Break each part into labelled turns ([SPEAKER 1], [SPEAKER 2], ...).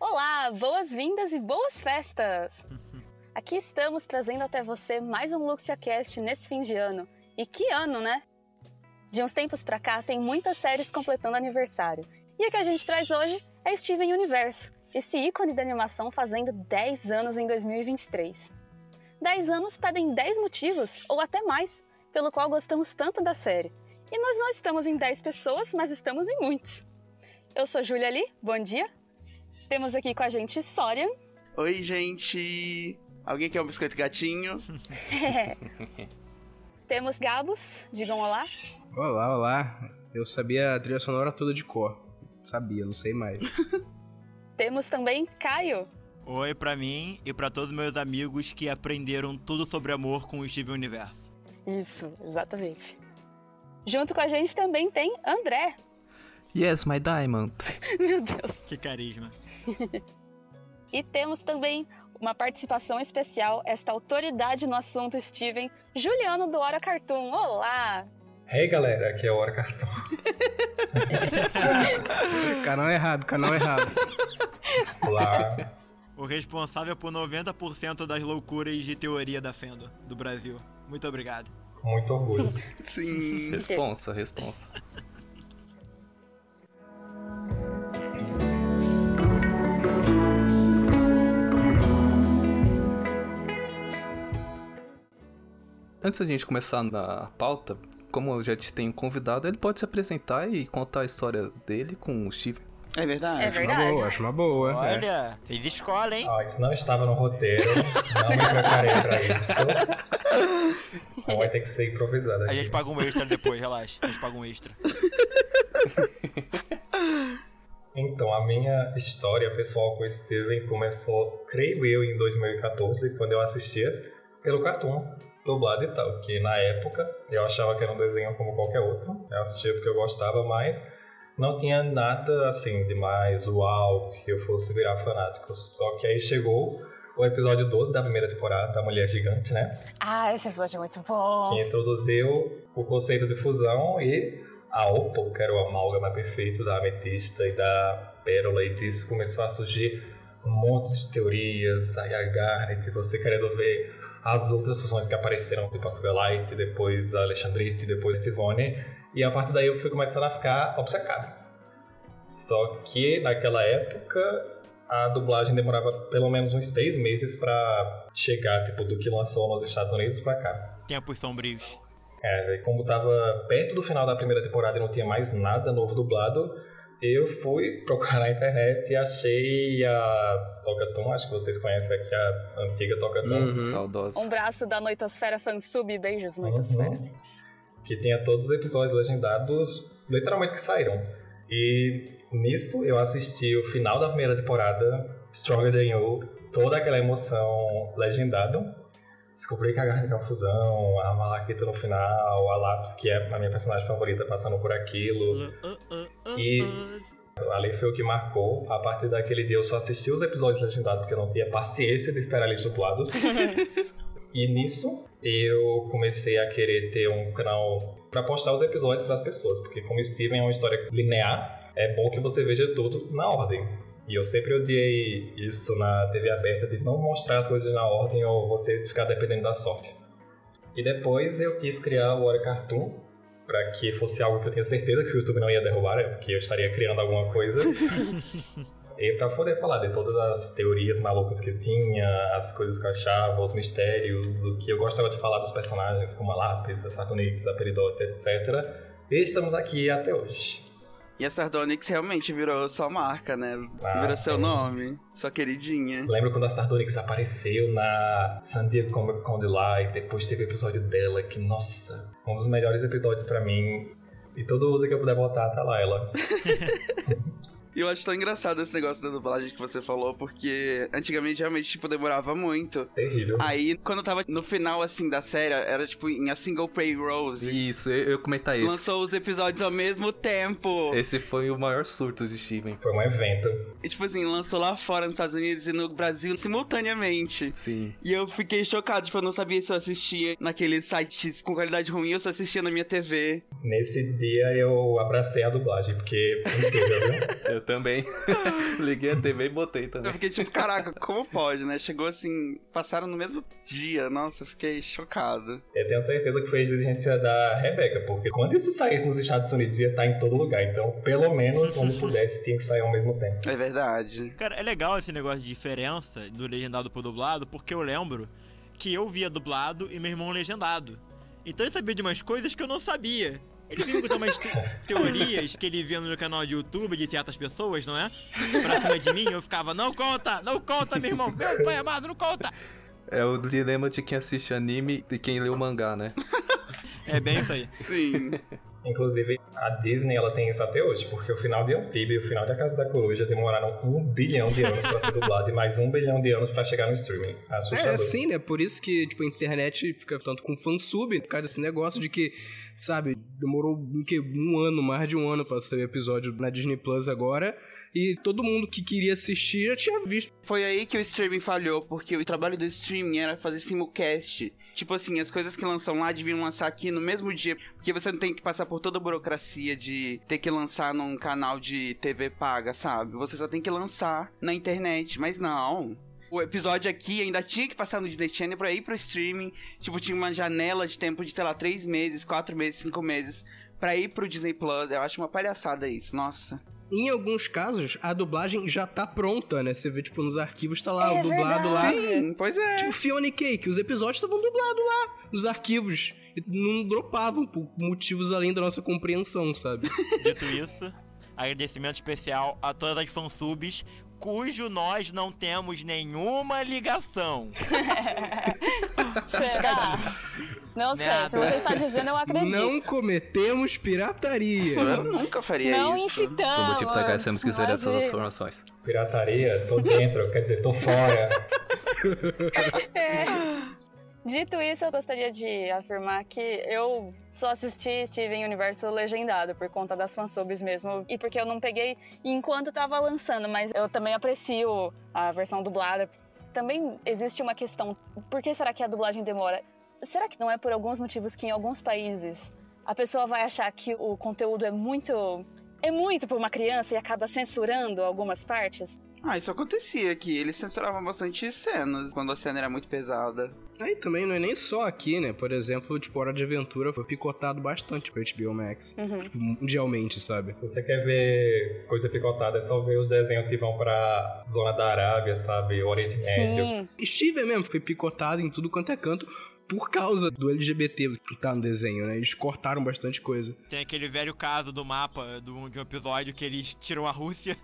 [SPEAKER 1] Olá, boas-vindas e boas festas! Aqui estamos trazendo até você mais um LuxiaCast nesse fim de ano. E que ano, né? De uns tempos pra cá, tem muitas séries completando aniversário. E a que a gente traz hoje é Steven Universo, esse ícone da animação fazendo 10 anos em 2023. 10 anos pedem 10 motivos, ou até mais, pelo qual gostamos tanto da série. E nós não estamos em 10 pessoas, mas estamos em muitos. Eu sou Júlia Lee, bom dia. Temos aqui com a gente Sória.
[SPEAKER 2] Oi, gente! Alguém quer um biscoito gatinho?
[SPEAKER 1] Temos Gabos, digam olá.
[SPEAKER 3] Olá, olá. Eu sabia a trilha sonora toda de cor. Sabia, não sei mais.
[SPEAKER 1] Temos também Caio.
[SPEAKER 4] Oi pra mim e pra todos meus amigos que aprenderam tudo sobre amor com o Steven Universo.
[SPEAKER 1] Isso, exatamente. Junto com a gente também tem André.
[SPEAKER 5] Yes, my diamond.
[SPEAKER 1] Meu Deus.
[SPEAKER 4] Que carisma.
[SPEAKER 1] E temos também uma participação especial, esta autoridade no assunto, Steven, Juliano do Hora Cartoon. Olá!
[SPEAKER 6] Hey galera, aqui é o Hora Cartão.
[SPEAKER 3] canal errado, canal errado.
[SPEAKER 6] Olá.
[SPEAKER 4] O responsável por 90% das loucuras de teoria da Fendo do Brasil. Muito obrigado.
[SPEAKER 6] Com muito orgulho.
[SPEAKER 2] Sim!
[SPEAKER 5] Responsa, responsa. Antes da gente começar na pauta, como eu já te tenho convidado, ele pode se apresentar e contar a história dele com o Steven.
[SPEAKER 2] É verdade?
[SPEAKER 1] É verdade.
[SPEAKER 3] Uma boa, acho uma boa. é.
[SPEAKER 4] Olha, fez escola, hein?
[SPEAKER 6] Ó, Ah, isso não estava no roteiro. Não me preparei pra isso. Então vai ter que ser improvisado
[SPEAKER 4] A
[SPEAKER 6] aqui.
[SPEAKER 4] gente paga um extra depois, relaxa. A gente paga um extra.
[SPEAKER 6] Então, a minha história pessoal com esse season começou, creio eu, em 2014, quando eu assistia pelo Cartoon, dublado e tal. Que na época eu achava que era um desenho como qualquer outro. Eu assistia porque eu gostava, mas não tinha nada assim demais, uau, que eu fosse virar fanático. Só que aí chegou o episódio 12 da primeira temporada, da Mulher Gigante, né?
[SPEAKER 1] Ah, esse episódio é muito bom!
[SPEAKER 6] que introduziu o conceito de fusão e ah, a Opal, que era o amálgama perfeito da ametista e da pérola, e disso começou a surgir um monte de teorias, aí a Garnet, você querendo ver as outras fusões que apareceram, tipo a Sugarlight, depois a Alexandrite, depois Tivone, e a partir daí eu fui começando a ficar obcecado. Só que naquela época a dublagem demorava pelo menos uns seis meses pra chegar, tipo, do que lançou nos Estados Unidos pra cá.
[SPEAKER 4] Tempos sombrios.
[SPEAKER 6] É, como tava perto do final da primeira temporada e não tinha mais nada novo dublado, eu fui procurar na internet e achei a Tocaton, acho que vocês conhecem aqui a antiga Tocaton.
[SPEAKER 3] Uhum.
[SPEAKER 5] Saudosa.
[SPEAKER 1] Um braço da Noitosfera Fansub, beijos, Noitosfera.
[SPEAKER 6] Uhum. Que tinha todos os episódios legendados, literalmente que saíram. E nisso eu assisti o final da primeira temporada, Stronger Than You, toda aquela emoção legendada. Descobri que a Garnet é uma fusão, a Malaquita no final, a Lápis, que é a minha personagem favorita, passando por aquilo.
[SPEAKER 4] uh,
[SPEAKER 6] E- Então, Ali foi o que marcou. A partir daquele dia eu só assisti os episódios legendados porque eu não tinha paciência de esperar eles dublados. e nisso eu comecei a querer ter um canal pra postar os episódios pras pessoas, porque como Steven é uma história linear, é bom que você veja tudo na ordem. E eu sempre odiei isso na TV aberta de não mostrar as coisas na ordem ou você ficar dependendo da sorte. E depois eu quis criar o Hora Cartoon, para que fosse algo que eu tinha certeza que o YouTube não ia derrubar, né? porque eu estaria criando alguma coisa. e para poder falar de todas as teorias malucas que eu tinha, as coisas que eu achava, os mistérios, o que eu gostava de falar dos personagens, como a Lápis, a Saturnix, a Peridota, etc. E estamos aqui até hoje.
[SPEAKER 2] E a Sardonyx realmente virou sua marca, né?
[SPEAKER 6] Ah,
[SPEAKER 2] virou seu
[SPEAKER 6] sim.
[SPEAKER 2] nome, sua queridinha.
[SPEAKER 6] Lembro quando a Sardonyx apareceu na San Diego Comic Con de lá e depois teve o episódio dela, que nossa, um dos melhores episódios pra mim. E todo uso que eu puder botar, tá lá ela.
[SPEAKER 2] E eu acho tão engraçado esse negócio da dublagem que você falou, porque antigamente realmente, tipo, demorava muito.
[SPEAKER 6] Terrível.
[SPEAKER 2] Aí, quando eu tava no final, assim, da série, era tipo em a single play rose.
[SPEAKER 5] Isso, É. eu, eu ia comentar esse.
[SPEAKER 2] Lançou os episódios ao mesmo tempo.
[SPEAKER 5] Esse foi o maior surto de Steven.
[SPEAKER 6] Foi um evento.
[SPEAKER 2] E, tipo assim, lançou lá fora nos Estados Unidos e no Brasil simultaneamente.
[SPEAKER 5] Sim.
[SPEAKER 2] E eu fiquei chocado, tipo, eu não sabia se eu assistia naqueles sites com qualidade ruim ou se eu assistia na minha TV.
[SPEAKER 6] Nesse dia eu abracei a dublagem, porque é incrível, viu?
[SPEAKER 5] Eu eu também. Liguei a TV e botei
[SPEAKER 2] Eu
[SPEAKER 5] também.
[SPEAKER 2] fiquei tipo, caraca, como pode, né? Chegou assim, passaram no mesmo dia. Nossa, eu fiquei chocado.
[SPEAKER 6] Eu tenho certeza que foi a exigência da Rebeca, porque quando isso saísse nos Estados Unidos ia estar em todo lugar, então pelo menos onde pudesse tinha que sair ao mesmo tempo.
[SPEAKER 2] É verdade.
[SPEAKER 4] Cara, é legal esse negócio de diferença do legendado pro dublado, porque eu lembro que eu via dublado e meu irmão legendado. Então ele sabia de umas coisas que eu não sabia. Ele vinha com umas te- teorias que ele via no canal de YouTube de certas pessoas, não é? Pra cima de mim, eu ficava, não conta, não conta, meu irmão, meu pai amado, não conta.
[SPEAKER 5] É o dilema de quem assiste anime e quem lê o mangá, né?
[SPEAKER 4] É bem isso aí.
[SPEAKER 2] Sim.
[SPEAKER 6] Inclusive, a Disney ela tem isso até hoje, porque o final de Amphibia e o final de A Casa da Coruja demoraram um bilhão de anos pra ser dublado e mais um bilhão de anos pra chegar no streaming.
[SPEAKER 3] É,
[SPEAKER 6] Assustador.
[SPEAKER 3] é assim, né? Por isso que, tipo, a internet fica tanto com fansub, por causa desse negócio de que, sabe, demorou um, que, um ano, mais de um ano pra sair o episódio na Disney Plus agora. E todo mundo que queria assistir já tinha visto.
[SPEAKER 2] Foi aí que o streaming falhou, porque o trabalho do streaming era fazer simulcast. Tipo assim, as coisas que lançam lá deviam lançar aqui no mesmo dia, porque você não tem que passar por toda a burocracia de ter que lançar num canal de TV paga, sabe? Você só tem que lançar na internet, mas não. O episódio aqui ainda tinha que passar no Disney Channel pra ir pro streaming. Tipo, tinha uma janela de tempo de, sei lá, três meses, quatro meses, cinco meses pra ir pro Disney Plus. Eu acho uma palhaçada isso, nossa.
[SPEAKER 3] Em alguns casos, a dublagem já tá pronta, né? Você vê, tipo, nos arquivos tá lá
[SPEAKER 1] É
[SPEAKER 3] o dublado lá.
[SPEAKER 1] verdade.
[SPEAKER 2] Sim, pois é.
[SPEAKER 3] Tipo, Fiona Cake, os episódios estavam dublados lá, nos arquivos. E não dropavam por motivos além da nossa compreensão, sabe?
[SPEAKER 4] Dito isso, agradecimento especial a todas as fansubs cujo nós não temos nenhuma ligação.
[SPEAKER 1] Será? Não sei,
[SPEAKER 4] Nada.
[SPEAKER 1] se você está dizendo, eu acredito.
[SPEAKER 3] Não cometemos pirataria.
[SPEAKER 2] Eu nunca faria
[SPEAKER 1] Não
[SPEAKER 2] isso.
[SPEAKER 1] incitamos.
[SPEAKER 5] Por motivos legais, temos que zerar essas
[SPEAKER 1] imagina.
[SPEAKER 5] informações.
[SPEAKER 6] Pirataria, tô dentro, quer dizer, tô fora.
[SPEAKER 1] É. Dito isso, eu gostaria de afirmar que eu só assisti Steven Universo legendado por conta das fansubs mesmo e porque eu não peguei enquanto tava lançando, mas eu também aprecio a versão dublada. Também existe uma questão, por que será que a dublagem demora? Será que não é por alguns motivos que em alguns países a pessoa vai achar que o conteúdo é muito é muito para uma criança e acaba censurando algumas partes?
[SPEAKER 2] Ah, isso acontecia aqui. Eles censuravam bastante cenas quando a cena era muito pesada.
[SPEAKER 3] Aí também não é nem só aqui, né? Por exemplo, tipo, Hora de Aventura foi picotado bastante pro HBO Max.
[SPEAKER 1] Uhum.
[SPEAKER 3] Tipo, mundialmente, sabe?
[SPEAKER 6] Você quer ver coisa picotada, é só ver os desenhos que vão pra zona da Arábia, sabe? Oriente Médio.
[SPEAKER 1] Sim.
[SPEAKER 3] Steven mesmo foi picotado em tudo quanto é canto por causa do LGBT que tá no desenho, né? Eles cortaram bastante coisa.
[SPEAKER 4] Tem aquele velho caso do mapa do, de um episódio que eles tiram a Rússia.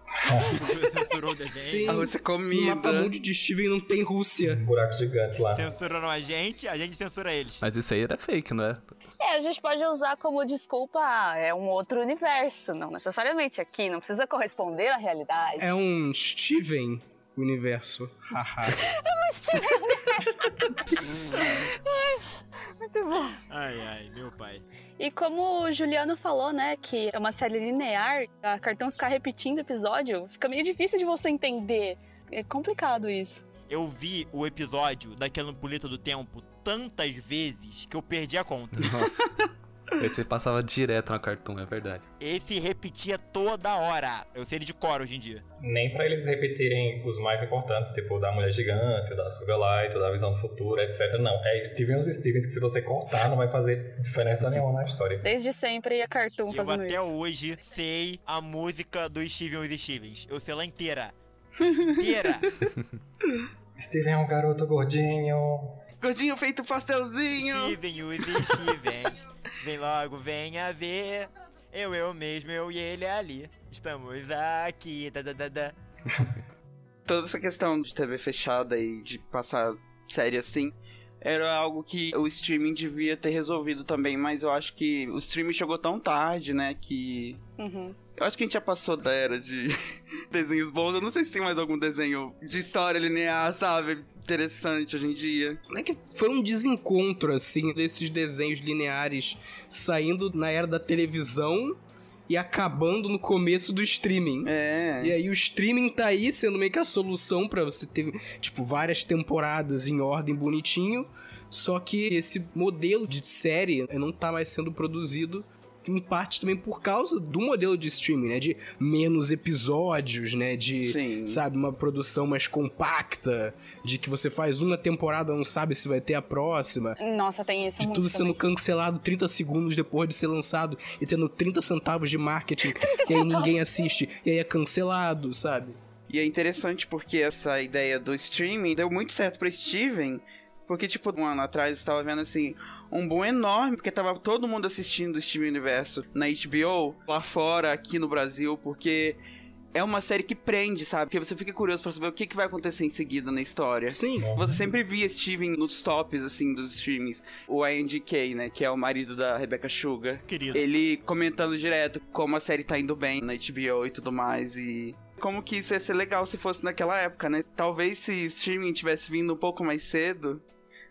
[SPEAKER 4] censurou o desenho.
[SPEAKER 2] A
[SPEAKER 3] Sim.
[SPEAKER 2] Rússia
[SPEAKER 3] No mapa
[SPEAKER 2] comida.
[SPEAKER 3] mundo de Steven não tem Rússia.
[SPEAKER 6] um Buraco gigante lá.
[SPEAKER 4] Censuraram a gente, a gente censura eles.
[SPEAKER 5] Mas isso aí era fake, não é?
[SPEAKER 1] É, a gente pode usar como desculpa, ah, é um outro universo, não necessariamente aqui, não precisa corresponder à realidade.
[SPEAKER 3] É um Steven universo. Haha.
[SPEAKER 1] Muito bom.
[SPEAKER 4] Ai, ai, meu pai.
[SPEAKER 1] E como o Juliano falou, né, que é uma série linear, a cartão ficar repetindo episódio, fica meio difícil de você entender. É complicado isso.
[SPEAKER 4] Eu vi o episódio daquela ampulheta do tempo tantas vezes que eu perdi a conta.
[SPEAKER 5] Nossa. Esse passava direto na Cartoon, é verdade.
[SPEAKER 4] Esse repetia toda hora. Eu sei ele de cor hoje em dia.
[SPEAKER 6] Nem pra eles repetirem os mais importantes, tipo o da Mulher Gigante, o da Sugar Light, o da Visão do Futuro, etc. Não, é Steven os Stevens que se você cortar não vai fazer diferença nenhuma na história.
[SPEAKER 1] Desde sempre a cartão
[SPEAKER 4] Eu
[SPEAKER 1] fazendo
[SPEAKER 4] até
[SPEAKER 1] isso.
[SPEAKER 4] hoje sei a música dos Steven e os Stevens. Eu sei ela inteira. Inteira.
[SPEAKER 6] Steven é um garoto gordinho.
[SPEAKER 2] Gordinho feito pastelzinho.
[SPEAKER 4] Steven e os Stevens. Vem logo, venha ver. Eu, eu mesmo, eu e ele ali. Estamos aqui. Da, da, da, da.
[SPEAKER 2] Toda essa questão de TV fechada e de passar série assim era algo que o streaming devia ter resolvido também, mas eu acho que o streaming chegou tão tarde, né, que
[SPEAKER 1] Uhum.
[SPEAKER 2] eu acho que a gente já passou da era de desenhos bons. Eu não sei se tem mais algum desenho de história linear, sabe, interessante hoje em dia.
[SPEAKER 3] Não é que foi um desencontro, assim, desses desenhos lineares saindo na era da televisão e acabando no começo do streaming.
[SPEAKER 2] É.
[SPEAKER 3] E aí o streaming tá aí sendo meio que a solução pra você ter, tipo, várias temporadas em ordem né, bonitinho. Só que esse modelo de série não tá mais sendo produzido em parte também por causa do modelo de streaming, né? De menos episódios, né? De,
[SPEAKER 2] Sim.
[SPEAKER 3] sabe, uma produção mais compacta, de que você faz uma temporada, não sabe se vai ter a próxima.
[SPEAKER 1] Nossa, tem isso
[SPEAKER 3] De
[SPEAKER 1] Tá muito
[SPEAKER 3] tudo
[SPEAKER 1] também.
[SPEAKER 3] sendo cancelado 30 segundos depois de ser lançado e tendo 30 centavos de marketing, e aí
[SPEAKER 1] centavos.
[SPEAKER 3] ninguém assiste, e aí é cancelado, sabe?
[SPEAKER 2] E é interessante porque essa ideia do streaming deu muito certo pra Steven. Porque, tipo, um ano atrás eu estava vendo assim, um boom enorme, porque tava todo mundo assistindo o Steven Universo na HBO, lá fora, aqui no Brasil, porque é uma série que prende, sabe? Porque você fica curioso pra saber o que, que vai acontecer em seguida na história.
[SPEAKER 3] Sim.
[SPEAKER 2] Você sempre via Steven nos tops, assim, dos streamings. O INDK, né? Que é o marido da Rebecca Sugar.
[SPEAKER 4] Querido.
[SPEAKER 2] Ele comentando direto como a série tá indo bem na HBO e tudo mais e como que isso ia ser legal se fosse naquela época, né? Talvez se o streaming tivesse vindo um pouco mais cedo,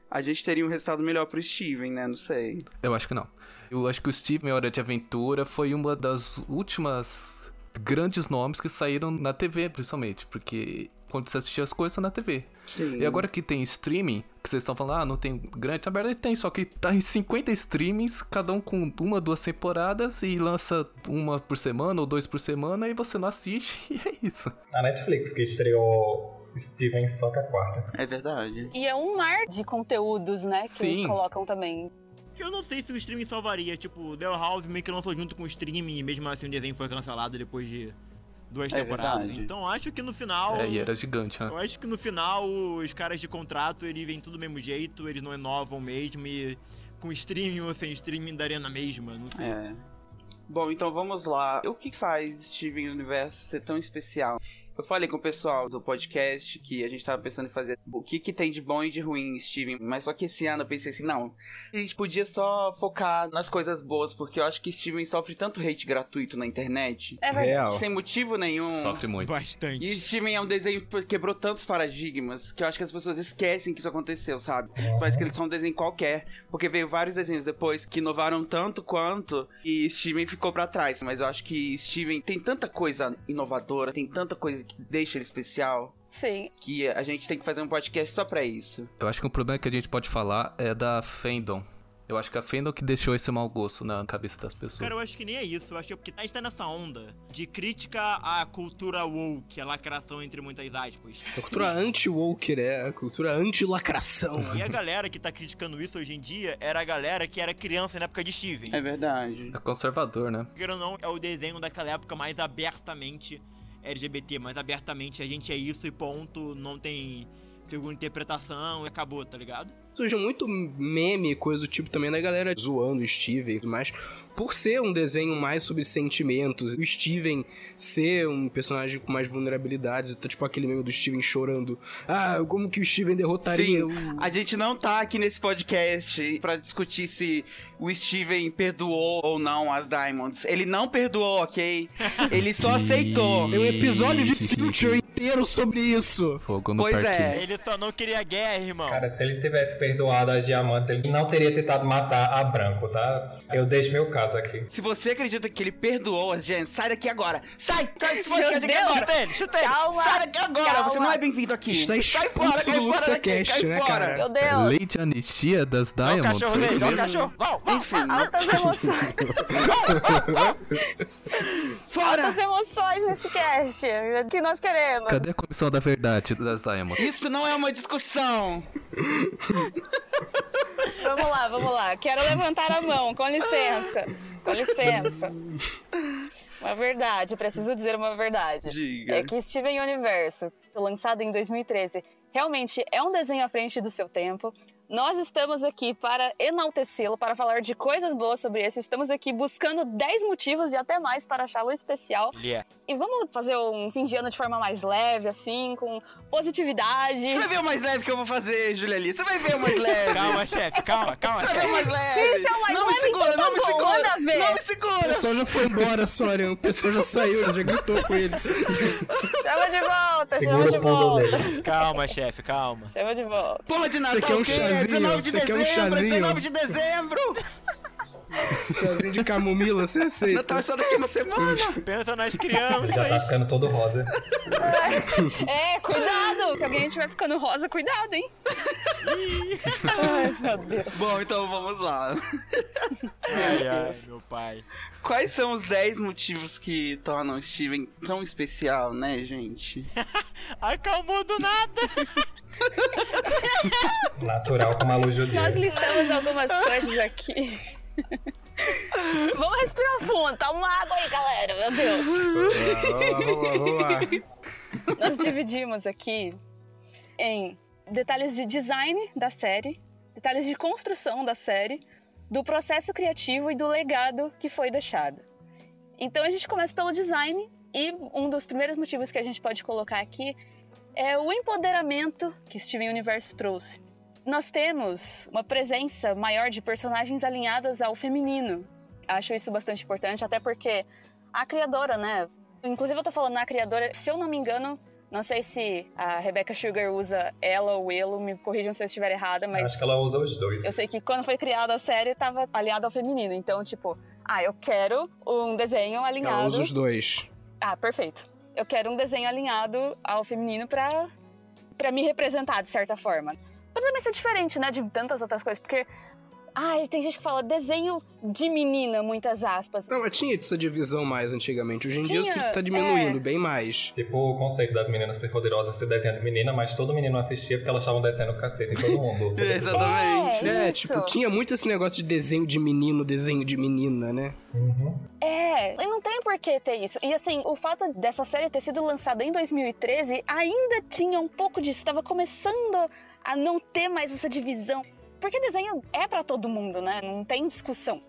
[SPEAKER 2] a gente teria um resultado melhor pro Steven, né? Não sei.
[SPEAKER 5] Eu acho que não. Eu acho que o Steven Hora de Aventura foi uma das últimas grandes nomes que saíram na TV, principalmente, porque quando você assistia as coisas na TV.
[SPEAKER 2] Sim.
[SPEAKER 5] E agora que tem streaming, que vocês estão falando, ah, não tem grande. Na verdade tem, só que tá em 50 streamings, cada um com uma, duas temporadas, e lança uma por semana ou dois por semana, e você não assiste, e é isso.
[SPEAKER 6] A Netflix, que estreou Steven só que a quarta.
[SPEAKER 2] É verdade.
[SPEAKER 1] E é um mar de conteúdos, né? Que eles
[SPEAKER 5] Sim.
[SPEAKER 1] colocam também.
[SPEAKER 4] Eu não sei se o streaming salvaria. Tipo, The House meio que lançou junto com o streaming e mesmo assim o desenho foi cancelado depois de duas
[SPEAKER 2] É
[SPEAKER 4] temporadas.
[SPEAKER 2] verdade.
[SPEAKER 4] Então acho que no final.
[SPEAKER 5] É, e era gigante, né?
[SPEAKER 4] Eu acho que no final os caras de contrato eles vêm tudo do mesmo jeito, eles não inovam mesmo e com streaming ou sem streaming daria na mesma. Não sei.
[SPEAKER 2] É. Bom, então vamos lá. O que faz Steven Universo ser tão especial? Eu falei com o pessoal do podcast que a gente tava pensando em fazer o que que tem de bom e de ruim em Steven, mas só que esse ano eu pensei assim, não, a gente podia só focar nas coisas boas, porque eu acho que Steven sofre tanto hate gratuito na internet,
[SPEAKER 1] É verdade.
[SPEAKER 3] Real.
[SPEAKER 2] sem motivo nenhum.
[SPEAKER 5] Sofre muito.
[SPEAKER 4] Bastante.
[SPEAKER 2] E Steven é um desenho que quebrou tantos paradigmas que eu acho que as pessoas esquecem que isso aconteceu, sabe? Parece que ele é só um desenho qualquer. Porque veio vários desenhos depois que inovaram tanto quanto e Steven ficou pra trás. Mas eu acho que Steven tem tanta coisa inovadora, tem tanta coisa que deixa ele especial.
[SPEAKER 1] Sim.
[SPEAKER 2] Que a gente tem que fazer um podcast só pra isso.
[SPEAKER 5] Eu acho que um problema que a gente pode falar é da Fandom. Eu acho que a Fandom que deixou esse mau gosto na cabeça das pessoas.
[SPEAKER 4] Cara, eu acho que nem é isso. Eu acho que é porque a gente tá nessa onda de crítica à cultura woke, a lacração entre muitas aspas.
[SPEAKER 3] A cultura anti-woke, né? A cultura anti-lacração.
[SPEAKER 4] E a galera que tá criticando isso hoje em dia era a galera que era criança na época de Steven.
[SPEAKER 2] É verdade.
[SPEAKER 5] É conservador, né?
[SPEAKER 4] Queira ou não, é o desenho daquela época mais abertamente LGBT, mais abertamente a gente é isso e ponto, não tem segunda interpretação e acabou, tá ligado?
[SPEAKER 3] Surgiu muito meme e coisa do tipo também da galera zoando o Steven e tudo mais. Por ser um desenho mais sobre sentimentos, o Steven ser um personagem com mais vulnerabilidades, então, tipo aquele meme do Steven chorando. Ah, como que o Steven derrotaria
[SPEAKER 2] Sim.
[SPEAKER 3] o.
[SPEAKER 2] A gente não tá aqui nesse podcast pra discutir se o Steven perdoou ou não as Diamonds. Ele não perdoou, ok? Ele só aceitou.
[SPEAKER 3] Tem um episódio de Future inteiro sobre isso!
[SPEAKER 5] Fogo no
[SPEAKER 2] Pois
[SPEAKER 5] parquinho.
[SPEAKER 2] é.
[SPEAKER 4] Ele só não queria guerra, irmão.
[SPEAKER 6] Cara, se ele tivesse perdoado as diamantes, ele não teria tentado matar a branco, tá? Eu deixo meu caso aqui.
[SPEAKER 2] Se você acredita que ele perdoou as gems, sai daqui agora! Sai! Sai desse
[SPEAKER 1] Meu
[SPEAKER 2] podcast aqui
[SPEAKER 1] Deus!
[SPEAKER 2] é agora!
[SPEAKER 4] Chuta ele, chuta ele.
[SPEAKER 1] Calma!
[SPEAKER 2] Sai daqui agora!
[SPEAKER 1] Calma.
[SPEAKER 2] Você não é bem-vindo aqui!
[SPEAKER 3] Está
[SPEAKER 2] sai
[SPEAKER 3] expulso
[SPEAKER 2] fora, cai
[SPEAKER 3] do
[SPEAKER 2] fora daqui,
[SPEAKER 3] Luxacast,
[SPEAKER 2] cai
[SPEAKER 3] né,
[SPEAKER 2] fora!
[SPEAKER 3] cara?
[SPEAKER 1] Meu Deus!
[SPEAKER 5] Lei de anistia das
[SPEAKER 4] Olha o
[SPEAKER 5] Diamonds.
[SPEAKER 4] cachorro
[SPEAKER 5] foi isso
[SPEAKER 4] dele, olha o
[SPEAKER 5] mesmo?
[SPEAKER 4] cachorro. Vão, vão.
[SPEAKER 2] Enfim,
[SPEAKER 1] Altas emoções!
[SPEAKER 2] fora!
[SPEAKER 1] Altas emoções nesse cast! Que nós queremos!
[SPEAKER 5] Cadê a comissão da verdade das Diamonds?
[SPEAKER 2] Isso não é uma discussão!
[SPEAKER 1] Vamos lá, vamos lá. Quero levantar a mão, com licença. Com licença. Uma verdade, preciso dizer uma verdade.
[SPEAKER 2] Diga.
[SPEAKER 1] É que Steven Universo, lançado em 2013, realmente é um desenho à frente do seu tempo. Nós estamos aqui para enaltecê-lo, para falar de coisas boas sobre esse. Estamos aqui buscando 10 motivos e até mais para achá-lo especial.
[SPEAKER 4] Ele é.
[SPEAKER 1] E vamos fazer um fim de ano de forma mais leve, assim, com positividade.
[SPEAKER 2] Você vai ver o mais leve que eu vou fazer, Julia Lee! Você vai ver o mais leve!
[SPEAKER 4] Calma, chefe, calma, calma,
[SPEAKER 2] Você vai ver o
[SPEAKER 4] chefe.
[SPEAKER 2] mais leve!
[SPEAKER 1] Isso é o mais
[SPEAKER 2] não
[SPEAKER 1] leve,
[SPEAKER 2] me segura,
[SPEAKER 1] então
[SPEAKER 2] não me
[SPEAKER 1] tá bom,
[SPEAKER 2] segura!
[SPEAKER 1] manda ver.
[SPEAKER 2] Não me
[SPEAKER 3] O
[SPEAKER 2] segura!
[SPEAKER 3] pessoal já foi embora, Sorian. O pessoal já saiu, já gritou com ele.
[SPEAKER 1] Chama de volta, chama
[SPEAKER 6] Segura
[SPEAKER 1] de
[SPEAKER 6] o pão
[SPEAKER 1] volta.
[SPEAKER 6] dele.
[SPEAKER 4] Calma, chefe, calma.
[SPEAKER 1] Chama de volta.
[SPEAKER 2] Porra de
[SPEAKER 3] Você quer
[SPEAKER 2] Natal,
[SPEAKER 3] um
[SPEAKER 2] o quê? É
[SPEAKER 3] chazinho?
[SPEAKER 2] 19 de
[SPEAKER 3] Você quer um
[SPEAKER 2] dezembro! é
[SPEAKER 3] chazinho?
[SPEAKER 2] 19 de dezembro!
[SPEAKER 3] Chazinho de camomila, você aceita.
[SPEAKER 2] Natal é só daqui uma semana.
[SPEAKER 4] Pensa nas
[SPEAKER 6] Ele já tá
[SPEAKER 4] crianças.
[SPEAKER 6] ficando todo rosa.
[SPEAKER 1] É, cuidado! Se alguém estiver ficando rosa, cuidado, hein? Ai, meu Deus.
[SPEAKER 2] Bom, então vamos lá.
[SPEAKER 4] Ai, ai,
[SPEAKER 1] Deus.
[SPEAKER 4] meu pai.
[SPEAKER 2] Quais são os 10 motivos que tornam o Steven tão especial, né, gente?
[SPEAKER 4] Acalmou do nada.
[SPEAKER 6] Natural como a luz judia.
[SPEAKER 1] Nós listamos algumas coisas aqui. Vamos respirar fundo, toma uma água aí, galera, meu Deus.
[SPEAKER 3] Vamos lá, vamos lá.
[SPEAKER 1] Nós dividimos aqui em detalhes de design da série, detalhes de construção da série, do processo criativo e do legado que foi deixado. Então a gente começa pelo design e um dos primeiros motivos que a gente pode colocar aqui é o empoderamento que Steven Universe trouxe. Nós temos uma presença maior de personagens alinhadas ao feminino. Acho isso bastante importante, até porque a criadora, né? Inclusive eu tô falando na criadora, se eu não me engano, não sei se a Rebecca Sugar usa ela ou elo, me corrijam se eu estiver errada, mas
[SPEAKER 6] Acho que ela usa os dois.
[SPEAKER 1] eu sei que quando foi criada a série, tava alinhado ao feminino. Então, tipo, ah, eu quero um desenho
[SPEAKER 3] Ela
[SPEAKER 1] alinhado.
[SPEAKER 3] usa os dois.
[SPEAKER 1] Ah, perfeito. Eu quero um desenho alinhado ao feminino pra, pra me representar de certa forma. Pra também ser diferente, né, de tantas outras coisas, porque. Ai, tem gente que fala desenho de menina, muitas aspas.
[SPEAKER 3] Não, mas tinha essa divisão mais antigamente. Hoje em dia,
[SPEAKER 1] Tinha,
[SPEAKER 3] assim, tá diminuindo
[SPEAKER 1] é.
[SPEAKER 3] bem mais.
[SPEAKER 6] Tipo o conceito das meninas superpoderosas ser desenho de menina, mas todo menino assistia porque elas estavam descendo o cacete em todo mundo.
[SPEAKER 2] Exatamente.
[SPEAKER 1] É,
[SPEAKER 3] É,
[SPEAKER 1] isso.
[SPEAKER 3] tipo, tinha muito esse negócio de desenho de menino, desenho de menina, né?
[SPEAKER 6] Uhum.
[SPEAKER 1] É, e não tem por que ter isso. E assim, o fato dessa série ter sido lançada em 2013 ainda tinha um pouco disso, estava começando a não ter mais essa divisão. Porque desenho é pra todo mundo, né? Não tem discussão.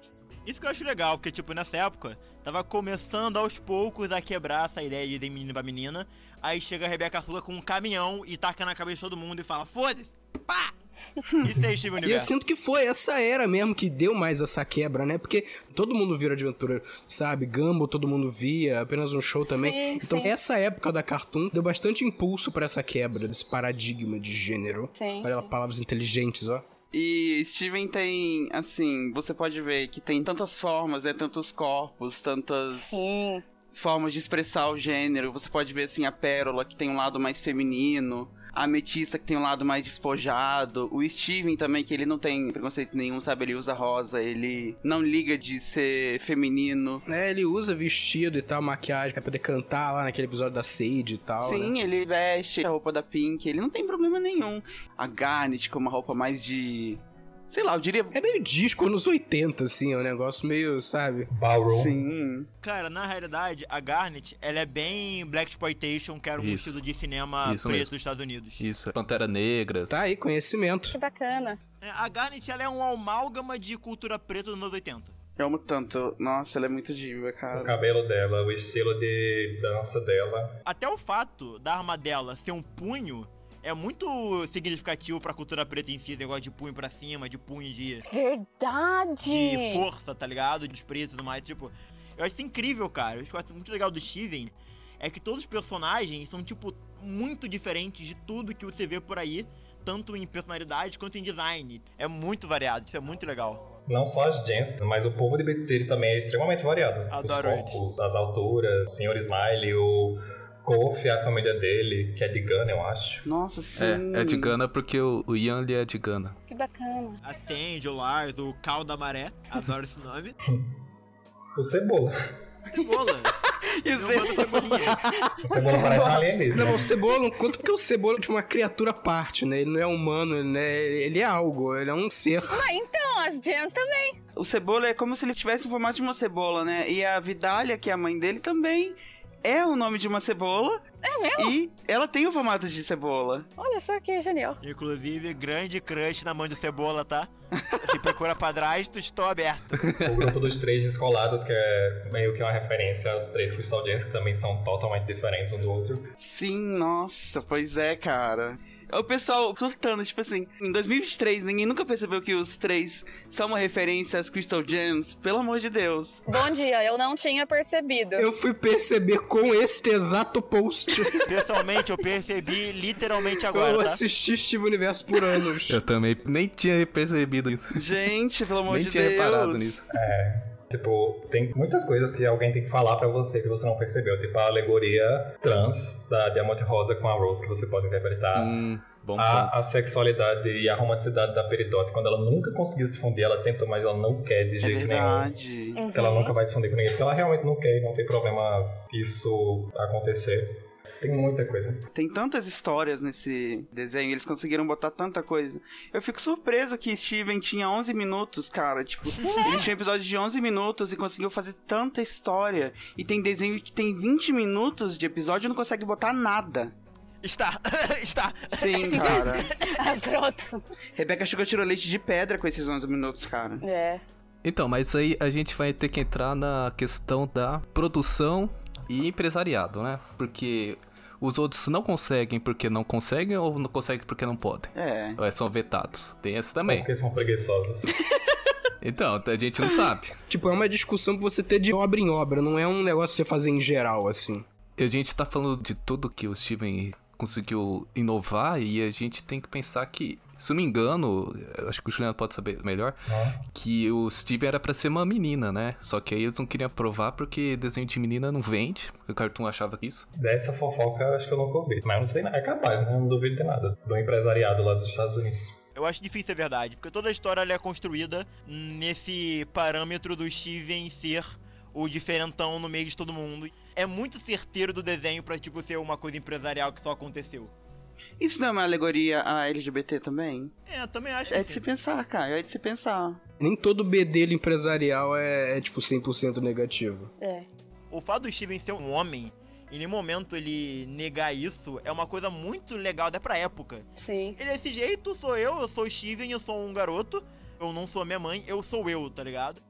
[SPEAKER 4] Isso que eu acho legal, porque, tipo, nessa época, tava começando aos poucos a quebrar essa ideia de tem menino pra menina. Aí chega a Rebeca Sula com um caminhão e taca na cabeça de todo mundo e fala, foda-se, pá! Isso aí, Steven
[SPEAKER 3] E eu
[SPEAKER 4] Universo.
[SPEAKER 3] sinto que foi essa era mesmo que deu mais essa quebra, né? Porque todo mundo vira aventura, sabe? Gumball todo mundo via, apenas um show também.
[SPEAKER 1] Sim,
[SPEAKER 3] então
[SPEAKER 1] sim.
[SPEAKER 3] essa época da Cartoon deu bastante impulso pra essa quebra, desse paradigma de gênero.
[SPEAKER 1] Sim,
[SPEAKER 3] Olha lá, palavras inteligentes, ó.
[SPEAKER 2] E Steven tem, assim, você pode ver que tem tantas formas, né? Tantos corpos, tantas
[SPEAKER 1] sim.
[SPEAKER 2] formas de expressar o gênero. Você pode ver, assim, a Pérola, que tem um lado mais feminino. A Ametista, que tem um lado mais despojado. O Steven também, que ele não tem preconceito nenhum, sabe? Ele usa rosa, ele não liga de ser feminino.
[SPEAKER 3] É, ele usa vestido e tal, maquiagem pra poder cantar lá naquele episódio da Sage e tal.
[SPEAKER 2] Sim,
[SPEAKER 3] né?
[SPEAKER 2] ele veste a roupa da Pink, ele não tem problema nenhum. A Garnet, que é uma roupa mais de. Sei lá, eu diria.
[SPEAKER 3] É meio disco nos 80, assim, é um negócio meio, sabe?
[SPEAKER 6] Ballroom.
[SPEAKER 2] Sim.
[SPEAKER 4] Cara, na realidade, a Garnet, ela é bem Black Exploitation, que era um
[SPEAKER 5] Isso.
[SPEAKER 4] estilo de cinema
[SPEAKER 5] Isso
[SPEAKER 4] preto
[SPEAKER 5] mesmo.
[SPEAKER 4] dos Estados Unidos.
[SPEAKER 5] Isso, Pantera Negra.
[SPEAKER 3] Tá aí, conhecimento.
[SPEAKER 1] Que bacana.
[SPEAKER 4] É, A Garnet, ela é um amálgama de cultura preta dos anos 80.
[SPEAKER 2] Eu amo tanto. Nossa, ela é muito diva,
[SPEAKER 6] O
[SPEAKER 2] cara.
[SPEAKER 6] cabelo dela, o estilo de dança dela.
[SPEAKER 4] Até o fato da arma dela ser um punho é muito significativo pra cultura preta em si, esse negócio de punho pra cima, de punho de,
[SPEAKER 1] Verdade!
[SPEAKER 4] de força, tá ligado? De preto e tudo mais, tipo... Eu acho isso incrível, cara. Eu acho que eu acho muito legal do Steven é que todos os personagens são, tipo, muito diferentes de tudo que você vê por aí, tanto em personalidade quanto em design. É muito variado, isso é muito legal.
[SPEAKER 6] Não só as gens, mas o povo de Beat City também é extremamente variado.
[SPEAKER 4] Adoro
[SPEAKER 6] Os corpos, as alturas, o Sr. Smiley, o Kofi, a família dele, que é de Ghana, eu acho.
[SPEAKER 2] Nossa, sim.
[SPEAKER 5] É, é de Gana porque o, o Ian ele é de Gana.
[SPEAKER 1] Que bacana.
[SPEAKER 4] A Sandy, o Lars, o Cal da Maré, adoro esse nome.
[SPEAKER 6] O Cebola.
[SPEAKER 4] Cebola,
[SPEAKER 2] E o
[SPEAKER 4] eu mando cebolinha.
[SPEAKER 6] O Cebola parece um alienígena.
[SPEAKER 3] Não, o Cebola não conta porque o Cebola é uma criatura à parte, né? Ele não é humano, ele, é, ele é algo, ele é um ser.
[SPEAKER 1] Ah, então, as gems também.
[SPEAKER 2] O Cebola é como se ele tivesse o formato de uma cebola, né? E a Vidália, que é a mãe dele, também é o nome de uma cebola. É
[SPEAKER 1] mesmo?
[SPEAKER 2] E ela tem o formato de cebola.
[SPEAKER 1] Olha só que genial.
[SPEAKER 4] Inclusive, grande crush na mãe do Cebola, tá? Se procura padrasto, estou aberto.
[SPEAKER 6] O grupo dos três descolados, que é meio que uma referência aos três Crystal Gems, que também são totalmente diferentes um do outro.
[SPEAKER 2] Sim, nossa, pois é, cara. O pessoal surtando, tipo assim, em 2023, ninguém nunca percebeu que os três são uma referência às Crystal Gems, pelo amor de Deus.
[SPEAKER 1] Bom dia, eu não tinha percebido.
[SPEAKER 3] Eu fui perceber com este exato post.
[SPEAKER 4] Pessoalmente, eu percebi literalmente
[SPEAKER 3] eu
[SPEAKER 4] agora,
[SPEAKER 2] assim?
[SPEAKER 4] tá?
[SPEAKER 3] assisti Steve Universo por anos.
[SPEAKER 5] Eu também nem tinha percebido isso.
[SPEAKER 2] Gente, pelo amor
[SPEAKER 5] nem
[SPEAKER 2] de
[SPEAKER 5] tinha
[SPEAKER 2] Deus.
[SPEAKER 5] reparado nisso.
[SPEAKER 6] Tipo, tem muitas coisas que alguém tem que falar pra você que você não percebeu. Tipo, a alegoria trans da Diamante Rosa com a Rose, que você pode interpretar.
[SPEAKER 5] Hum, bom ponto.
[SPEAKER 6] A, a sexualidade e a romanticidade da Peridot, quando ela nunca conseguiu se fundir, ela tentou, mas ela não quer de
[SPEAKER 2] É
[SPEAKER 6] jeito nenhum.
[SPEAKER 2] verdade.
[SPEAKER 1] Uhum.
[SPEAKER 6] Ela nunca vai se fundir com ninguém, porque ela realmente não quer e não tem problema isso acontecer. Tem muita coisa.
[SPEAKER 2] Tem tantas histórias nesse desenho, eles conseguiram botar tanta coisa. Eu fico surpreso que Steven tinha 11 minutos, cara. Tipo, ele tinha episódio de 11 minutos e conseguiu fazer tanta história. E tem desenho que tem 20 minutos de episódio e não consegue botar nada.
[SPEAKER 4] Está, está.
[SPEAKER 2] Sim, tá. cara.
[SPEAKER 1] Ah, pronto.
[SPEAKER 2] Rebeca chegou tirou leite de pedra com esses 11 minutos, cara.
[SPEAKER 1] É.
[SPEAKER 5] Então, mas aí a gente vai ter que entrar na questão da produção e empresariado, né? Porque os outros não conseguem porque não conseguem ou não conseguem porque não podem.
[SPEAKER 2] É.
[SPEAKER 5] Ou é, são vetados. Tem esse
[SPEAKER 6] É
[SPEAKER 5] também.
[SPEAKER 6] Porque são preguiçosos.
[SPEAKER 5] Então, a gente não sabe.
[SPEAKER 3] Tipo, é uma discussão que você ter de obra em obra, não é um negócio que você fazer em geral, assim.
[SPEAKER 5] E A gente tá falando de tudo que o Steven conseguiu inovar e a gente tem que pensar que, se eu não me engano, eu acho que o Juliano pode saber melhor,
[SPEAKER 6] Ah.
[SPEAKER 5] que o Steven era pra ser uma menina, né? Só que aí eles não queriam aprovar porque desenho de menina não vende. O Cartoon achava que isso.
[SPEAKER 6] Dessa fofoca, acho que eu nunca ouvi. Mas não sei, é capaz, né? Não duvido de nada. Do empresariado lá dos Estados Unidos.
[SPEAKER 4] Eu acho difícil ser verdade, porque toda a história ela é construída nesse parâmetro do Steven ser o diferentão no meio de todo mundo. É muito certeiro do desenho pra, tipo, ser uma coisa empresarial que só aconteceu.
[SPEAKER 2] Isso não é uma alegoria a LGBT também?
[SPEAKER 4] É, eu também acho que
[SPEAKER 2] É de
[SPEAKER 4] sim.
[SPEAKER 2] se pensar, cara. É de se pensar.
[SPEAKER 3] Nem todo bedelho empresarial é, é, tipo, 100% negativo.
[SPEAKER 1] É.
[SPEAKER 4] O fato do Steven ser um homem, em nenhum momento ele negar isso, é uma coisa muito legal até pra época.
[SPEAKER 1] Sim.
[SPEAKER 4] Ele é desse jeito, sou eu, eu sou o Steven, eu sou um garoto, eu não sou minha mãe, eu sou eu, tá ligado?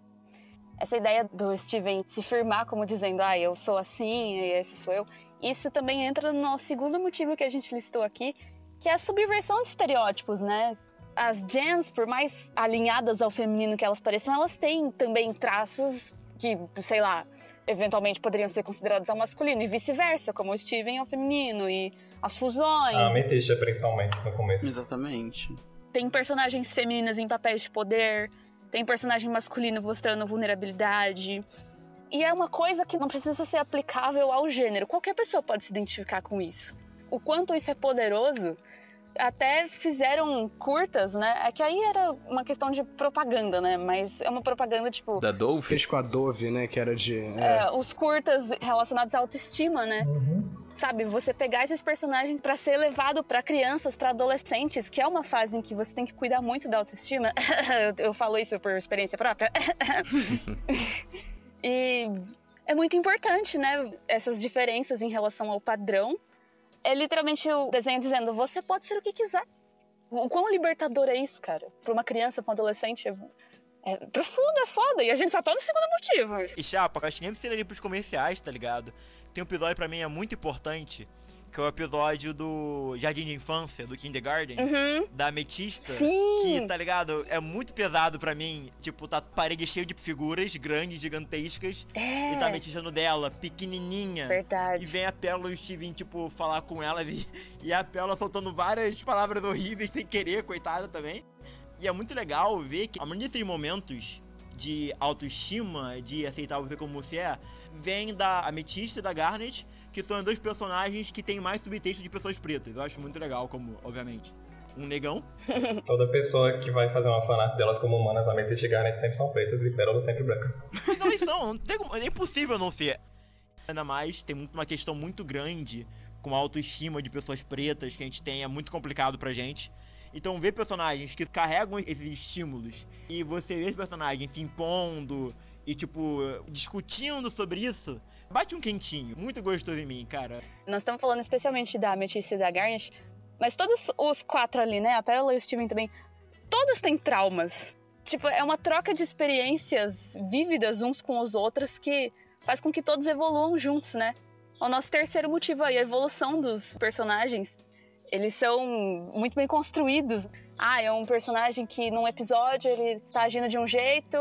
[SPEAKER 1] Essa ideia do Steven se firmar como dizendo, ah, eu sou assim e esse sou eu, isso também entra no nosso segundo motivo que a gente listou aqui, que é a subversão de estereótipos, né? As gems, por mais alinhadas ao feminino que elas pareçam, elas têm também traços que, sei lá, eventualmente poderiam ser considerados ao masculino e vice-versa, como o Steven ao feminino e as fusões.
[SPEAKER 6] A Metisha, principalmente, no começo.
[SPEAKER 2] Exatamente.
[SPEAKER 1] tem personagens femininas em papéis de poder, tem personagem masculino mostrando vulnerabilidade. E é uma coisa que não precisa ser aplicável ao gênero. Qualquer pessoa pode se identificar com isso. O quanto isso é poderoso, até fizeram curtas, né? É que aí era uma questão de propaganda, né? Mas é uma propaganda tipo.
[SPEAKER 5] Da Dove.
[SPEAKER 3] Fez com a Dove, né, que era de... é.
[SPEAKER 1] é, os curtas relacionados à autoestima, né?
[SPEAKER 6] Uhum.
[SPEAKER 1] Sabe, você pegar esses personagens pra ser levado pra crianças, pra adolescentes, que é uma fase em que você tem que cuidar muito da autoestima. Eu- Eu falo isso por experiência própria. e é muito importante, né, essas diferenças em relação ao padrão. É literalmente o desenho dizendo: você pode ser o que quiser. O quão libertador é isso, cara? Pra uma criança, pra um adolescente, é, é profundo, é foda. E a gente só tá no segundo motivo.
[SPEAKER 4] E Chapa, eu acho que nem precisa ir pros comerciais, tá ligado? Tem um episódio pra mim é muito importante, que é o episódio do Jardim de Infância, do Kindergarten,
[SPEAKER 1] Uhum.
[SPEAKER 4] da Ametista.
[SPEAKER 1] Sim!
[SPEAKER 4] Que, tá ligado? É muito pesado pra mim. Tipo, tá parede cheia de figuras grandes, gigantescas,
[SPEAKER 1] É.
[SPEAKER 4] e tá a Ametista no dela, pequenininha.
[SPEAKER 1] Verdade.
[SPEAKER 4] E vem a Pérola e o Steven, tipo, falar com ela e, e a Pérola soltando várias palavras horríveis sem querer, coitada também. E é muito legal ver que a maioria desses momentos de autoestima, de aceitar você como você é, vem da Ametista e da Garnet, que são dois personagens que têm mais subtexto de pessoas pretas. Eu acho muito legal, como, obviamente, um negão.
[SPEAKER 6] Toda pessoa que vai fazer uma fanart delas como humanas, a Metisha e Garnet sempre são pretas e Pérola sempre branca.
[SPEAKER 4] Mas elas são, não tem como, é impossível não ser. Ainda mais, tem muito- uma questão muito grande com a autoestima de pessoas pretas que a gente tem, é muito complicado pra gente. Então, ver personagens que carregam esses estímulos e você ver esse personagem se impondo e, tipo, discutindo sobre isso, bate um quentinho. Muito gostoso em mim, cara.
[SPEAKER 1] Nós estamos falando especialmente da Ametista e da Garnet, mas todos os quatro ali, né? A Pérola e o Steven também, todas têm traumas. Tipo, é uma troca de experiências vívidas uns com os outros que faz com que todos evoluam juntos, né? O nosso terceiro motivo aí, a evolução dos personagens. Eles são muito bem construídos. Ah, é um personagem que num episódio ele tá agindo de um jeito,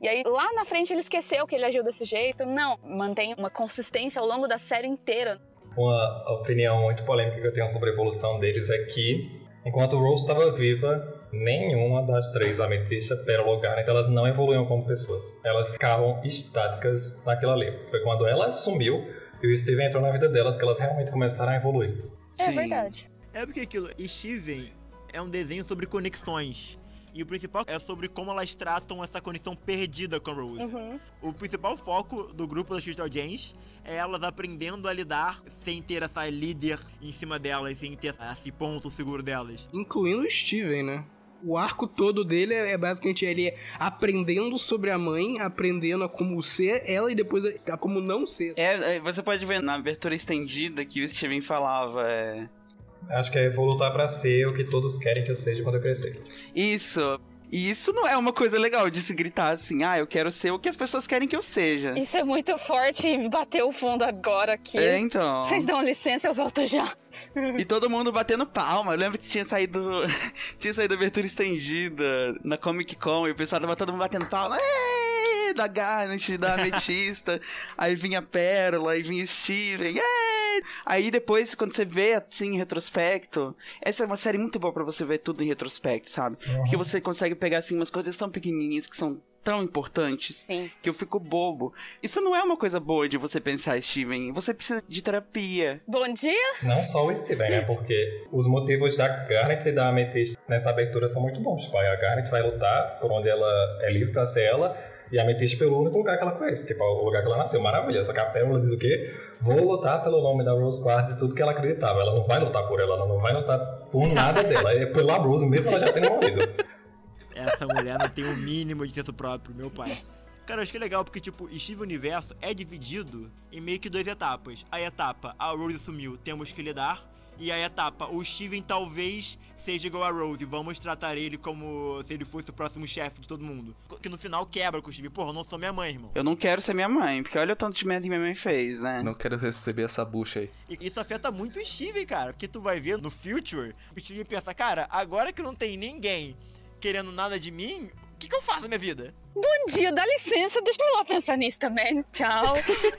[SPEAKER 1] e aí lá na frente ele esqueceu que ele agiu desse jeito. Não, mantém uma consistência ao longo da série inteira.
[SPEAKER 6] Uma opinião muito polêmica que eu tenho sobre a evolução deles é que, enquanto Rose estava viva, nenhuma das três ametista, pérola ou garnet, elas não evoluíam como pessoas. Elas ficavam estáticas naquela ali. Foi quando ela sumiu e o Steven entrou na vida delas que elas realmente começaram a evoluir.
[SPEAKER 1] É
[SPEAKER 2] Sim.
[SPEAKER 1] verdade.
[SPEAKER 4] É porque aquilo, Steven é um desenho sobre conexões. E o principal é sobre como elas tratam essa conexão perdida com a Rose.
[SPEAKER 1] Uhum.
[SPEAKER 4] O principal foco do grupo da Crystal Gems é elas aprendendo a lidar sem ter essa líder em cima delas, sem ter esse ponto seguro delas.
[SPEAKER 3] Incluindo o Steven, né? O arco todo dele é é basicamente ele aprendendo sobre a mãe, aprendendo a como ser ela e depois a, a como não ser.
[SPEAKER 2] É, é, você pode ver na abertura estendida que o Steven falava. é,
[SPEAKER 6] Acho que é vou lutar pra ser o que todos querem que eu seja quando eu crescer.
[SPEAKER 2] Isso. E isso não é uma coisa legal de se gritar assim, ah, eu quero ser o que as pessoas querem que eu seja.
[SPEAKER 1] Isso é muito forte e me bateu o fundo agora aqui.
[SPEAKER 2] É, então.
[SPEAKER 1] Vocês dão licença, eu volto já.
[SPEAKER 2] E todo mundo batendo palma. Eu lembro que tinha saído. tinha saído abertura estendida na Comic Con e o pessoal tava todo mundo batendo palma. "Ê, Da Garnet, da Ametista, aí vinha Pérola, aí vinha Steven, "Ê". aí depois, quando você vê assim em retrospecto, essa é uma série muito boa pra você ver tudo em retrospecto, sabe? Porque você consegue pegar assim umas coisas tão pequenininhas que são tão importantes
[SPEAKER 1] Sim.
[SPEAKER 2] que eu fico bobo. Isso não é uma coisa boa de você pensar, Steven. Você precisa de terapia.
[SPEAKER 1] Bom dia.
[SPEAKER 6] Não só o Steven, né? Porque os motivos da Garnet e da Ametista nessa abertura são muito bons. Tipo, a Garnet vai lutar por onde ela é livre pra ser ela. E a Ametista pelo único lugar que ela conhece, tipo, o lugar que ela nasceu. Maravilha. Só que a Pérola diz o quê? Vou lutar pelo nome da Rose Guards e tudo que ela acreditava. Ela não vai lutar por ela, ela não vai lutar por nada dela. É pela Rose, mesmo ela já tendo morrido.
[SPEAKER 4] Essa mulher não tem o mínimo de senso próprio, meu pai. Cara, eu acho que é legal porque, tipo, Steve Universo é dividido em meio que duas etapas. A etapa, a Rose sumiu, temos que lidar. E a etapa, o Steven talvez seja igual a Rose, vamos tratar ele como se ele fosse o próximo chefe de todo mundo. Que no final quebra com o Steven. Porra, eu não sou minha mãe, irmão.
[SPEAKER 2] Eu não quero ser minha mãe, porque olha o tanto de merda que minha mãe fez, né?
[SPEAKER 5] Não quero receber essa bucha aí.
[SPEAKER 4] E isso afeta muito o Steven, cara. Porque tu vai ver no future, o Steven pensa, cara, agora que não tem ninguém querendo nada de mim, o que, que eu faço na minha vida?
[SPEAKER 1] Bom dia, dá licença, deixa eu ir lá pensar nisso também. Tchau.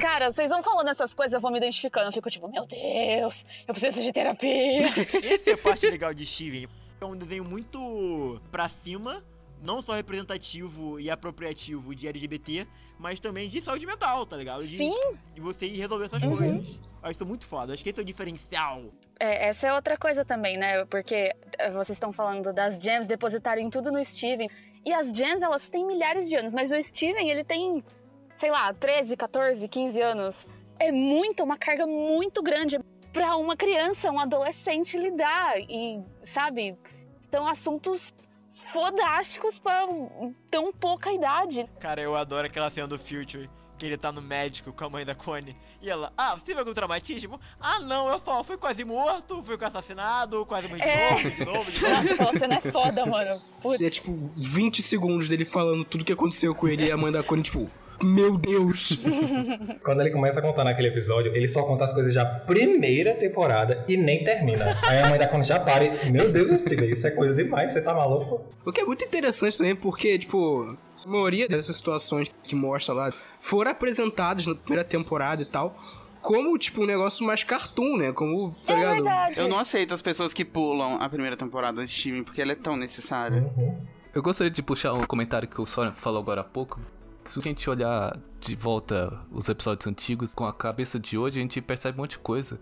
[SPEAKER 1] Cara, vocês vão falando essas coisas, eu vou me identificando. Eu fico tipo, meu Deus, eu preciso de terapia.
[SPEAKER 4] Essa é a parte legal de Steven. É um desenho muito pra cima, não só representativo e apropriativo de LGBT, mas também de saúde mental, tá ligado? De,
[SPEAKER 1] Sim,
[SPEAKER 4] de você ir resolver essas
[SPEAKER 1] Uhum.
[SPEAKER 4] coisas. Eu acho isso muito foda, acho que esse é o diferencial.
[SPEAKER 1] É, essa é outra coisa também, né? Porque é, vocês estão falando das gems depositarem tudo no Steven. E as gems, elas têm milhares de anos, mas o Steven, ele tem, sei lá, 13, 14, 15 anos. É muito, uma carga muito grande para uma criança, um adolescente lidar. E, sabe, são assuntos fodásticos para tão pouca idade.
[SPEAKER 4] Cara, eu adoro aquela cena do Future. Que ele tá no médico com a mãe da Connie. E ela, ah, você teve algum traumatismo? Ah, não, eu só fui quase morto, fui quase assassinado, quase morri de
[SPEAKER 1] É.
[SPEAKER 4] novo, de novo, de novo.
[SPEAKER 1] Nossa, aquela cena é foda, mano.
[SPEAKER 3] E é
[SPEAKER 1] Putz.
[SPEAKER 3] tipo 20 segundos dele falando tudo que aconteceu com ele e a mãe da Connie, tipo, meu Deus!
[SPEAKER 6] Quando ele começa a contar naquele episódio, ele só conta as coisas da primeira temporada e nem termina. Aí a mãe da Connie já para e, meu Deus, Steven, isso é coisa demais, você tá maluco?
[SPEAKER 3] O que é muito interessante também, porque, tipo, a maioria dessas situações que mostra lá foram apresentadas na primeira temporada e tal, como, tipo, um negócio mais cartoon, né? Como, tá
[SPEAKER 1] É
[SPEAKER 3] ligado?
[SPEAKER 1] verdade.
[SPEAKER 2] Eu não aceito as pessoas que pulam a primeira temporada de time, porque ela é tão necessária.
[SPEAKER 6] Uhum.
[SPEAKER 5] Eu gostaria de puxar um comentário que o Soren falou agora há pouco. Se a gente olhar de volta os episódios antigos com a cabeça de hoje, a gente percebe um monte de coisa.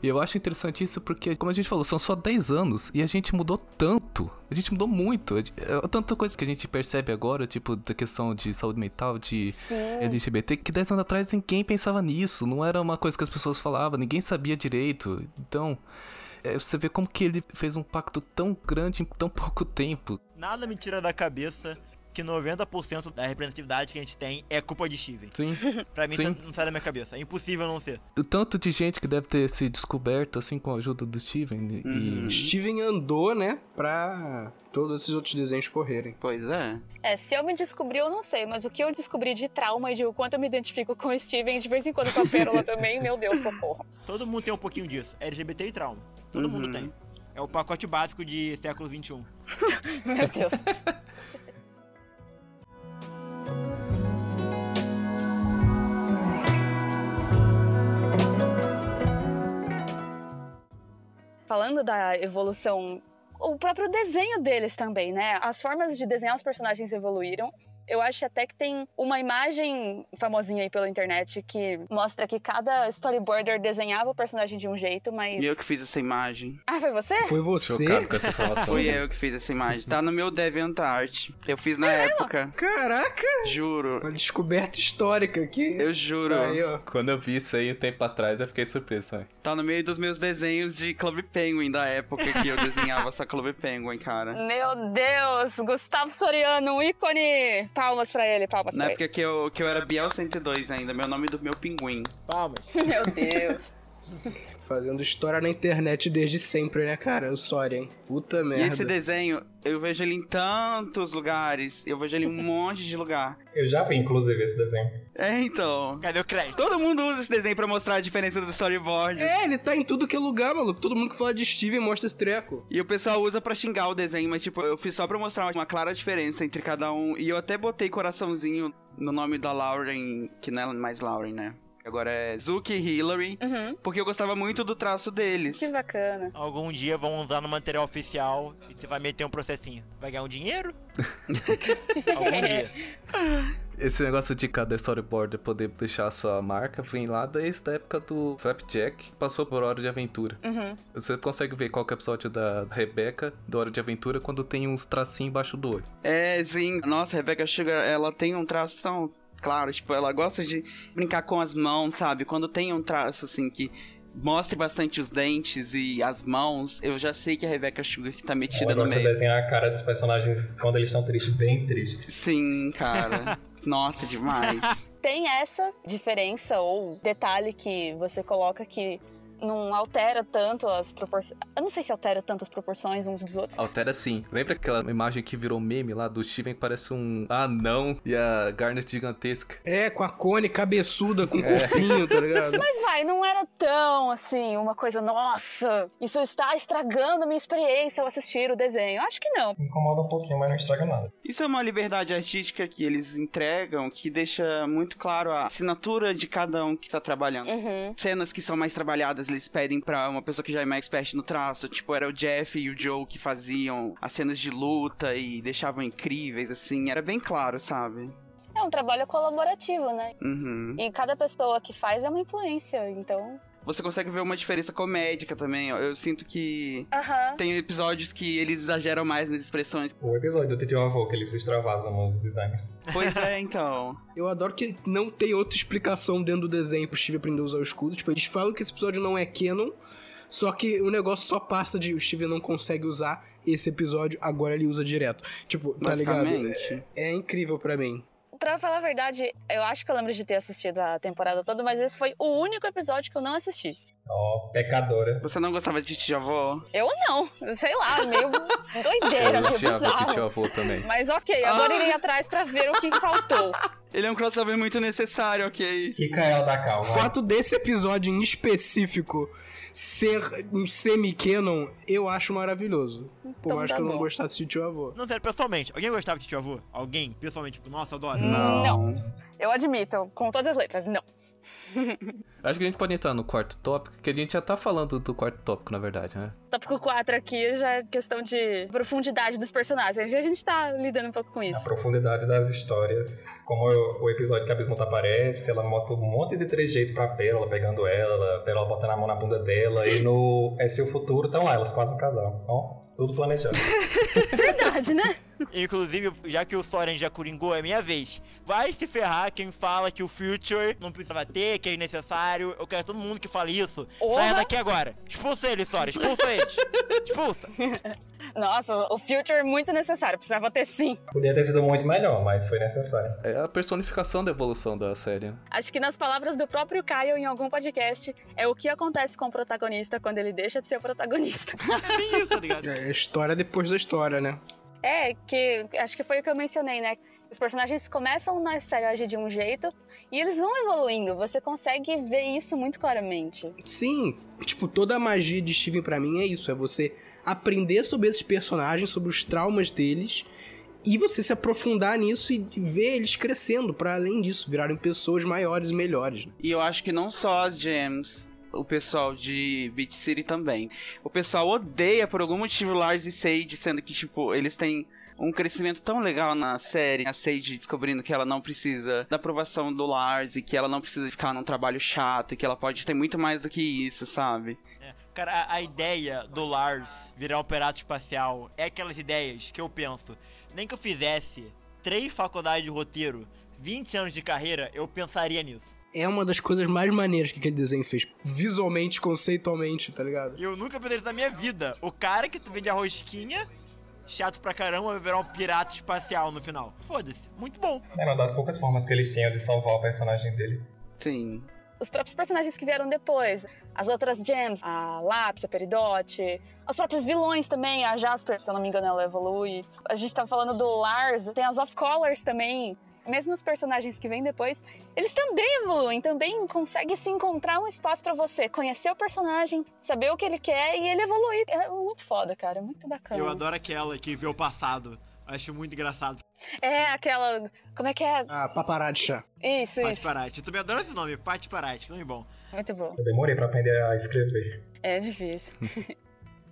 [SPEAKER 5] E eu acho interessante isso porque, como a gente falou, são só 10 anos e a gente mudou tanto. A gente mudou muito. A gente- é tanta coisa que a gente percebe agora, tipo, da questão de saúde mental, de
[SPEAKER 1] Sim.
[SPEAKER 5] É LGBT, que 10 anos atrás ninguém pensava nisso, não era uma coisa que as pessoas falavam, ninguém sabia direito. Então, é, você vê como que ele fez um pacto tão grande em tão pouco tempo.
[SPEAKER 4] Nada me tira da cabeça que 90% da representatividade que a gente tem é culpa de Steven.
[SPEAKER 5] Sim.
[SPEAKER 4] Pra mim,
[SPEAKER 5] Sim.
[SPEAKER 4] isso não sai da minha cabeça. É impossível não ser.
[SPEAKER 5] O tanto de gente que deve ter se descoberto, assim, com a ajuda do Steven. e-
[SPEAKER 2] Uhum.
[SPEAKER 3] Steven andou, né, pra todos esses outros desenhos correrem.
[SPEAKER 2] Pois é.
[SPEAKER 1] É, se eu me descobri, eu não sei, mas o que eu descobri de trauma e de o quanto eu me identifico com o Steven, de vez em quando com a Pérola também, meu Deus, socorro.
[SPEAKER 4] Todo mundo tem um pouquinho disso. LGBT e trauma. Todo mundo
[SPEAKER 2] Uhum.
[SPEAKER 4] tem. É o pacote básico de século um. XXI.
[SPEAKER 1] Meu Deus. Falando da evolução, o próprio desenho deles também, né? As formas de desenhar os personagens evoluíram. Eu acho até que tem uma imagem famosinha aí pela internet que mostra que cada storyboarder desenhava o personagem de um jeito, mas.
[SPEAKER 2] E eu que fiz essa imagem.
[SPEAKER 1] Ah, foi você?
[SPEAKER 3] Foi você?
[SPEAKER 6] Chocado com essa informação.
[SPEAKER 2] Foi
[SPEAKER 5] é.
[SPEAKER 2] eu que fiz essa imagem. Tá no meu DeviantArt. Eu fiz na época.
[SPEAKER 3] Caraca!
[SPEAKER 2] Juro.
[SPEAKER 3] Uma descoberta histórica aqui.
[SPEAKER 2] Eu juro.
[SPEAKER 3] Aí, ó.
[SPEAKER 5] Quando eu vi isso aí um tempo atrás, eu fiquei surpreso também.
[SPEAKER 2] Tá no meio dos meus desenhos de Club Penguin da época que eu desenhava essa Club Penguin, cara.
[SPEAKER 1] Meu Deus! Gustavo Soriano, um ícone! Palmas pra ele, palmas
[SPEAKER 2] Na
[SPEAKER 1] pra
[SPEAKER 2] época que eu, que eu era Biel 102 ainda, meu nome do meu pinguim.
[SPEAKER 4] Palmas.
[SPEAKER 1] ele. Meu Deus!
[SPEAKER 3] Fazendo história na internet desde sempre, né, cara? O Sória, hein? Puta
[SPEAKER 2] E
[SPEAKER 3] merda.
[SPEAKER 2] esse desenho, eu vejo ele em tantos lugares. Eu vejo ele em um monte de lugar.
[SPEAKER 6] Eu já vi, inclusive, esse desenho.
[SPEAKER 2] É, então.
[SPEAKER 4] Cadê o crédito?
[SPEAKER 2] Todo mundo usa esse desenho pra mostrar a diferença dos storyboards.
[SPEAKER 3] É, ele tá em tudo que é lugar, maluco. Todo mundo que fala de Steven mostra esse treco.
[SPEAKER 2] E o pessoal usa pra xingar o desenho, mas tipo, eu fiz só pra mostrar uma clara diferença entre cada um. E eu até botei coraçãozinho no nome da Lauren, que não é mais Lauren, né? Agora é Zuki e Hillary,
[SPEAKER 1] Uhum,
[SPEAKER 2] porque eu gostava muito do traço deles.
[SPEAKER 1] que bacana.
[SPEAKER 4] Algum dia vão usar no material oficial e você vai meter um processinho. Vai ganhar um dinheiro?
[SPEAKER 1] É.
[SPEAKER 4] Algum dia.
[SPEAKER 5] Esse negócio de cada storyboarder poder deixar a sua marca vem lá desde a época do Flapjack, que passou por Hora de Aventura.
[SPEAKER 1] Uhum.
[SPEAKER 5] Você consegue ver qualquer episódio da Rebeca do Hora de Aventura quando tem uns tracinhos embaixo do olho.
[SPEAKER 2] É, sim. Nossa, a Rebecca Sugar, ela tem um traço tão claro, tipo, ela gosta de brincar com as mãos, sabe? Quando tem um traço assim que mostre bastante os dentes e as mãos, eu já sei que é a Rebecca Sugar que tá metida
[SPEAKER 6] Ela
[SPEAKER 2] no
[SPEAKER 6] gosta de
[SPEAKER 2] meio.
[SPEAKER 6] desenhar a cara dos personagens quando eles estão tristes, bem tristes.
[SPEAKER 2] Sim, cara. Nossa, demais.
[SPEAKER 1] Tem essa diferença ou detalhe que você coloca que não altera tanto as proporções. Eu não sei se altera tanto as proporções uns dos outros.
[SPEAKER 5] Altera sim. Lembra aquela imagem que virou meme lá do Steven que parece um anão e a Garnet gigantesca?
[SPEAKER 3] É, com a cone cabeçuda, com corpinho, tá ligado?
[SPEAKER 1] Mas vai, não era tão assim, uma coisa, nossa, isso está estragando a minha experiência ao assistir o desenho. Acho que não.
[SPEAKER 6] Incomoda um pouquinho, mas não estraga nada.
[SPEAKER 2] Isso é uma liberdade artística que eles entregam que deixa muito claro a assinatura de cada um que tá trabalhando.
[SPEAKER 1] Uhum.
[SPEAKER 2] cenas que são mais trabalhadas, eles pedem pra uma pessoa que já é mais expert no traço. Tipo, era o Jeff e o Joe que faziam as cenas de luta e deixavam incríveis, assim. Era bem claro, sabe?
[SPEAKER 1] É um trabalho colaborativo, né?
[SPEAKER 2] Uhum.
[SPEAKER 1] E cada pessoa que faz é uma influência, então.
[SPEAKER 2] Você consegue ver uma diferença comédica também. ó. Eu sinto que
[SPEAKER 1] Aham.
[SPEAKER 2] tem episódios que eles exageram mais nas expressões.
[SPEAKER 6] O episódio do Titio Avô, que eles extravasam nos designs.
[SPEAKER 2] Pois é, então.
[SPEAKER 3] Eu adoro que não tem outra explicação dentro do desenho pro Steve aprender a usar o escudo. Tipo, eles falam que esse episódio não é canon, só que o negócio só passa de o Steve não consegue usar esse episódio, agora ele usa direto. Tipo, tá ligado?
[SPEAKER 2] basicamente.
[SPEAKER 3] É incrível pra mim.
[SPEAKER 1] Pra falar a verdade, eu acho que eu lembro de ter assistido a temporada toda, mas esse foi o único episódio que eu não assisti.
[SPEAKER 6] Ó, pecadora.
[SPEAKER 2] Você não gostava de Tijavó?
[SPEAKER 1] Eu não, sei lá, meio doideira,
[SPEAKER 5] Eu
[SPEAKER 1] meio
[SPEAKER 5] odiava o
[SPEAKER 1] bizarro.
[SPEAKER 5] Titio Avô também.
[SPEAKER 1] Mas ok, agora irei atrás pra ver o que que faltou.
[SPEAKER 2] Ele é um crossover muito necessário, ok?
[SPEAKER 6] Kika ela da
[SPEAKER 3] O
[SPEAKER 6] calma.
[SPEAKER 3] fato desse episódio em específico ser um semi-canon, eu acho maravilhoso. Por
[SPEAKER 1] Então
[SPEAKER 3] mais
[SPEAKER 1] tá
[SPEAKER 3] que eu não
[SPEAKER 1] bom.
[SPEAKER 3] gostasse de tio avô.
[SPEAKER 4] Não, sério, pessoalmente. Alguém gostava de tio avô? Alguém? Pessoalmente, tipo, nossa, adoro.
[SPEAKER 1] Hum. Eu admito, com todas as letras, não.
[SPEAKER 5] Acho que a gente pode entrar no quarto tópico, que a gente já tá falando do quarto tópico, na verdade, né?
[SPEAKER 1] Tópico 4 aqui já é questão de profundidade dos personagens. A gente tá lidando um pouco com
[SPEAKER 6] A
[SPEAKER 1] isso.
[SPEAKER 6] profundidade das histórias. Como eu- o episódio que a Bismuth aparece, ela bota um monte de trejeito pra Pérola pegando ela, Pérola botando a mão na bunda dela. E no É Seu Futuro estão lá, elas quase um casal. Ó, tudo planejado.
[SPEAKER 1] Verdade, né?
[SPEAKER 4] Inclusive, já que o Soren já coringou, é minha vez. Vai se ferrar quem fala que o Future não precisava ter, que é innecessário. Eu quero todo mundo que fale isso. Saia
[SPEAKER 1] Porra!
[SPEAKER 4] daqui agora. Expulsa ele, Soren. Expulsa ele. Expulsa.
[SPEAKER 1] Nossa, o Future é muito necessário, precisava ter sim.
[SPEAKER 6] Podia ter sido muito melhor, mas foi necessário.
[SPEAKER 5] É a personificação da evolução da série. né?
[SPEAKER 1] Acho que nas palavras do próprio Caio em algum podcast, é o que acontece com o protagonista quando ele deixa de ser o protagonista.
[SPEAKER 4] É bem isso, tá ligado?
[SPEAKER 3] É a história depois da história, né?
[SPEAKER 1] É, que acho que foi o que eu mencionei, né? Os personagens começam na série a agir de um jeito e eles vão evoluindo. Você consegue ver isso muito claramente.
[SPEAKER 3] Sim, tipo, toda a magia de Steven pra mim é isso, é você aprender sobre esses personagens, sobre os traumas deles e você se aprofundar nisso e ver eles crescendo, pra além disso, virarem pessoas maiores e melhores. né?
[SPEAKER 2] E eu acho que não só as gems, o pessoal de Beat City também. O pessoal odeia por algum motivo Lars e Sage, sendo que, tipo, eles têm um crescimento tão legal na série. A Sage descobrindo que ela não precisa da aprovação do Lars e que ela não precisa ficar num trabalho chato e que ela pode ter muito mais do que isso, sabe?
[SPEAKER 4] É, Cara, a, a ideia do Lars virar um pirata espacial é aquelas ideias que eu penso. Nem que eu fizesse três faculdades de roteiro, 20 anos de carreira, eu pensaria nisso.
[SPEAKER 3] É uma das coisas mais maneiras que aquele desenho fez. Visualmente, conceitualmente, tá ligado?
[SPEAKER 4] Eu nunca pensei isso na minha vida. O cara que vende a rosquinha, chato pra caramba, vai virar um pirata espacial no final. Foda-se. Muito bom.
[SPEAKER 6] Era É uma das poucas formas que eles tinham de salvar o personagem dele.
[SPEAKER 2] Sim.
[SPEAKER 1] Os próprios personagens que vieram depois, as outras gems, a Lápis, a Peridote, os próprios vilões também, a Jasper, se eu não me engano, ela evolui. A gente tava falando do Lars, tem as Off-Colors também. Mesmo os personagens que vêm depois, eles também evoluem, também conseguem se encontrar um espaço pra você conhecer o personagem, saber o que ele quer e ele evoluir. É muito foda, cara, é muito bacana.
[SPEAKER 4] Eu adoro aquela que vê o passado. Acho muito engraçado.
[SPEAKER 1] É aquela. Como é que é?
[SPEAKER 3] Ah, paparazzi.
[SPEAKER 1] Isso,
[SPEAKER 4] Pati
[SPEAKER 1] isso.
[SPEAKER 4] Parati. Eu também adoro esse nome, Pati Parati. Que nome bom.
[SPEAKER 1] Muito bom.
[SPEAKER 6] Eu demorei pra aprender a escrever.
[SPEAKER 1] É difícil.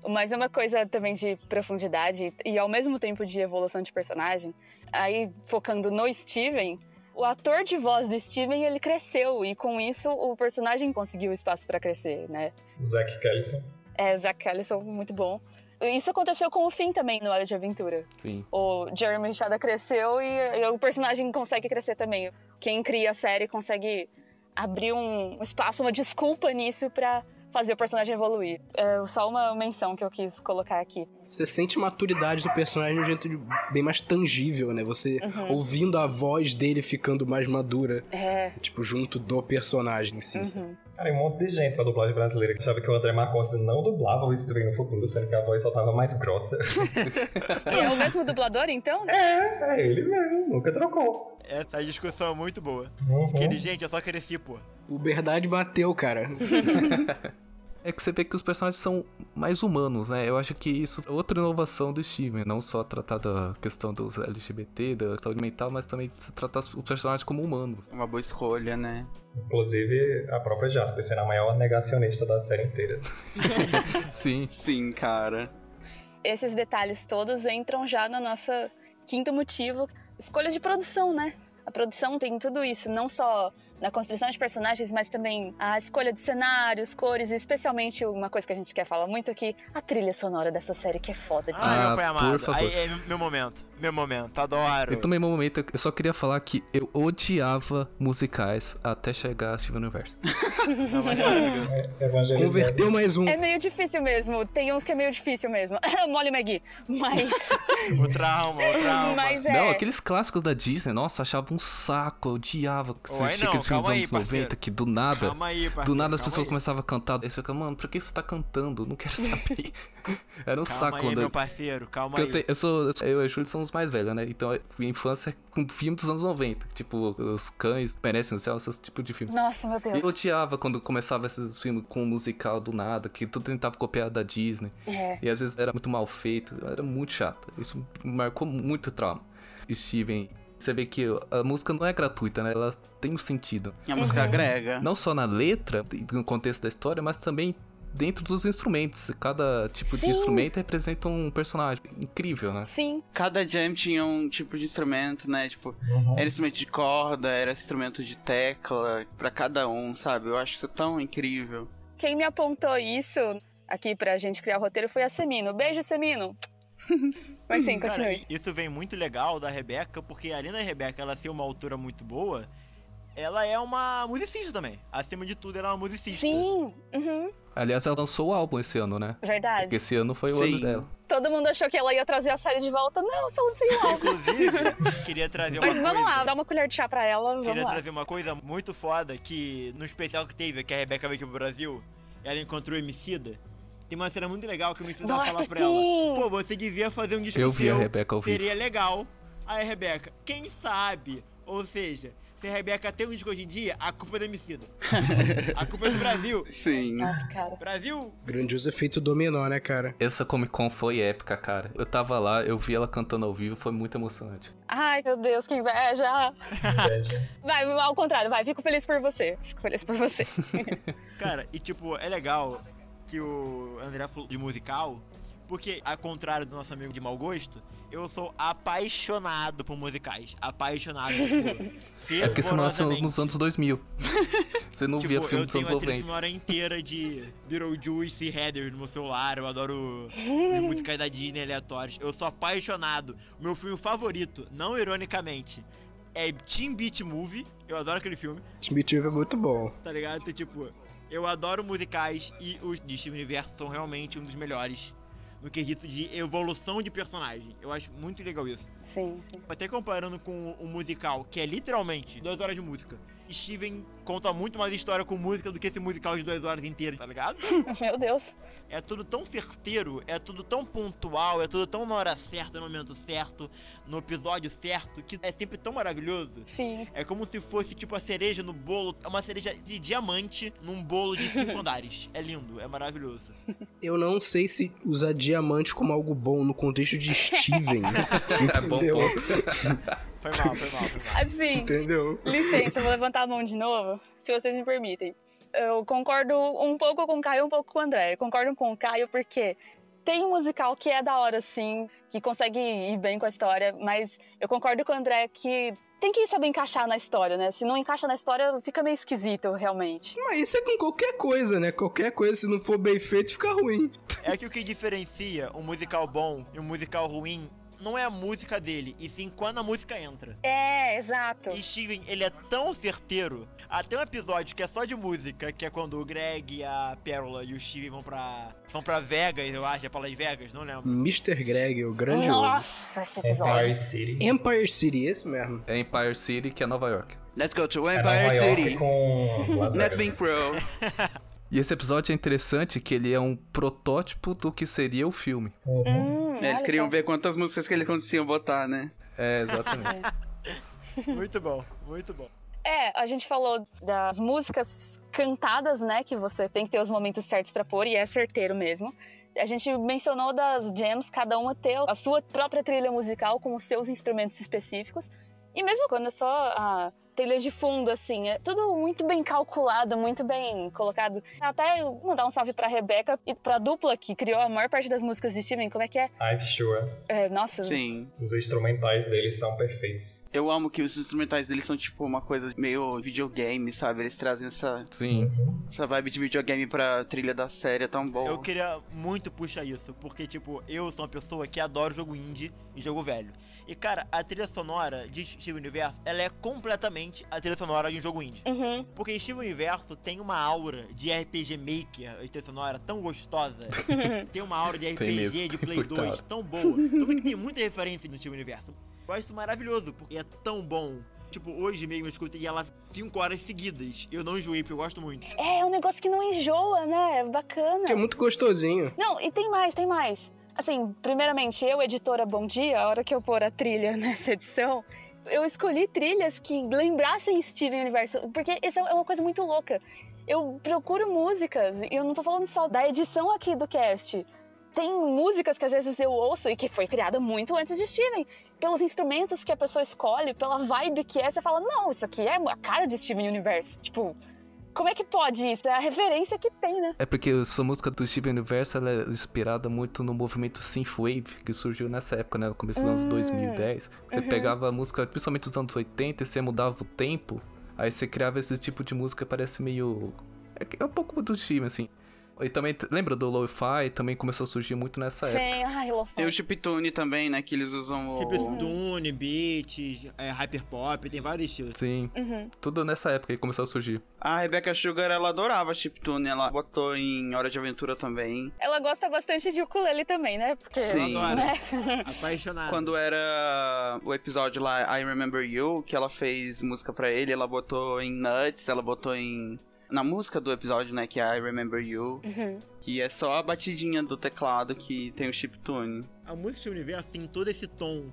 [SPEAKER 1] Mas é uma coisa também de profundidade e ao mesmo tempo de evolução de personagem. Aí, focando no Steven, o ator de voz do Steven, ele cresceu e com isso o personagem conseguiu espaço pra crescer, né?
[SPEAKER 6] O Zack Callison.
[SPEAKER 1] É, Zack Ellison, muito bom. Isso aconteceu com o Finn também no Hora de Aventura.
[SPEAKER 5] Sim.
[SPEAKER 1] O Jeremy Shada cresceu e, e o personagem consegue crescer também. Quem cria a série consegue abrir um espaço, uma desculpa nisso pra fazer o personagem evoluir. É só uma menção que eu quis colocar aqui.
[SPEAKER 3] Você sente maturidade do personagem de um jeito de- bem mais tangível, né? Você ouvindo a voz dele ficando mais madura,
[SPEAKER 1] É.
[SPEAKER 3] tipo, junto do personagem em si. sabe?
[SPEAKER 1] Uhum.
[SPEAKER 6] Cara, e um monte de gente pra dublagem brasileira que achava que o André Marcondes não dublava o Steven no futuro, sendo que a voz só tava mais grossa.
[SPEAKER 1] E é o mesmo dublador, então?
[SPEAKER 6] é, é ele mesmo, nunca trocou.
[SPEAKER 4] Essa discussão é muito boa.
[SPEAKER 6] Uhum.
[SPEAKER 4] Aquele, gente, eu só cresci, pô.
[SPEAKER 3] Puberdade bateu, cara.
[SPEAKER 5] É que você vê que os personagens são mais humanos, né? Eu acho que isso é outra inovação do Steven. né? Não só tratar da questão dos LGBT, da saúde mental, mas também se tratar os personagens como humanos.
[SPEAKER 2] É Uma boa escolha, né?
[SPEAKER 6] Inclusive, a própria Jasper sendo a maior negacionista da série inteira.
[SPEAKER 5] Sim.
[SPEAKER 2] Sim, cara.
[SPEAKER 1] Esses detalhes todos entram já na nossa quinto motivo, escolha de produção, né? A produção tem tudo isso, não só na construção de personagens, mas também a escolha de cenários, cores, e especialmente uma coisa que a gente quer falar muito aqui, a trilha sonora dessa série que é foda. de-
[SPEAKER 5] Ah,
[SPEAKER 4] Ah, meu pai
[SPEAKER 5] por
[SPEAKER 4] amado.
[SPEAKER 5] favor. Então-
[SPEAKER 4] Aí é meu momento. Meu momento. Adoro.
[SPEAKER 5] Eu também, no momento, eu só queria falar que eu odiava musicais até chegar a Steven Universe.
[SPEAKER 4] É uma maravilha.
[SPEAKER 6] Evangelizando.
[SPEAKER 3] Converteu mais um.
[SPEAKER 1] É meio difícil mesmo, tem uns que é meio difícil mesmo. Molly McGee, mas
[SPEAKER 4] o trauma, o trauma.
[SPEAKER 1] mas é.
[SPEAKER 5] Não, aqueles clássicos da Disney, nossa, achava um saco, eu odiava que existia
[SPEAKER 4] Ué, não,
[SPEAKER 5] aqueles filmes
[SPEAKER 4] calma
[SPEAKER 5] dos
[SPEAKER 4] aí,
[SPEAKER 5] anos 90
[SPEAKER 4] parceiro.
[SPEAKER 5] que do nada.
[SPEAKER 4] Calma aí, parceiro,
[SPEAKER 5] Do nada as
[SPEAKER 4] calma
[SPEAKER 5] pessoas
[SPEAKER 4] aí.
[SPEAKER 5] começavam a cantar. Aí você fica, mano, pra que você tá cantando? Não quero saber. Era um
[SPEAKER 4] Calma
[SPEAKER 5] saco
[SPEAKER 4] aí,
[SPEAKER 5] quando eu-
[SPEAKER 4] meu parceiro, calma
[SPEAKER 5] Porque
[SPEAKER 4] aí.
[SPEAKER 5] eu, te- eu sou. Eu, sou- eu e o Júlio somos mais velhos, né? Então, minha infância é com filme dos anos 90. Tipo, os cães perecem no céu, esses tipos de filmes.
[SPEAKER 1] Nossa, meu
[SPEAKER 5] Eu
[SPEAKER 1] Deus.
[SPEAKER 5] odiava quando começava esses filmes com musical do nada, que tudo tentava copiar da Disney.
[SPEAKER 1] É.
[SPEAKER 5] E às vezes era muito mal feito, era muito chato. Isso marcou muito trauma. Steven, você vê que a música não é gratuita, né? Ela tem um sentido.
[SPEAKER 2] E a É música
[SPEAKER 1] É.
[SPEAKER 2] agrega.
[SPEAKER 5] Não só na letra, no contexto da história, mas também dentro dos instrumentos. Cada tipo
[SPEAKER 1] Sim.
[SPEAKER 5] de instrumento representa um personagem. Incrível, né?
[SPEAKER 1] Sim,
[SPEAKER 2] Cada jam tinha um tipo de instrumento, né? Tipo,
[SPEAKER 6] Uhum.
[SPEAKER 2] era instrumento de corda, era instrumento de tecla, pra cada um, sabe? Eu acho isso tão incrível.
[SPEAKER 1] quem me apontou isso aqui pra gente criar o roteiro foi a Semino. Beijo, Semino! Mas sim,
[SPEAKER 4] Cara,
[SPEAKER 1] continue.
[SPEAKER 4] i- isso vem muito legal da Rebeca, porque além da Rebeca ela ser uma autora muito boa, ela é uma musicista também. Acima de tudo, ela é uma musicista.
[SPEAKER 1] Sim, uhum,
[SPEAKER 5] Aliás, ela lançou o álbum esse ano, né? Porque
[SPEAKER 1] verdade.
[SPEAKER 5] esse ano foi o
[SPEAKER 2] Sim.
[SPEAKER 5] ano dela.
[SPEAKER 1] Todo mundo achou que ela ia trazer a série de volta. Não, só não sei lá.
[SPEAKER 4] Inclusive, queria trazer É uma
[SPEAKER 1] Mas vamos
[SPEAKER 4] coisa.
[SPEAKER 1] lá, dá uma colher de chá pra ela, vamos
[SPEAKER 4] Queria
[SPEAKER 1] lá.
[SPEAKER 4] trazer uma coisa muito foda que no especial que teve, que a Rebeca veio aqui pro Brasil, ela encontrou o Emicida. Tem uma cena muito legal que o Emicida
[SPEAKER 1] Nossa,
[SPEAKER 4] fala pra
[SPEAKER 1] sim!
[SPEAKER 4] ela. Pô, você devia fazer um disco
[SPEAKER 5] Eu vi a
[SPEAKER 4] seu,
[SPEAKER 5] Rebeca ao vivo.
[SPEAKER 4] Seria legal. Aí, Rebeca, quem sabe Ou seja, se a Rebeca tem um disco hoje em dia, a culpa é do Emicida. a culpa é do Brasil.
[SPEAKER 2] Sim.
[SPEAKER 1] Nossa, cara.
[SPEAKER 4] Brasil!
[SPEAKER 3] Grandioso efeito dominó, né, cara?
[SPEAKER 5] Essa Comic Con foi épica, cara. Eu tava lá, eu vi ela cantando ao vivo, foi muito emocionante.
[SPEAKER 1] Ai, meu Deus, que inveja.
[SPEAKER 6] Inveja.
[SPEAKER 1] Vai, ao contrário, vai. Fico feliz por você. Fico feliz por você.
[SPEAKER 4] Cara, e tipo, é legal que o André falou de musical, porque, ao contrário do nosso amigo de mau gosto, eu sou apaixonado por musicais. Apaixonado. Tipo,
[SPEAKER 5] É porque você nasceu
[SPEAKER 4] fervorosamente.
[SPEAKER 5] nos anos 2000. Você não via
[SPEAKER 4] Tipo,
[SPEAKER 5] filme
[SPEAKER 4] eu
[SPEAKER 5] dos
[SPEAKER 4] tenho
[SPEAKER 5] anos
[SPEAKER 4] a trilha
[SPEAKER 5] 90.
[SPEAKER 4] sonora inteira de Beetlejuice e Heathers no meu celular. Eu adoro as músicas da Disney aleatórias. Eu sou apaixonado. O meu filme favorito, não ironicamente, é Team Beat Movie. Eu adoro aquele filme.
[SPEAKER 3] Timbitive é muito bom.
[SPEAKER 4] tá ligado? Então, tipo, eu adoro musicais e os de Steven Universo são realmente um dos melhores no quesito de evolução de personagem. Eu acho muito legal isso.
[SPEAKER 1] Sim, sim.
[SPEAKER 4] Até comparando com o musical, que é literalmente duas horas de música. Steven conta muito mais história com música do que esse musical de duas horas inteiras, tá ligado?
[SPEAKER 1] Meu Deus.
[SPEAKER 4] É tudo tão certeiro, é tudo tão pontual, é tudo tão na hora certa, no momento certo, no episódio certo, que é sempre tão maravilhoso.
[SPEAKER 1] Sim.
[SPEAKER 4] É como se fosse tipo a cereja no bolo. É uma cereja de diamante num bolo de cinco andares. É lindo, é maravilhoso.
[SPEAKER 3] Eu não sei se usar diamante como algo bom no contexto de Steven.
[SPEAKER 5] É bom
[SPEAKER 3] Entendeu?
[SPEAKER 5] ponto.
[SPEAKER 4] Foi mal, foi mal, foi mal.
[SPEAKER 1] Assim,
[SPEAKER 3] Entendeu?
[SPEAKER 1] licença, eu vou levantar a mão de novo, se vocês me permitem. Eu concordo um pouco com o Caio, um pouco com o André. Eu concordo com o Caio porque tem um musical que é da hora, sim, que consegue ir bem com a história, mas eu concordo com o André que tem que saber encaixar na história, né? Se não encaixa na história, fica meio esquisito, realmente.
[SPEAKER 3] Mas isso é com qualquer coisa, né? Qualquer coisa, se não for bem feito, fica ruim.
[SPEAKER 4] É que o que diferencia um musical bom e um musical ruim não é a música dele, e sim quando a música entra.
[SPEAKER 1] É, exato.
[SPEAKER 4] E Steven, ele é tão certeiro. Até um episódio que é só de música, que é quando o Greg, a Pérola e o Steven vão pra. vão pra Vegas, eu acho, é pra Las Vegas, não lembro.
[SPEAKER 3] Mr. Greg, o grande.
[SPEAKER 1] Nossa, esse episódio.
[SPEAKER 6] é Empire City.
[SPEAKER 3] Empire City, esse mesmo.
[SPEAKER 5] É Empire City, que é Nova York.
[SPEAKER 2] Let's go to
[SPEAKER 6] É
[SPEAKER 2] Empire
[SPEAKER 6] Nova York
[SPEAKER 2] City. é
[SPEAKER 6] com Las
[SPEAKER 2] Let's
[SPEAKER 6] Vegas.
[SPEAKER 2] be pro.
[SPEAKER 5] E esse episódio é interessante que ele é um protótipo do que seria o filme.
[SPEAKER 6] Uhum.
[SPEAKER 1] Hum,
[SPEAKER 2] É, eles
[SPEAKER 1] olha
[SPEAKER 2] queriam
[SPEAKER 1] só.
[SPEAKER 2] ver quantas músicas que eles conseguiam botar, né?
[SPEAKER 5] É, exatamente.
[SPEAKER 4] Muito bom, muito bom.
[SPEAKER 1] É, a gente falou das músicas cantadas, né? Que você tem que ter os momentos certos pra pôr, e é certeiro mesmo. A gente mencionou das jams, cada uma ter a sua própria trilha musical com os seus instrumentos específicos. E mesmo quando é só a trilha de fundo, assim, é tudo muito bem calculado, muito bem colocado. Até eu mandar um salve pra Rebeca e pra dupla que criou a maior parte das músicas de Steven. Como é que é?
[SPEAKER 6] I'm sure.
[SPEAKER 1] é nossa,
[SPEAKER 2] Sim.
[SPEAKER 6] Os instrumentais deles são perfeitos.
[SPEAKER 2] Eu amo que os instrumentais deles são tipo uma coisa meio videogame, sabe? Eles trazem essa,
[SPEAKER 5] Sim.
[SPEAKER 2] essa vibe de videogame pra trilha da série, é tão boa.
[SPEAKER 4] Eu queria muito puxar isso, porque, tipo, eu sou uma pessoa que adora jogo indie e jogo velho. E, cara, a trilha sonora de Steven Universo, ela é completamente a trilha sonora de um jogo indie.
[SPEAKER 1] Uhum.
[SPEAKER 4] Porque Steven Universo tem uma aura de RPG Maker, a trilha sonora tão gostosa. tem uma aura de RPG
[SPEAKER 5] mesmo,
[SPEAKER 4] de Play 2
[SPEAKER 5] coitado.
[SPEAKER 4] tão boa. Tanto que tem muita referência no Steven Universo. Eu acho isso maravilhoso, porque é tão bom. Tipo, hoje mesmo eu escutei ela 5 horas seguidas. Eu não enjoei, porque eu gosto muito.
[SPEAKER 1] É, é um negócio que não enjoa, né? É bacana.
[SPEAKER 3] Que é muito gostosinho.
[SPEAKER 1] Não, e tem mais, tem mais. Assim, primeiramente, eu, editora Bom Dia, a hora que eu pôr a trilha nessa edição, eu escolhi trilhas que lembrassem Steven Universo, porque isso é uma coisa muito louca. Eu procuro músicas, e eu não tô falando só da edição aqui do cast. Tem músicas que às vezes eu ouço e que foi criada muito antes de Steven. Pelos instrumentos que a pessoa escolhe, pela vibe que é, você fala, não, isso aqui é a cara de Steven Universo. Tipo, como é que pode isso? É a referência que tem, né?
[SPEAKER 5] É porque essa música do Steven Universo ela é inspirada muito no movimento Synthwave que surgiu nessa época, né? No começo dos anos
[SPEAKER 1] Hum.
[SPEAKER 5] 2010. Você pegava a música, principalmente dos anos 80, e você mudava o tempo. Aí você criava esse tipo de música, parece meio. É que é um pouco do Steven, assim. E também, t- lembra do Lo-Fi? Também começou a surgir muito nessa época.
[SPEAKER 1] Sim, ai, Lofão.
[SPEAKER 2] Tem o chiptune também, né? Que eles usam o...
[SPEAKER 4] Tipo
[SPEAKER 1] Uhum.
[SPEAKER 4] Chipstone, beats, é, hyperpop, tem vários estilos.
[SPEAKER 5] Sim,
[SPEAKER 1] Uhum.
[SPEAKER 5] tudo nessa época que começou a surgir.
[SPEAKER 2] Ah, A Rebecca Sugar, ela adorava chiptune. Ela botou em Hora de Aventura também.
[SPEAKER 1] Ela gosta bastante de ukulele também, né? Porque,
[SPEAKER 2] Sim.
[SPEAKER 1] né?
[SPEAKER 4] Apaixonado.
[SPEAKER 2] Quando era o episódio lá, I Remember You, que ela fez música pra ele, ela botou em Nuts, ela botou em... Na música do episódio, né? Que é I Remember You.
[SPEAKER 1] Uhum.
[SPEAKER 2] Que é só a batidinha do teclado que tem o chiptune.
[SPEAKER 1] Uhum.
[SPEAKER 4] A música do universo tem todo esse tom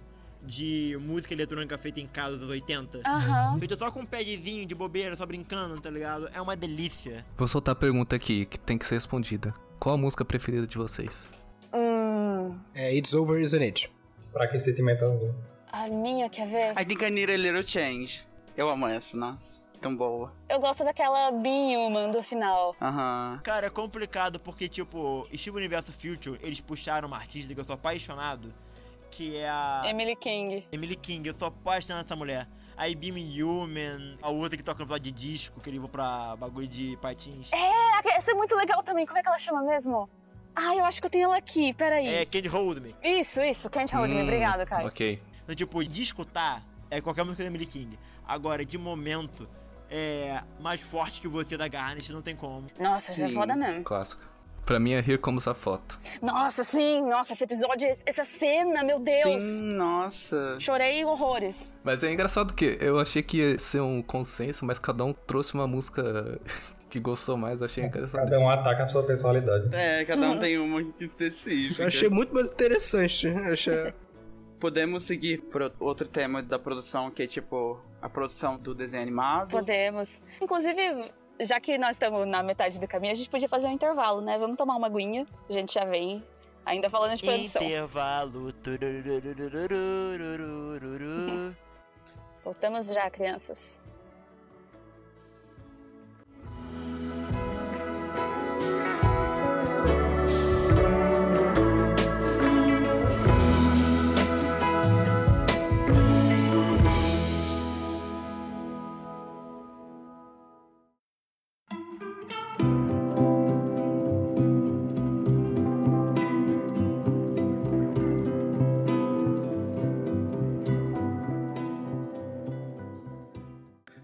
[SPEAKER 4] de música eletrônica feita em casa dos 80.
[SPEAKER 1] Aham.
[SPEAKER 4] Feita só com um padzinho de bobeira, só brincando, tá ligado? É uma delícia.
[SPEAKER 5] Vou soltar a pergunta aqui, que tem que ser respondida. Qual a música preferida de vocês?
[SPEAKER 1] Hum,
[SPEAKER 3] É It's Over, Isn't It?
[SPEAKER 6] Pra que sentimento azul?
[SPEAKER 1] a minha, quer ver?
[SPEAKER 2] I think I need a little change. Eu amo essa, nossa. Tão boa.
[SPEAKER 1] Eu gosto daquela Being Human do final.
[SPEAKER 2] Aham.
[SPEAKER 4] Cara, é complicado porque, tipo, estilo Universo Future, eles puxaram uma artista que eu sou apaixonado, que é
[SPEAKER 2] Ah.
[SPEAKER 4] a
[SPEAKER 1] Emily King.
[SPEAKER 4] Emily King. Eu sou apaixonado nessa mulher. A Ibim Human, a outra que toca no plot de disco, que eles vão pra bagulho de patins.
[SPEAKER 1] Ah, Essa é muito legal também. Como é que ela chama mesmo? Ah, eu acho que eu tenho ela aqui. Peraí.
[SPEAKER 4] É Can't Hold Me.
[SPEAKER 1] Isso, isso. Can't Hold Me.
[SPEAKER 5] Hum,
[SPEAKER 1] Obrigado, Caio.
[SPEAKER 5] Ok.
[SPEAKER 4] Então, tipo, de escutar é qualquer música da Emily King. Agora, de momento, é mais forte que você da Garnet, não tem como.
[SPEAKER 1] Nossa, isso é
[SPEAKER 2] Sim.
[SPEAKER 1] foda mesmo.
[SPEAKER 5] Clássico. Pra mim é Here Comes a Foto.
[SPEAKER 1] Nossa, sim. Nossa, esse episódio, esse- essa cena, meu Deus.
[SPEAKER 2] Sim, nossa.
[SPEAKER 1] Chorei horrores.
[SPEAKER 5] Mas é engraçado que eu achei que ia ser um consenso, mas cada um trouxe uma música que gostou mais, achei engraçado.
[SPEAKER 6] Cada um ataca a sua personalidade.
[SPEAKER 2] É, cada
[SPEAKER 1] Uhum.
[SPEAKER 2] um tem uma específica.
[SPEAKER 3] Eu achei muito mais interessante. Eu achei-
[SPEAKER 2] Podemos seguir pro outro tema da produção, que é tipo a produção do desenho animado.
[SPEAKER 1] Podemos. Inclusive, já que nós estamos na metade do caminho, a gente podia fazer um intervalo, né? Vamos tomar uma aguinha. A gente já vem. Ainda falando de produção.
[SPEAKER 4] Intervalo. tururururururururu.
[SPEAKER 1] Voltamos já, crianças.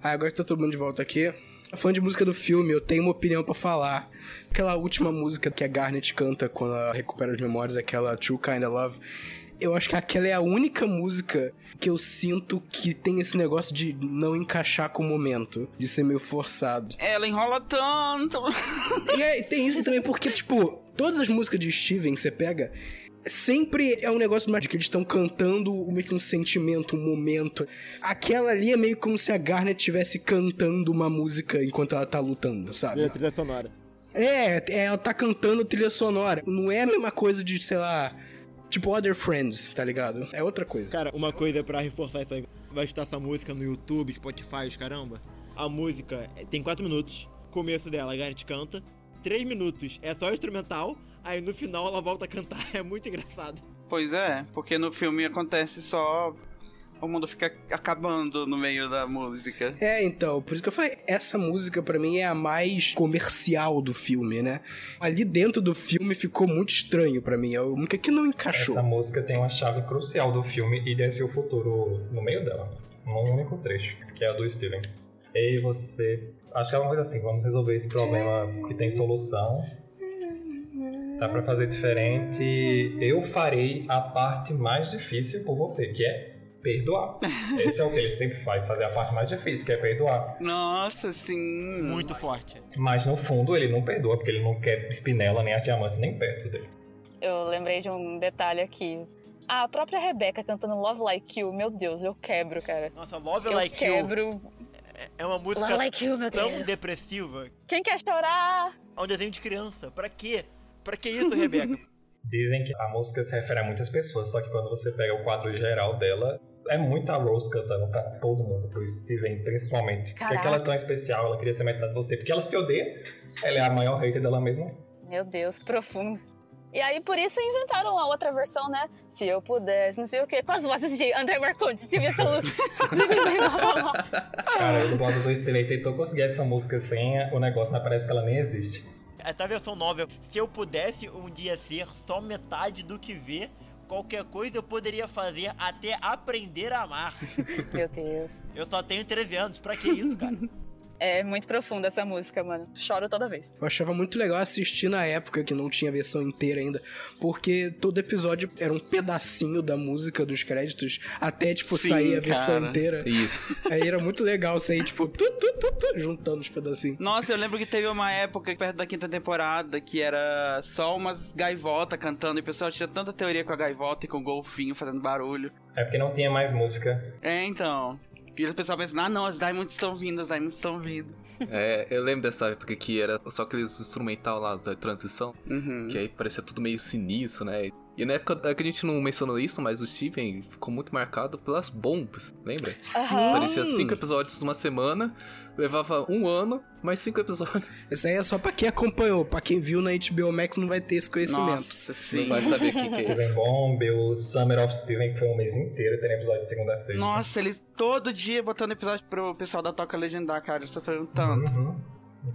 [SPEAKER 3] Ah, agora que tá todo mundo de volta aqui. Fã de música do filme, eu tenho uma opinião pra falar. Aquela última música que a Garnet canta quando ela recupera as memórias, aquela True Kinda Love. Eu acho que aquela é a única música que eu sinto que tem esse negócio de não encaixar com o momento, de ser meio forçado.
[SPEAKER 2] Ela enrola tanto.
[SPEAKER 3] E é, tem isso também, porque, tipo, todas as músicas de Steven que você pega, sempre é um negócio mais de que eles estão cantando meio que um sentimento, um momento. Aquela ali é meio como se a Garnet estivesse cantando uma música enquanto ela tá lutando, sabe?
[SPEAKER 4] trilha sonora.
[SPEAKER 3] É, é, ela tá cantando trilha sonora. Não é a mesma coisa de, sei lá, tipo Other Friends, tá ligado? É outra coisa.
[SPEAKER 4] Cara, uma coisa pra reforçar isso aí. Vai escutar essa música no YouTube, Spotify, os caramba. A música é- tem 4 minutos. Começo dela, a Garnet canta. 3 minutos é só instrumental. Aí no final ela volta a cantar. É muito engraçado.
[SPEAKER 2] Pois é, porque no filme acontece só. O mundo fica acabando no meio da música.
[SPEAKER 3] É, então, por isso que eu falei, essa música pra mim é a mais comercial do filme, né? Ali dentro do filme ficou muito estranho pra mim, é a única que não encaixou.
[SPEAKER 6] Essa música tem uma chave crucial do filme e desse o futuro no meio dela. Num único trecho, que é a do Steven. Ei, você. Acho que é uma coisa assim, vamos resolver esse problema que tem solução. Dá pra fazer diferente. Eu farei a parte mais difícil por você, que é perdoar. Esse é o que ele sempre faz, fazer a parte mais difícil, que é perdoar.
[SPEAKER 2] Nossa, sim.
[SPEAKER 4] Muito forte.
[SPEAKER 6] Mas no fundo ele não perdoa, porque ele não quer espinela nem as diamantes nem perto dele.
[SPEAKER 1] Eu lembrei de um detalhe aqui. A própria Rebeca cantando Love Like You, meu Deus, eu quebro, cara.
[SPEAKER 4] Nossa, Love
[SPEAKER 1] Eu
[SPEAKER 4] Like You
[SPEAKER 1] quebro.
[SPEAKER 4] é uma música
[SPEAKER 1] Love Like You, meu
[SPEAKER 4] tão
[SPEAKER 1] Deus.
[SPEAKER 4] depressiva.
[SPEAKER 1] Quem quer chorar?
[SPEAKER 4] É um desenho de criança. Pra quê? Pra que isso, Rebeca?
[SPEAKER 6] Dizem que a música se refere a muitas pessoas, só que quando você pega o quadro geral dela, é muita Rose cantando pra todo mundo, pro Steven principalmente. Porque
[SPEAKER 1] Caraca.
[SPEAKER 6] aquela é tão especial, ela queria ser metade de você, porque ela se odeia, ela é a maior hater dela mesma.
[SPEAKER 1] Meu Deus, profundo. E aí, por isso, inventaram a outra versão, né? Se eu pudesse, não sei o quê. Com as vozes de André Marcondes, Silvia Salus.
[SPEAKER 6] Cara, o dublador do Steven tentou conseguir essa música sem o negócio, mas parece que ela nem existe.
[SPEAKER 4] Essa versão nova é, Se eu pudesse um dia ser só metade do que vê, qualquer coisa eu poderia fazer até aprender a amar.
[SPEAKER 1] Meu Deus.
[SPEAKER 4] Eu só tenho 13 anos, pra que isso, cara?
[SPEAKER 1] É muito profunda essa música, mano. Choro toda vez.
[SPEAKER 3] Eu achava muito legal assistir na época que não tinha versão inteira ainda, porque todo episódio era um pedacinho da música dos créditos, até tipo
[SPEAKER 2] Sim,
[SPEAKER 3] sair a
[SPEAKER 2] cara.
[SPEAKER 3] versão inteira.
[SPEAKER 5] Isso.
[SPEAKER 3] Aí era muito legal sair, tipo, tu, tu, tu, tu, juntando os pedacinhos.
[SPEAKER 2] Nossa, eu lembro que teve uma época perto da quinta temporada que era só umas gaivota cantando e o pessoal tinha tanta teoria com a gaivota e com o golfinho fazendo barulho.
[SPEAKER 6] É porque não tinha mais música.
[SPEAKER 2] É, então. E o pessoal pensa, ah não, as Diamonds estão vindo, as Diamonds estão vindo.
[SPEAKER 5] É, eu lembro dessa época que era só aqueles instrumental lá da transição,
[SPEAKER 2] Uhum.
[SPEAKER 5] que aí parecia tudo meio sinistro, né? E na época é que a gente não mencionou isso, mas o Steven ficou muito marcado pelas bombas, lembra? Parecia cinco episódios uma semana, levava um ano, mais cinco episódios.
[SPEAKER 3] Isso aí é só pra quem acompanhou, pra quem viu na HBO Max não vai ter esse conhecimento.
[SPEAKER 2] Nossa,
[SPEAKER 5] é Não
[SPEAKER 2] sim.
[SPEAKER 5] vai saber o que, que é
[SPEAKER 6] Steven
[SPEAKER 5] isso.
[SPEAKER 6] Bomb, o Summer of Steven, que foi um mês inteiro, tendo episódio de segunda a sexta.
[SPEAKER 2] Nossa, eles todo dia botando episódio pro pessoal da Toca Legendar, cara. Eles sofreram tanto.
[SPEAKER 6] Uhum.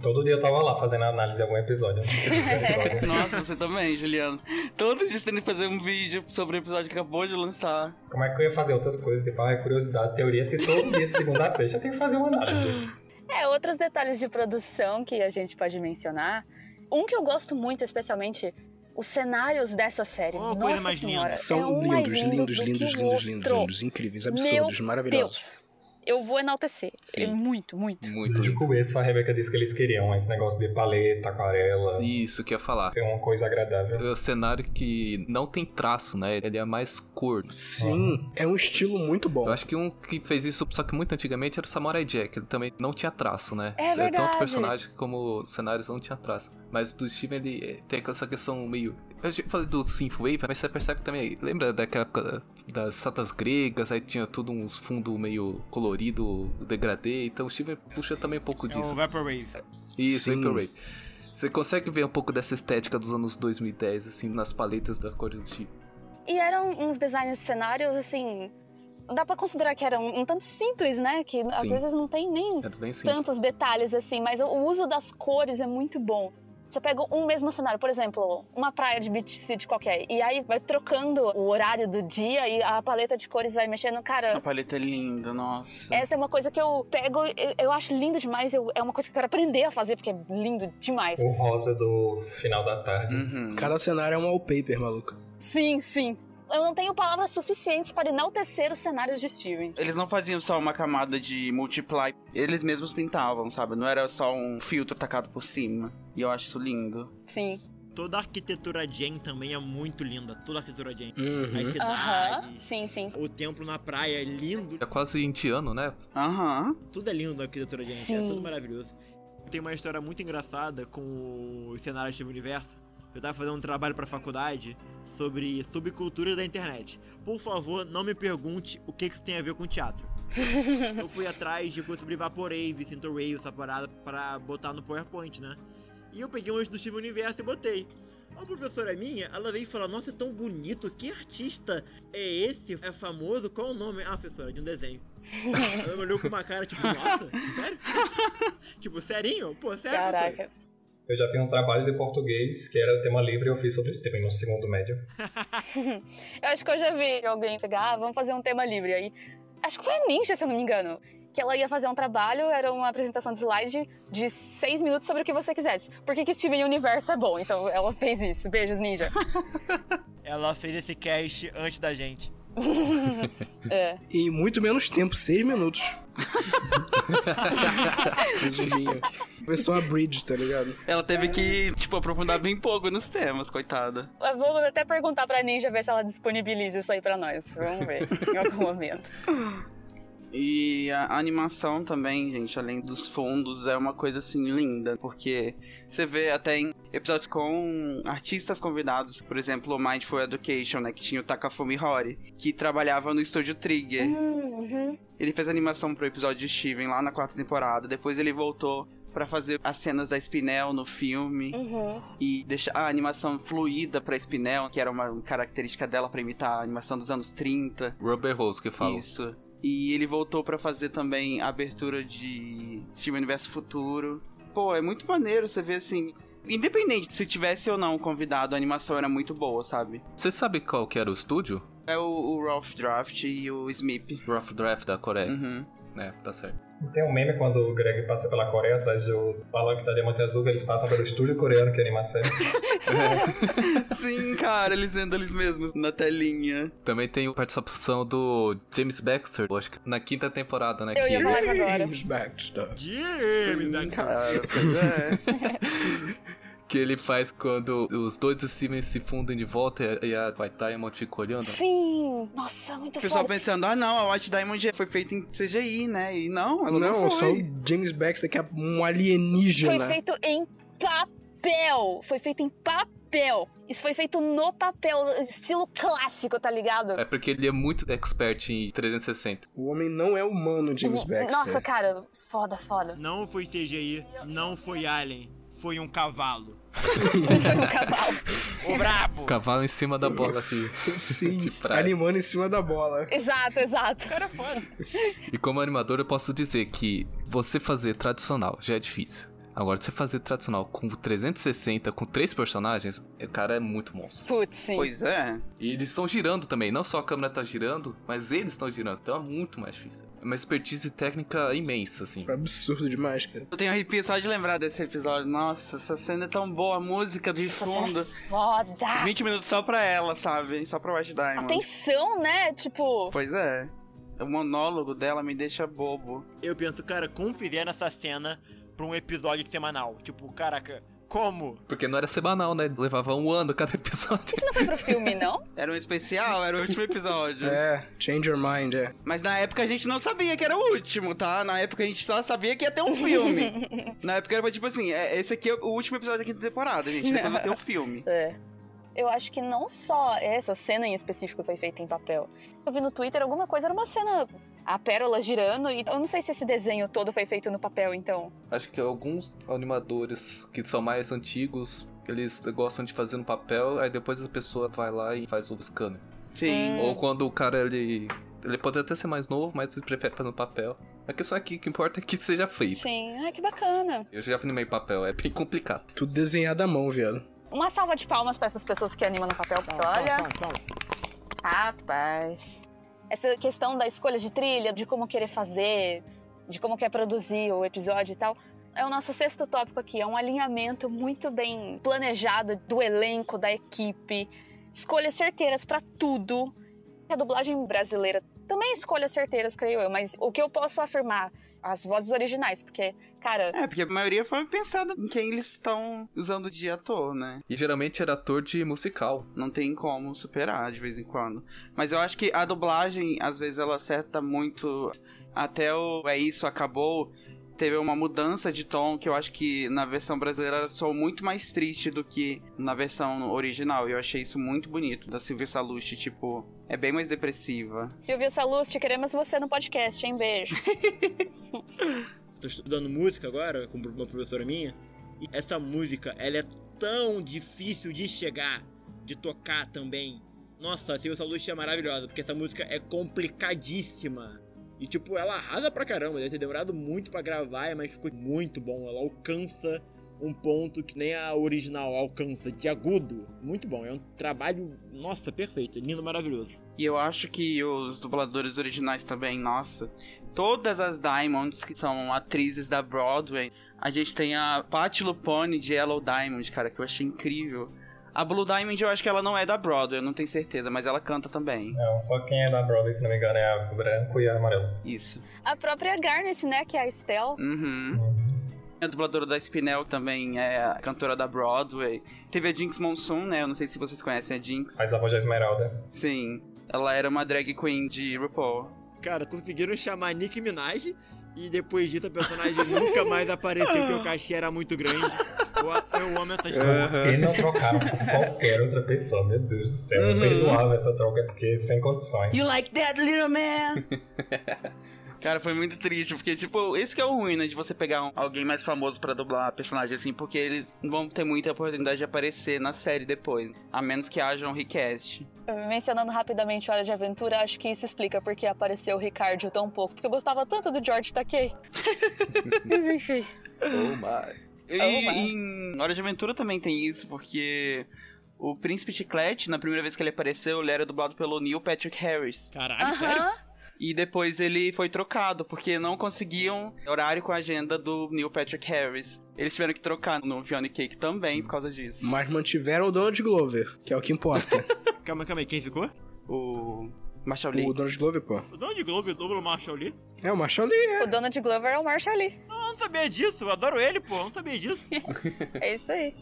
[SPEAKER 6] Todo dia eu tava lá fazendo análise de algum episódio. episódio.
[SPEAKER 2] Nossa, você também, Juliano. Todo dia você tem que fazer um vídeo sobre o episódio que acabou de lançar.
[SPEAKER 6] Como é que eu ia fazer outras coisas? Tipo, ah, curiosidade, teoria, se todo dia de segunda a sexta eu tenho que fazer uma análise.
[SPEAKER 1] É, outros detalhes de produção que a gente pode mencionar. Um que eu gosto muito, especialmente, os cenários dessa série.
[SPEAKER 4] Oh, coisa
[SPEAKER 1] Nossa
[SPEAKER 4] mais
[SPEAKER 1] senhora,
[SPEAKER 4] linda.
[SPEAKER 1] é
[SPEAKER 3] São
[SPEAKER 1] um mais
[SPEAKER 3] lindos,
[SPEAKER 1] lindo do
[SPEAKER 3] lindos,
[SPEAKER 1] que
[SPEAKER 3] lindos,
[SPEAKER 1] o
[SPEAKER 3] lindos, lindos,
[SPEAKER 1] outro.
[SPEAKER 3] lindos, incríveis, absurdos, maravilhosos. Hum.
[SPEAKER 1] Deus, eu vou enaltecer.
[SPEAKER 5] Sim.
[SPEAKER 1] É muito, muito.
[SPEAKER 5] Muito
[SPEAKER 6] De
[SPEAKER 5] lindo.
[SPEAKER 6] começo, a Rebeca disse que eles queriam esse negócio de paleta, aquarela,
[SPEAKER 5] Isso que eu ia falar.
[SPEAKER 6] ser uma coisa agradável.
[SPEAKER 5] É o cenário que não tem traço, né? Ele é mais cor.
[SPEAKER 3] Sim, é um estilo muito bom.
[SPEAKER 5] Eu acho que um que fez isso, só que muito antigamente, era o Samurai Jack. Ele também não tinha traço, né?
[SPEAKER 1] É
[SPEAKER 5] Tanto
[SPEAKER 1] verdade.
[SPEAKER 5] personagem como cenários não tinha traço. Mas o do Steven, ele eh, tem essa questão meio... Eu já falei do Synthwave, mas você percebe também... Lembra daquela época das estátuas gregas? Aí tinha tudo uns fundo meio colorido, degradê. Então o Steven puxa também um pouco
[SPEAKER 4] É o
[SPEAKER 5] disso.
[SPEAKER 4] Vaporwave.
[SPEAKER 5] Isso,
[SPEAKER 3] Sim.
[SPEAKER 5] Vaporwave. Você consegue ver um pouco dessa estética dos anos 2010, assim, nas paletas da cor do Steven.
[SPEAKER 1] E eram uns designs de cenários, assim... Dá pra considerar que eram um tanto simples, né? Que às
[SPEAKER 5] Sim.
[SPEAKER 1] vezes não tem nem
[SPEAKER 5] Era bem simples.
[SPEAKER 1] tantos detalhes assim, mas o uso das cores é muito bom. Você pega um mesmo cenário, por exemplo, uma praia de beach city qualquer, e aí vai trocando o horário do dia e a paleta de cores vai mexendo.
[SPEAKER 2] A
[SPEAKER 1] Cara,
[SPEAKER 2] paleta é linda, nossa.
[SPEAKER 1] essa é uma coisa que eu pego, eu, eu acho lindo demais, eu- é uma coisa que eu quero aprender a fazer, porque é lindo demais.
[SPEAKER 6] O rosa do final da tarde.
[SPEAKER 2] Uhum.
[SPEAKER 3] Cada cenário é um wallpaper, maluco.
[SPEAKER 1] Sim, sim. Eu não tenho palavras suficientes para enaltecer os cenários de Steven.
[SPEAKER 2] Eles não faziam só uma camada de multiply, eles mesmos pintavam, sabe? Não era só um filtro tacado por cima. E eu acho isso lindo.
[SPEAKER 1] Sim.
[SPEAKER 4] Toda a arquitetura Jane também é muito linda. Toda a arquitetura Jane. As
[SPEAKER 3] Uhum.
[SPEAKER 1] Aham.
[SPEAKER 4] cidades.
[SPEAKER 1] Sim, sim.
[SPEAKER 4] O templo na praia é lindo.
[SPEAKER 5] É quase indiano, né?
[SPEAKER 2] Aham.
[SPEAKER 4] Tudo é lindo na arquitetura Jane. É
[SPEAKER 1] Sim.
[SPEAKER 4] tudo maravilhoso. Tem uma história muito engraçada com o cenário Steven Universo. Eu tava fazendo um trabalho pra faculdade sobre subcultura da internet. Por favor, não me pergunte o que que isso tem a ver com teatro. eu fui atrás de coisa sobre Vaporwave, Synthwave, essa parada pra botar no PowerPoint, né? E eu peguei um do Steven Universo e botei. Uma professora minha, ela veio falar, nossa, é tão bonito, que artista é esse? É famoso? Qual o nome? Ah, professora, de um desenho. ela me olhou com uma cara, tipo, nossa, sério? tipo, serinho? Pô, sério?
[SPEAKER 1] Caraca.
[SPEAKER 6] Eu já fiz um trabalho de português, que era o tema livre, e eu fiz sobre Steven no segundo médio.
[SPEAKER 1] Eu acho que eu já vi alguém pegar, ah, vamos fazer um tema livre. Aí, acho que foi a Ninja, se eu não me engano. Que ela ia fazer um trabalho, era uma apresentação de slide de seis minutos sobre o que você quisesse. Por que que Steven Universo é bom? Então ela fez isso. Beijos, Ninja.
[SPEAKER 4] Ela fez esse cast antes da gente.
[SPEAKER 1] É.
[SPEAKER 3] Em muito menos tempo, seis minutos. Resuminho. Começou a bridge, tá ligado?
[SPEAKER 2] Ela teve que, tipo, aprofundar bem pouco nos temas, coitada.
[SPEAKER 1] Eu vou até perguntar pra Ninja ver se ela disponibiliza isso aí pra nós. Vamos ver em algum momento.
[SPEAKER 2] E a animação também, gente, além dos fundos, é uma coisa assim linda, porque você vê até em episódios com artistas convidados, por exemplo, o Mindful Education, né, que tinha o Takafumi Hori, que trabalhava no estúdio Trigger.
[SPEAKER 1] Uhum.
[SPEAKER 2] Ele fez animação pro episódio de Steven lá na quarta temporada, depois ele voltou pra fazer as cenas da Spinel no filme
[SPEAKER 1] Uhum.
[SPEAKER 2] e deixar a animação fluida pra Spinel, que era uma característica dela pra imitar a animação dos anos 30.
[SPEAKER 5] Rubber Rose que fala.
[SPEAKER 2] Isso. E ele voltou pra fazer também a abertura de Steven Universo Futuro. Pô, é muito maneiro você ver assim. Independente se tivesse ou não convidado, a animação era muito boa, sabe?
[SPEAKER 5] Você sabe qual que era o estúdio?
[SPEAKER 2] É o, o Ralph Draft e o Smith.
[SPEAKER 5] Rough Draft da Coreia.
[SPEAKER 2] Uhum.
[SPEAKER 1] Hum.
[SPEAKER 5] É, tá certo.
[SPEAKER 6] Tem um meme quando o Greg passa pela Coreia atrás do balão que tá diamante azul, que eles passam pelo estúdio coreano que anima a série.
[SPEAKER 2] Sim, cara, eles vendo eles mesmos na telinha.
[SPEAKER 5] Também tem a participação do James Baxter, eu acho que na quinta temporada, né?
[SPEAKER 1] Eu ia
[SPEAKER 5] que-
[SPEAKER 1] falar isso agora.
[SPEAKER 3] James Baxter.
[SPEAKER 4] Jimmy,
[SPEAKER 2] Sim,
[SPEAKER 4] da
[SPEAKER 2] cara, pois é.
[SPEAKER 5] Que ele faz quando os dois do Steven se fundem de volta e a- Tá e a White Diamond fica olhando.
[SPEAKER 1] Sim! Nossa, muito
[SPEAKER 2] O pessoal
[SPEAKER 1] foda.
[SPEAKER 2] pensando, ah não, a White Diamond já foi feita em CGI, né? E não, ela não,
[SPEAKER 3] Não,
[SPEAKER 2] foi.
[SPEAKER 3] só o James Baxter que é um alienígena.
[SPEAKER 1] Foi feito em papel! Foi feito em papel! Isso foi feito no papel, estilo clássico, tá ligado?
[SPEAKER 5] É porque ele é muito expert em 360.
[SPEAKER 3] O homem não é humano, James Baxter.
[SPEAKER 1] Uhum. Nossa, cara, foda, foda.
[SPEAKER 4] Não foi TGI, não foi Alien, foi um cavalo.
[SPEAKER 1] Não foi um cavalo.
[SPEAKER 4] O brabo!
[SPEAKER 5] Cavalo em cima da bola de,
[SPEAKER 3] Sim,
[SPEAKER 5] de praia.
[SPEAKER 3] animando em cima da bola.
[SPEAKER 1] Exato, exato.
[SPEAKER 5] E como animador, eu posso dizer que você fazer tradicional já é difícil. Agora, você fazer tradicional com 360, com três personagens, o cara é muito monstro.
[SPEAKER 1] Putz, sim.
[SPEAKER 2] Pois é.
[SPEAKER 5] E eles estão girando também, não só a câmera tá girando, mas eles estão girando, então é muito mais difícil. É uma expertise técnica imensa, assim.
[SPEAKER 3] Absurdo demais, cara.
[SPEAKER 2] Eu tenho arrepio só de lembrar desse episódio. Nossa, essa cena é tão boa, a música de
[SPEAKER 1] Essa cena é
[SPEAKER 2] fundo. Uns
[SPEAKER 1] Foda!
[SPEAKER 2] 20 minutos só pra ela, sabe? Só pra White Diamond.
[SPEAKER 1] Atenção, né? Tipo,
[SPEAKER 2] Pois é. O monólogo dela me deixa bobo.
[SPEAKER 4] Eu penso, cara, como fizeram essa cena pra um episódio semanal? Tipo, caraca, como?
[SPEAKER 5] Porque não era semanal, né? Levava um ano cada episódio.
[SPEAKER 1] isso não foi pro filme, não?
[SPEAKER 2] Era um especial, era o último episódio.
[SPEAKER 3] É, change your mind, é.
[SPEAKER 2] Mas na época a gente não sabia que era o último, tá? Na época a gente só sabia que ia ter um filme. na época era tipo assim, é, esse aqui é o último episódio da quinta temporada, gente. Depois vai ter o filme.
[SPEAKER 1] É. Eu acho que não só essa cena em específico foi feita em papel. Eu vi no Twitter alguma coisa, era uma cena. A pérola girando, e eu não sei se esse desenho todo foi feito no papel, então.
[SPEAKER 5] Acho que alguns animadores que são mais antigos, eles gostam de fazer no papel, aí depois a pessoa vai lá e faz o scanner.
[SPEAKER 2] Sim.
[SPEAKER 5] Ou quando o cara, ele... Ele pode até ser mais novo, mas ele prefere fazer no papel. A questão aqui, o que importa é que seja feito.
[SPEAKER 1] Sim, ai que bacana.
[SPEAKER 5] Eu já animei papel, é bem complicado.
[SPEAKER 3] Tudo desenhado à mão, viado.
[SPEAKER 1] Uma salva de palmas pra essas pessoas que animam no papel, porque olha. Rapaz. Essa questão da escolha de trilha, de como querer fazer, de como quer produzir o episódio e tal, é o nosso sexto tópico aqui. É um alinhamento muito bem planejado do elenco, da equipe. Escolhas certeiras pra tudo. A dublagem brasileira também é escolhas certeiras, creio eu, mas o que eu posso afirmar? As vozes originais, porque, cara,
[SPEAKER 2] É, porque a maioria foi pensada em quem eles estão usando de ator, né?
[SPEAKER 5] E geralmente era ator de musical.
[SPEAKER 2] Não tem como superar de vez em quando. Mas eu acho que a dublagem, às vezes, ela acerta muito. Até o É Isso Acabou. Teve uma mudança de tom que eu acho que na versão brasileira sou muito mais triste do que na versão original. E eu achei isso muito bonito da Silvia Salucci, tipo, é bem mais depressiva.
[SPEAKER 1] Silvia Salus, te queremos você no podcast, hein? Beijo.
[SPEAKER 4] Tô estudando música agora com uma professora minha. E essa música, ela é tão difícil de chegar, de tocar também. Nossa, Silvia Salute é maravilhosa, porque essa música é complicadíssima. E tipo, ela arrasa pra caramba, deve ter demorado muito pra gravar, mas ficou muito bom. Ela alcança um ponto que nem a original alcança, de agudo. Muito bom, é um trabalho, nossa, perfeito, lindo, maravilhoso.
[SPEAKER 2] E eu acho que os dubladores originais também, nossa. Todas as Diamonds, que são atrizes da Broadway, a gente tem a Patti Lupone de Yellow Diamond, cara, que eu achei incrível. A Blue Diamond eu acho que ela não é da Broadway, eu não tenho certeza, mas ela canta também.
[SPEAKER 6] Não, só quem é da Broadway, se não me engano, é a branco e a amarelo.
[SPEAKER 2] Isso.
[SPEAKER 1] A própria Garnet, né, que é a Estelle.
[SPEAKER 2] Uhum. A dubladora da Spinel também é a cantora da Broadway. Teve a Jinx Monsoon, né? Eu não sei se vocês conhecem a Jinx.
[SPEAKER 6] Faz a voz da Esmeralda.
[SPEAKER 2] Sim. Ela era uma drag queen de RuPaul.
[SPEAKER 4] Cara, conseguiram chamar Nick Minaj e depois disso a personagem nunca mais apareceu porque o cachê era muito grande. Eu, a- eu amo essa história.
[SPEAKER 6] E não trocaram por qualquer outra pessoa, meu Deus do céu.
[SPEAKER 2] Uhum.
[SPEAKER 6] Eu perdoava essa troca, porque sem condições.
[SPEAKER 2] You like that, little man? Cara, foi muito triste, porque, tipo, esse que é o ruim, né? De você pegar um- alguém mais famoso pra dublar personagem assim, porque eles não vão ter muita oportunidade de aparecer na série depois. A menos que haja um request.
[SPEAKER 1] Mencionando rapidamente Hora de Aventura, acho que isso explica porque apareceu o Ricardo tão pouco, porque eu gostava tanto do George Takei. Mas enfim.
[SPEAKER 5] Oh my.
[SPEAKER 2] E
[SPEAKER 1] Oba.
[SPEAKER 2] em Hora de Aventura também tem isso, porque o Príncipe Chiclete, na primeira vez que ele apareceu, ele era dublado pelo Neil Patrick Harris.
[SPEAKER 4] Caralho, sério?
[SPEAKER 1] Aham.
[SPEAKER 2] E depois ele foi trocado, porque não conseguiam horário com a agenda do Neil Patrick Harris. Eles tiveram que trocar no Fiona Cake também por causa disso.
[SPEAKER 3] Mas mantiveram o Donald Glover, que é o que importa.
[SPEAKER 4] Calma, calma aí, quem ficou?
[SPEAKER 2] O Marshall Lee.
[SPEAKER 3] o Donald Glover, pô.
[SPEAKER 4] O Donald Glover dobra o Marshall Lee?
[SPEAKER 3] É o Marshall Lee.
[SPEAKER 1] O Donald Glover é o Marshall Lee.
[SPEAKER 4] Ah, eu não sabia disso, eu adoro ele, pô, eu não sabia disso.
[SPEAKER 1] É isso aí.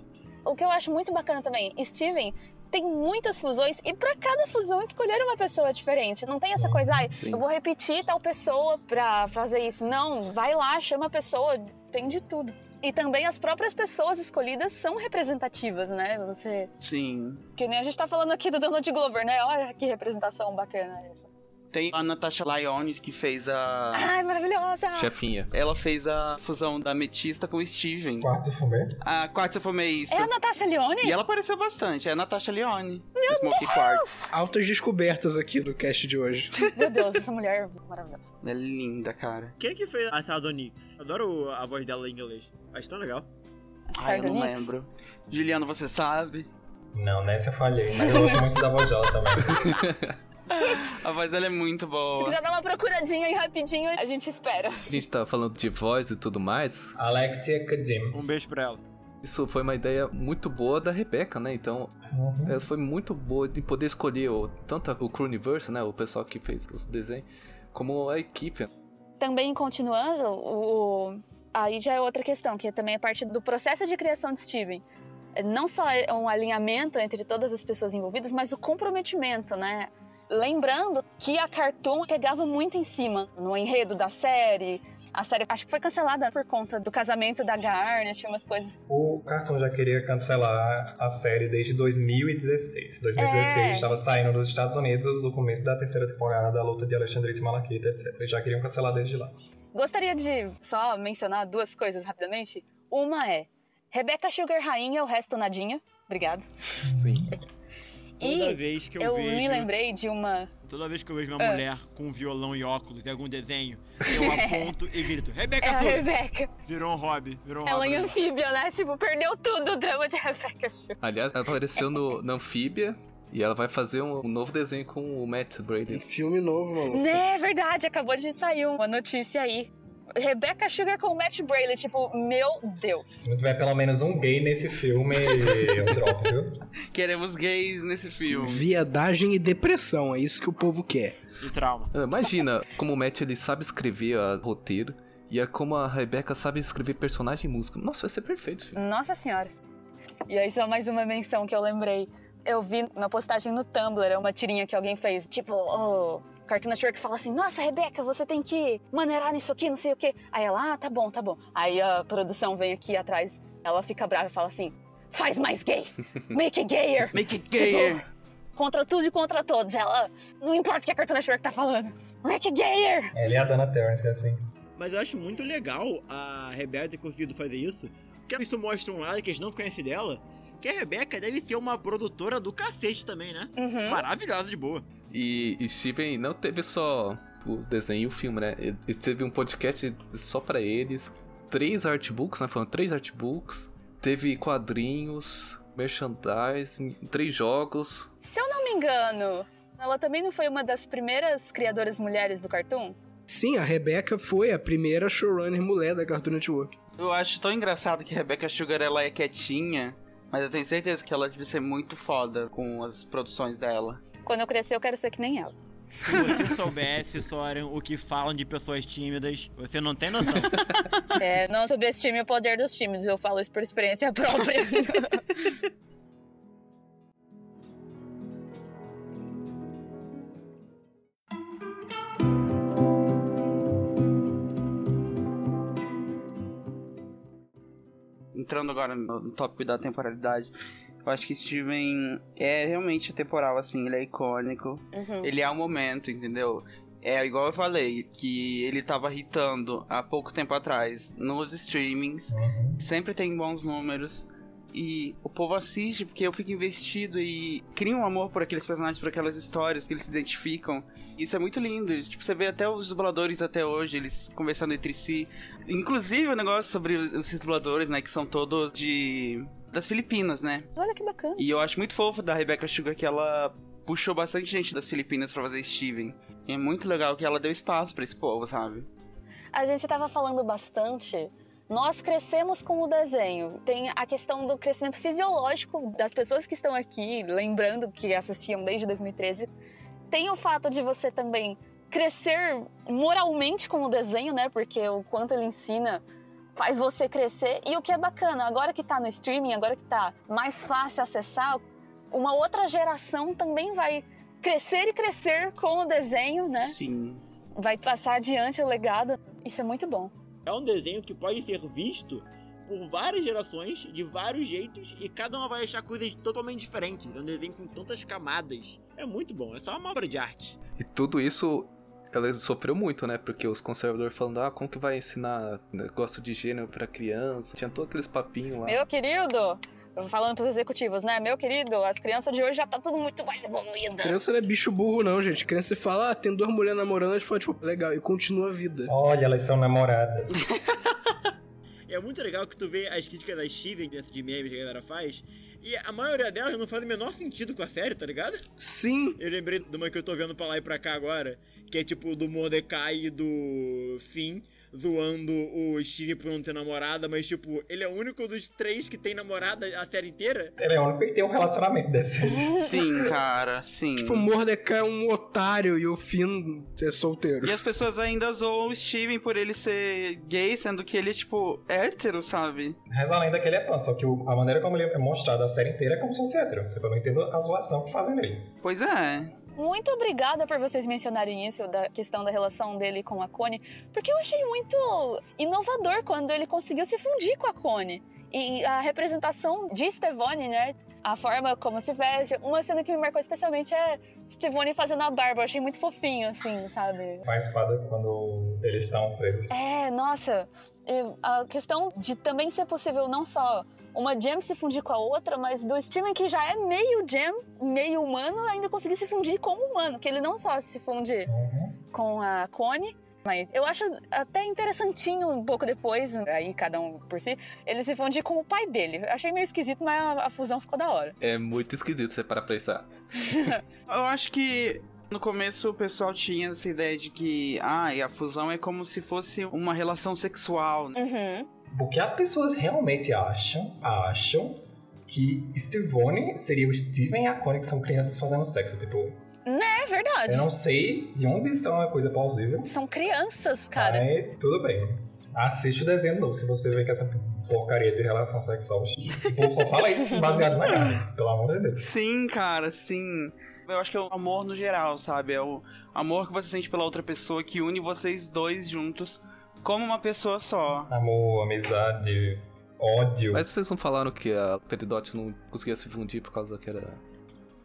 [SPEAKER 1] O que eu acho muito bacana também, Steven tem muitas fusões e para cada fusão escolher uma pessoa diferente. Não tem
[SPEAKER 2] Hum,
[SPEAKER 1] essa coisa, ai,
[SPEAKER 5] sim.
[SPEAKER 1] eu vou repetir tal pessoa pra fazer isso. Não, vai lá, chama a pessoa, tem de tudo. E também as próprias pessoas escolhidas são representativas, né? Você.
[SPEAKER 2] Sim.
[SPEAKER 1] Que nem a gente tá falando aqui do Donald Glover, né? Olha que representação bacana essa.
[SPEAKER 2] Tem a Natasha Lyonne que fez a.
[SPEAKER 1] Ai, maravilhosa!
[SPEAKER 5] Chefinha.
[SPEAKER 2] Ela fez a fusão da Metista com o Steven.
[SPEAKER 6] Quarto fumê.
[SPEAKER 2] A Quartz foi isso.
[SPEAKER 1] É a Natasha Leone?
[SPEAKER 2] E ela apareceu bastante, é a Natasha Leone. Meu Smoke Quartz.
[SPEAKER 3] Altas descobertas aqui do cast de hoje.
[SPEAKER 1] Meu Deus, essa mulher é maravilhosa.
[SPEAKER 2] Ela É linda, cara.
[SPEAKER 4] Quem que fez a Sardonyx? Adoro a voz dela em inglês, acho tão legal.
[SPEAKER 2] Ai, Ah, eu não
[SPEAKER 1] Sardonyx?
[SPEAKER 2] lembro. Juliano, você sabe?
[SPEAKER 6] Não, nessa eu falhei, mas eu gosto muito da voz dela também.
[SPEAKER 2] A voz dela é muito
[SPEAKER 1] Se
[SPEAKER 2] boa.
[SPEAKER 1] quiser dar uma procuradinha aí rapidinho, a gente espera.
[SPEAKER 5] A gente tá falando de voz e tudo mais.
[SPEAKER 6] Alexia Kadim.
[SPEAKER 4] Um beijo pra ela.
[SPEAKER 5] Isso foi uma ideia muito boa da Rebeca, né? Então,
[SPEAKER 6] Uhum.
[SPEAKER 5] ela foi muito boa de poder escolher o, tanto o Cruniverse, né? O pessoal que fez os desenhos, como a equipe.
[SPEAKER 1] Também continuando, o... aí já é outra questão, que também é parte do processo de criação de Steven. É, Não só é um alinhamento entre todas as pessoas envolvidas, mas o comprometimento, né? Lembrando que a Cartoon pegava muito em cima no enredo da série. A série acho que foi cancelada por conta do casamento da Garnet, umas coisas.
[SPEAKER 6] O Cartoon já queria cancelar a série desde 2016. 2016
[SPEAKER 1] É.
[SPEAKER 6] estava saindo dos Estados Unidos o começo da terceira temporada, a luta de Alexandrite e Malaquita, etc. Eles já queriam cancelar desde lá.
[SPEAKER 1] Gostaria de só mencionar duas coisas rapidamente. Uma é Rebecca Sugar Rainha, é o resto nadinha. Obrigado.
[SPEAKER 5] Sim.
[SPEAKER 4] Toda
[SPEAKER 1] E
[SPEAKER 4] vez que eu,
[SPEAKER 1] eu né?
[SPEAKER 4] vejo.
[SPEAKER 1] me Ah. lembrei de uma
[SPEAKER 4] Toda vez que eu vejo uma mulher com violão e óculos em algum desenho, eu aponto e grito, Rebeca
[SPEAKER 1] É a
[SPEAKER 4] Sugar!
[SPEAKER 1] Rebeca.
[SPEAKER 4] Virou um hobby, virou um
[SPEAKER 1] Ela
[SPEAKER 4] hobby.
[SPEAKER 1] em anfíbia, né? Tipo, perdeu tudo o drama de Rebecca Shu.
[SPEAKER 5] Aliás, ela apareceu no, na Anfíbia e ela vai fazer um, um novo desenho com o Matt
[SPEAKER 3] Um
[SPEAKER 5] Brady.
[SPEAKER 3] filme novo, maluco.
[SPEAKER 1] Né, é verdade. Acabou de sair uma notícia aí. Rebecca Sugar com Matt Brayley. Tipo, meu Deus.
[SPEAKER 6] Se não tiver pelo menos um gay nesse filme, eu dropo, viu?
[SPEAKER 2] Queremos gays nesse filme.
[SPEAKER 3] Viadagem e depressão, é isso que o povo quer.
[SPEAKER 4] E trauma.
[SPEAKER 5] Ah, Imagina como o Matt ele sabe escrever a roteiro e é como a Rebeca sabe escrever personagem e música. Nossa, vai ser perfeito. filho.
[SPEAKER 1] Nossa senhora. E aí, só mais uma menção que eu lembrei. Eu vi na postagem no Tumblr, é uma tirinha que alguém fez. Tipo, o Cartoon Network fala assim: Nossa, Rebecca, você tem que maneirar nisso aqui, não sei o quê. Aí ela, ah, tá bom, tá bom. Aí a produção vem aqui atrás, ela fica brava e fala assim: Faz mais gay! Make it gayer!
[SPEAKER 2] Make it gayer.
[SPEAKER 1] Tipo, contra tudo e contra todos. Ela. Não importa o que a Cartoon Network tá falando. Rick Gayer!
[SPEAKER 6] Ele e a Dana Terrence, assim.
[SPEAKER 4] Mas eu acho muito legal a Rebeca ter conseguido fazer isso, porque isso mostra um lado que eles não conhecem dela, que a Rebeca deve ser uma produtora do cacete também, né?
[SPEAKER 1] Uhum.
[SPEAKER 4] Maravilhosa de boa.
[SPEAKER 5] E, e Steven não teve só o desenho e o filme, né? Ele ele teve um podcast só pra eles, três artbooks, né? Foram três artbooks, teve quadrinhos, merchandising, três jogos.
[SPEAKER 1] Se eu não me engano, ela também não foi uma das primeiras criadoras mulheres do Cartoon?
[SPEAKER 3] Sim, a Rebecca foi a primeira showrunner mulher da Cartoon Network.
[SPEAKER 2] Eu acho tão engraçado que Rebecca Sugar ela é quietinha, mas eu tenho certeza que ela deve ser muito foda com as produções dela.
[SPEAKER 1] Quando eu crescer, eu quero ser que nem ela.
[SPEAKER 4] Se você soubesse, Soren, o que falam de pessoas tímidas, você não tem noção.
[SPEAKER 1] É, não subestime o poder dos tímidos, eu falo isso por experiência própria.
[SPEAKER 2] Entrando agora no no tópico da temporalidade, eu acho que Steven é realmente temporal, assim, ele é icônico.
[SPEAKER 1] Uhum.
[SPEAKER 2] Ele é o momento, entendeu? É igual eu falei, que ele tava hitando há pouco tempo atrás nos streamings. Sempre tem bons números. E o povo assiste porque eu fico investido e cria um amor por aqueles personagens, por aquelas histórias que eles se identificam. Isso é muito lindo. e, Tipo, você vê até os dubladores até hoje, eles conversando entre si. Inclusive o negócio sobre os- esses dubladores, né? Que são todos de. das Filipinas, né?
[SPEAKER 1] Olha que bacana.
[SPEAKER 2] E eu acho muito fofo da Rebecca Sugar que ela puxou bastante gente das Filipinas pra fazer Steven. E é muito legal que ela deu espaço pra esse povo, sabe?
[SPEAKER 1] A gente estava falando bastante. Nós crescemos com o desenho. Tem a questão do crescimento fisiológico das pessoas que estão aqui, lembrando que assistiam desde 2013. Tem o fato de você também crescer moralmente com o desenho, né? Porque o quanto ele ensina faz você crescer. E o que é bacana, agora que tá no streaming, agora que tá mais fácil acessar, uma outra geração também vai crescer e crescer com o desenho, né?
[SPEAKER 2] Sim.
[SPEAKER 1] Vai passar adiante o legado. Isso é muito bom.
[SPEAKER 4] É um desenho que pode ser visto por várias gerações, de vários jeitos, e cada uma vai achar coisas totalmente diferentes. É um desenho com tantas camadas. É muito bom, é só uma obra de arte.
[SPEAKER 5] E tudo isso ela sofreu muito, né? Porque os conservadores falando, ah, como que vai ensinar negócio de gênero pra criança? Tinha todos aqueles papinhos lá.
[SPEAKER 1] Meu querido, falando pros executivos, né? Meu querido, as crianças de hoje já tá tudo muito mais evoluída.
[SPEAKER 3] Criança não é bicho burro, não, gente. Criança fala, ah, tem duas mulheres namorando, a gente fala, tipo, legal, e continua a vida.
[SPEAKER 6] Olha, elas são namoradas.
[SPEAKER 4] E é muito legal que tu vê as críticas da Steven dentro de memes que a galera faz. E a maioria delas não faz o menor sentido com a série, tá ligado?
[SPEAKER 3] Sim.
[SPEAKER 4] Eu lembrei de uma que eu tô vendo pra lá e pra cá agora, que é tipo do Mordecai e do Finn zoando o Steve por não ter namorada, mas tipo, ele é o único dos três que tem namorada a série inteira.
[SPEAKER 6] Ele é o único que tem um relacionamento desse.
[SPEAKER 2] Sim, cara, sim.
[SPEAKER 3] Tipo, o Mordecai é um otário e o Finn é solteiro.
[SPEAKER 2] E as pessoas ainda zoam o Steven por ele ser gay, sendo que ele, tipo, hétero, sabe?
[SPEAKER 6] Reza a lenda que ele é pan, só que o- a maneira como ele é mostrado a série inteira é como se fosse hétero. Tipo, eu não entendo a zoação que fazem nele.
[SPEAKER 2] Pois é.
[SPEAKER 1] Muito obrigada por vocês mencionarem isso, da questão da relação dele com a Cone, porque eu achei muito inovador quando ele conseguiu se fundir com a Cone. E a representação de Stevone, né? A forma como se veste. Uma cena que me marcou especialmente é Stevone fazendo a barba. Eu achei muito fofinho, assim, sabe?
[SPEAKER 6] Com a espada quando eles estão presos.
[SPEAKER 1] É, nossa. E a questão de também ser possível não só uma gem se fundir com a outra, mas do Steven que já é meio gem, meio humano, ainda conseguir se fundir com o humano. Que ele não só se funde
[SPEAKER 6] Uhum.
[SPEAKER 1] com a Cone. Mas eu acho até interessantinho um pouco depois, aí cada um por si, ele se fundir com o pai dele. Achei meio esquisito, mas a, a fusão ficou da hora.
[SPEAKER 5] É muito esquisito você parar pra pensar.
[SPEAKER 2] Eu acho que no começo o pessoal tinha essa ideia de que, ah, e a fusão é como se fosse uma relação sexual. né?
[SPEAKER 1] Uhum.
[SPEAKER 6] Porque as pessoas realmente acham, acham que Stevone seria o Steven e a Connie que são crianças fazendo sexo. Tipo,
[SPEAKER 1] É verdade.
[SPEAKER 6] eu não sei de onde isso é uma coisa plausível.
[SPEAKER 1] São crianças, cara.
[SPEAKER 6] Mas tudo bem. Assiste o desenho de novo se você vê que essa porcaria de relação sexual. O povo só fala isso baseado na carne, tipo, pelo amor de Deus.
[SPEAKER 2] Sim, cara, sim. Eu acho que é o amor no geral, sabe? É o amor que você sente pela outra pessoa que une vocês dois juntos como uma pessoa só.
[SPEAKER 6] Amor, amizade, ódio.
[SPEAKER 5] Mas vocês não falaram que a Peridot não conseguia se fundir por causa que era.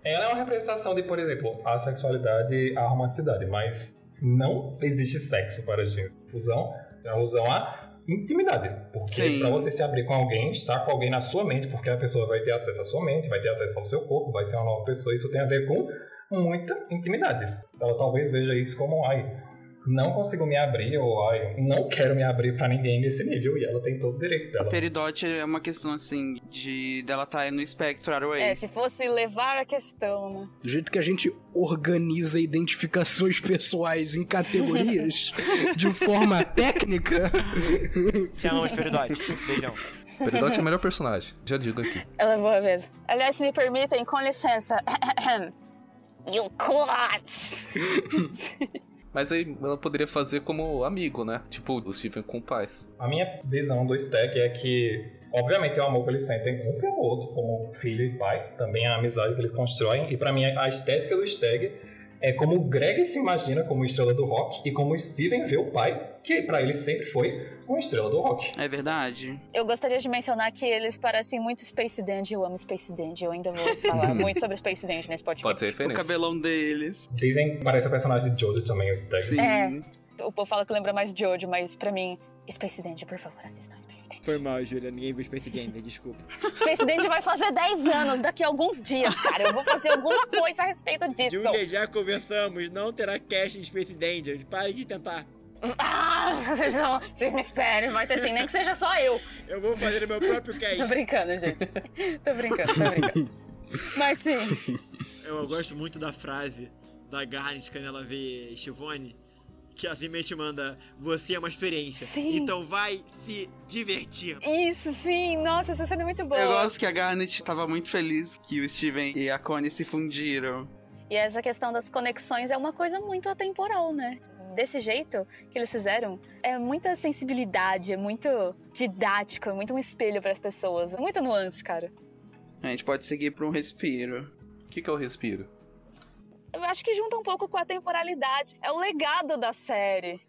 [SPEAKER 6] Ela é uma representação de, por exemplo, a sexualidade e a romanticidade, mas não existe sexo para gente. Fusão é uma alusão à intimidade. Porque
[SPEAKER 2] Sim.
[SPEAKER 6] para você se abrir com alguém, estar com alguém na sua mente, porque a pessoa vai ter acesso à sua mente, vai ter acesso ao seu corpo, vai ser uma nova pessoa, isso tem a ver com muita intimidade. Ela talvez veja isso como, ai, não consigo me abrir, ou ai, não quero me abrir para ninguém nesse nível, e ela tem todo o direito
[SPEAKER 2] A
[SPEAKER 6] dela.
[SPEAKER 2] peridote é uma questão assim de dela estar no espectro Airways.
[SPEAKER 1] É, se fosse levar a questão, né?
[SPEAKER 3] Do jeito que a gente organiza identificações pessoais em categorias de forma técnica.
[SPEAKER 4] Te amo, Esperidote. Beijão.
[SPEAKER 5] Peridot é o melhor personagem, já digo aqui.
[SPEAKER 1] Ela é boa mesmo. Aliás, se me permitem, com licença. You clots!
[SPEAKER 5] Mas aí ela poderia fazer como amigo, né? Tipo, o Steven com o pai.
[SPEAKER 6] A minha visão do stack é que, obviamente, é o amor que eles sentem um pelo outro, como filho e pai, também é a amizade que eles constroem, e pra mim a estética do stag é como o Greg se imagina como estrela do rock e como o Steven vê o pai, que pra ele sempre foi uma estrela do rock.
[SPEAKER 2] É verdade?
[SPEAKER 1] Eu gostaria de mencionar que eles parecem muito Space Dandy. Eu amo Space Dandy. Eu ainda vou falar muito sobre Space Dandy nesse podcast.
[SPEAKER 5] Pode ser
[SPEAKER 2] O
[SPEAKER 5] referência.
[SPEAKER 2] cabelão deles.
[SPEAKER 6] Dizem que parece a personagem de Jojo também, o stag.
[SPEAKER 2] Sim.
[SPEAKER 1] É. O povo fala que lembra mais de Jojo, mas pra mim, Space Dandy, por favor, assistam Space Dandy.
[SPEAKER 4] Foi mal, Júlia. Ninguém viu Space Jam, desculpa.
[SPEAKER 1] Space Dandy vai fazer 10 anos daqui a alguns dias, cara. Eu vou fazer alguma coisa a respeito disso.
[SPEAKER 4] Júlia, já conversamos, não terá cast de Space Danger. Pare de tentar.
[SPEAKER 1] Ah, vocês, não- vocês me esperem, vai ter sim, nem que seja só eu.
[SPEAKER 4] Eu vou fazer o meu próprio
[SPEAKER 1] Tô
[SPEAKER 4] cast.
[SPEAKER 1] brincando, gente. Tô brincando, tô brincando. Mas sim,
[SPEAKER 4] Eu gosto muito da frase da Garnet quando ela vê Chivone, que a Zimente manda, você é uma experiência.
[SPEAKER 1] Sim.
[SPEAKER 4] Então vai se divertir.
[SPEAKER 1] Isso, sim. Nossa, essa cena é muito boa.
[SPEAKER 2] Eu gosto que a Garnet tava muito feliz que o Steven e a Connie se fundiram.
[SPEAKER 1] E essa questão das conexões é uma coisa muito atemporal, né? Desse jeito que eles fizeram, é muita sensibilidade, é muito didático, é muito um espelho para as pessoas, é muita nuance, cara.
[SPEAKER 2] A gente pode seguir pra um respiro.
[SPEAKER 5] O que, que eu respiro?
[SPEAKER 1] Eu acho que junta um pouco com a temporalidade, é o legado da série.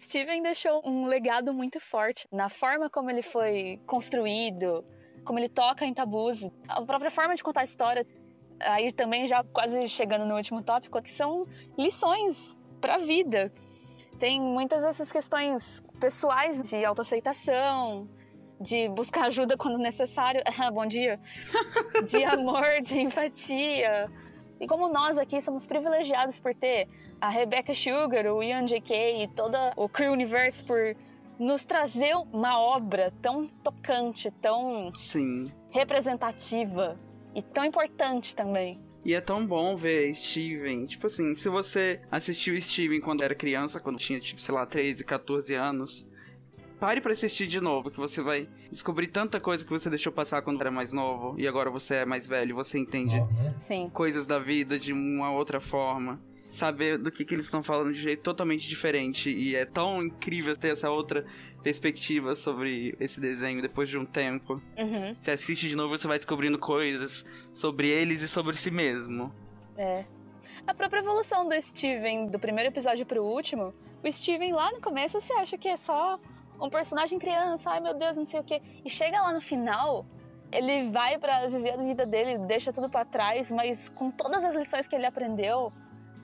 [SPEAKER 1] Steven deixou um legado muito forte na forma como ele foi construído, como ele toca em tabus, a própria forma de contar a história. Aí também já quase chegando no último tópico, que são lições para a vida. Tem muitas dessas questões pessoais de autoaceitação, de buscar ajuda quando necessário. Ah, Bom dia. De amor, de empatia. E como nós aqui somos privilegiados por ter a Rebecca Sugar, o Ian J.K. e todo o Crew Universe por nos trazer uma obra tão tocante, tão
[SPEAKER 2] Sim.
[SPEAKER 1] representativa e tão importante também.
[SPEAKER 2] E é tão bom ver Steven. Tipo assim, se você assistiu Steven quando era criança, quando tinha, tipo, sei lá, 13, 14 anos, pare pra assistir de novo, que você vai descobrir tanta coisa que você deixou passar quando era mais novo e agora você é mais velho, você entende
[SPEAKER 6] Uhum.
[SPEAKER 1] Sim.
[SPEAKER 2] coisas da vida de uma outra forma. Saber do que, que eles estão falando de jeito totalmente diferente. E é tão incrível ter essa outra perspectiva sobre esse desenho depois de um tempo.
[SPEAKER 1] Uhum.
[SPEAKER 2] Você assiste de novo e você vai descobrindo coisas sobre eles e sobre si mesmo.
[SPEAKER 1] É. A própria evolução do Steven, do primeiro episódio pro último, o Steven lá no começo você acha que é só um personagem criança, ai meu Deus, não sei o quê. E chega lá no final, ele vai pra viver a vida dele, deixa tudo pra trás, mas com todas as lições que ele aprendeu,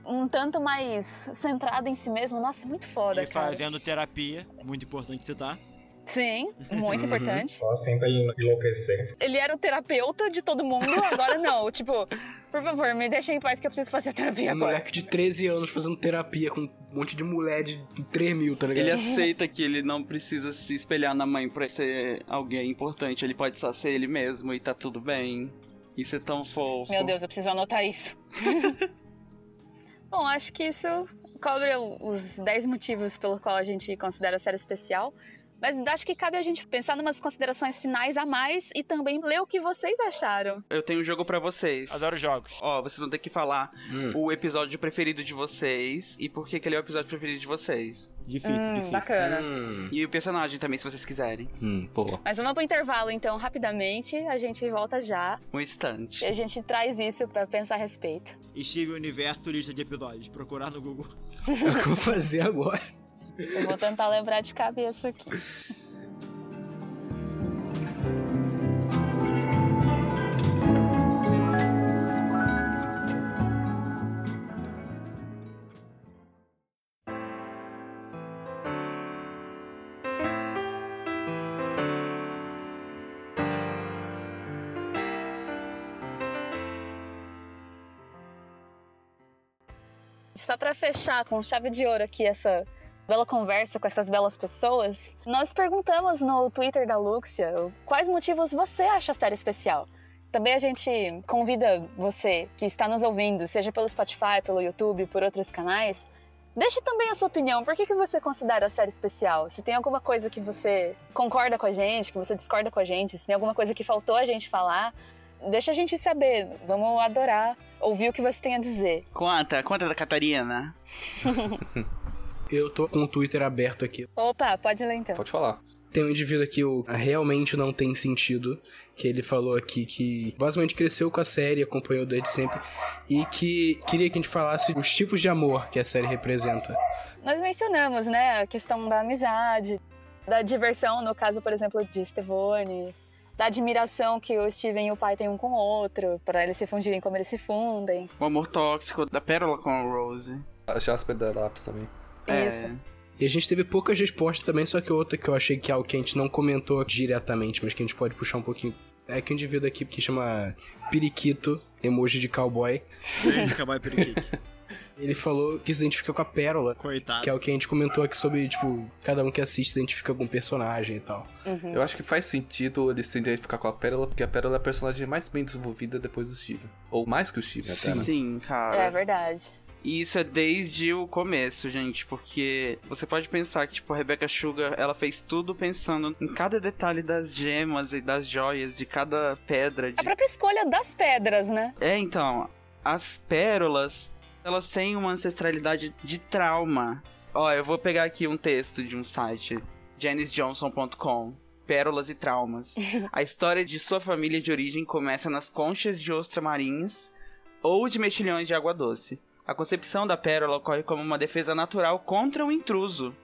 [SPEAKER 1] um tanto mais centrado em si mesmo. Nossa, é muito foda,
[SPEAKER 4] E
[SPEAKER 1] cara.
[SPEAKER 4] fazendo terapia, muito importante citar.
[SPEAKER 1] Sim, muito
[SPEAKER 2] Uhum.
[SPEAKER 1] importante.
[SPEAKER 6] Só assim pra ele não enlouquecer.
[SPEAKER 1] Ele era o terapeuta de todo mundo, agora não. Tipo, por favor, me deixa em paz que eu preciso fazer terapia
[SPEAKER 3] um
[SPEAKER 1] agora.
[SPEAKER 3] moleque de 13 anos fazendo terapia com um monte de mulher de 3 mil, tá
[SPEAKER 1] É.
[SPEAKER 3] ligado?
[SPEAKER 2] Ele é aceita que ele não precisa se espelhar na mãe pra ser alguém importante. Ele pode só ser ele mesmo e tá tudo bem. Isso é tão fofo.
[SPEAKER 1] Meu Deus, eu preciso anotar isso. Bom, acho que isso cobre os 10 motivos pelo qual a gente considera a série especial. Mas acho que cabe a gente pensar numas considerações finais a mais e também ler o que vocês acharam.
[SPEAKER 2] Eu tenho um jogo pra vocês.
[SPEAKER 4] Adoro jogos.
[SPEAKER 2] Ó, vocês vão ter que falar o episódio preferido de vocês e por que que ele é o episódio preferido de vocês.
[SPEAKER 4] Difícil, difícil.
[SPEAKER 1] bacana.
[SPEAKER 5] Hum,
[SPEAKER 2] E o personagem também, se vocês quiserem.
[SPEAKER 5] hum, boa.
[SPEAKER 1] Mas vamos pro intervalo então, rapidamente. A gente volta já
[SPEAKER 2] Um
[SPEAKER 1] e
[SPEAKER 2] instante.
[SPEAKER 1] a gente traz isso pra pensar a respeito.
[SPEAKER 4] Steve Universo, lista de episódios. Procurar no Google.
[SPEAKER 3] É o que eu vou fazer agora.
[SPEAKER 1] Eu vou tentar lembrar de cabeça aqui. Só pra fechar com chave de ouro aqui essa bela conversa com essas belas pessoas, nós perguntamos no Twitter da Luxia quais motivos você acha a série especial. Também a gente convida você que está nos ouvindo, seja pelo Spotify, pelo YouTube, por outros canais, deixe também a sua opinião. Por que, que você considera a série especial? Se tem alguma coisa que você concorda com a gente, que você discorda com a gente, se tem alguma coisa que faltou a gente falar, deixa a gente saber. Vamos adorar ouvir o que você tem a dizer.
[SPEAKER 2] Conta, conta da Catarina.
[SPEAKER 3] Eu tô com o Twitter aberto aqui.
[SPEAKER 1] Opa, pode ler então.
[SPEAKER 5] Pode falar.
[SPEAKER 3] Tem um indivíduo aqui, o Realmente Não Tem Sentido, que ele falou aqui que basicamente cresceu com a série, acompanhou desde sempre, e que queria que a gente falasse os tipos de amor que a série representa.
[SPEAKER 1] Nós mencionamos, né, a questão da amizade, da diversão, no caso, por exemplo, de Stevone, da admiração que o Steven e o pai têm um com o outro, para eles se fundirem como eles se fundem.
[SPEAKER 2] O amor tóxico da Pérola com a Rose.
[SPEAKER 5] A Jasper da Lápis também.
[SPEAKER 2] É.
[SPEAKER 1] Isso.
[SPEAKER 3] E a gente teve poucas respostas também, só que outra que eu achei que é algo que a gente não comentou diretamente, mas que a gente pode puxar um pouquinho. É que o indivíduo aqui que chama Periquito, emoji de cowboy,
[SPEAKER 4] Grande Cowboy Periquito.
[SPEAKER 3] ele falou que se identifica com a Pérola,
[SPEAKER 4] Coitado.
[SPEAKER 3] que é o que a gente comentou aqui sobre, tipo, cada um que assiste se identifica com um personagem e tal.
[SPEAKER 1] Uhum.
[SPEAKER 5] Eu acho que faz sentido ele se identificar com a Pérola, porque a Pérola é a personagem mais bem desenvolvida depois do Steven. Ou mais que o Steven, até, né?
[SPEAKER 2] Sim,
[SPEAKER 1] É
[SPEAKER 2] cara.
[SPEAKER 1] verdade.
[SPEAKER 2] E isso é desde o começo, gente, porque você pode pensar que, tipo, a Rebecca Sugar, ela fez tudo pensando em cada detalhe das gemas e das joias, de cada pedra. de-
[SPEAKER 1] A própria escolha das pedras, né?
[SPEAKER 2] É, então, as pérolas, elas têm uma ancestralidade de trauma. Ó, eu vou pegar aqui um texto de um site, janisjohnson.com. Pérolas e traumas. A história de sua família de origem começa nas conchas de ostra marinhas ou de mexilhões de água doce. A concepção da pérola ocorre como uma defesa natural contra um intruso.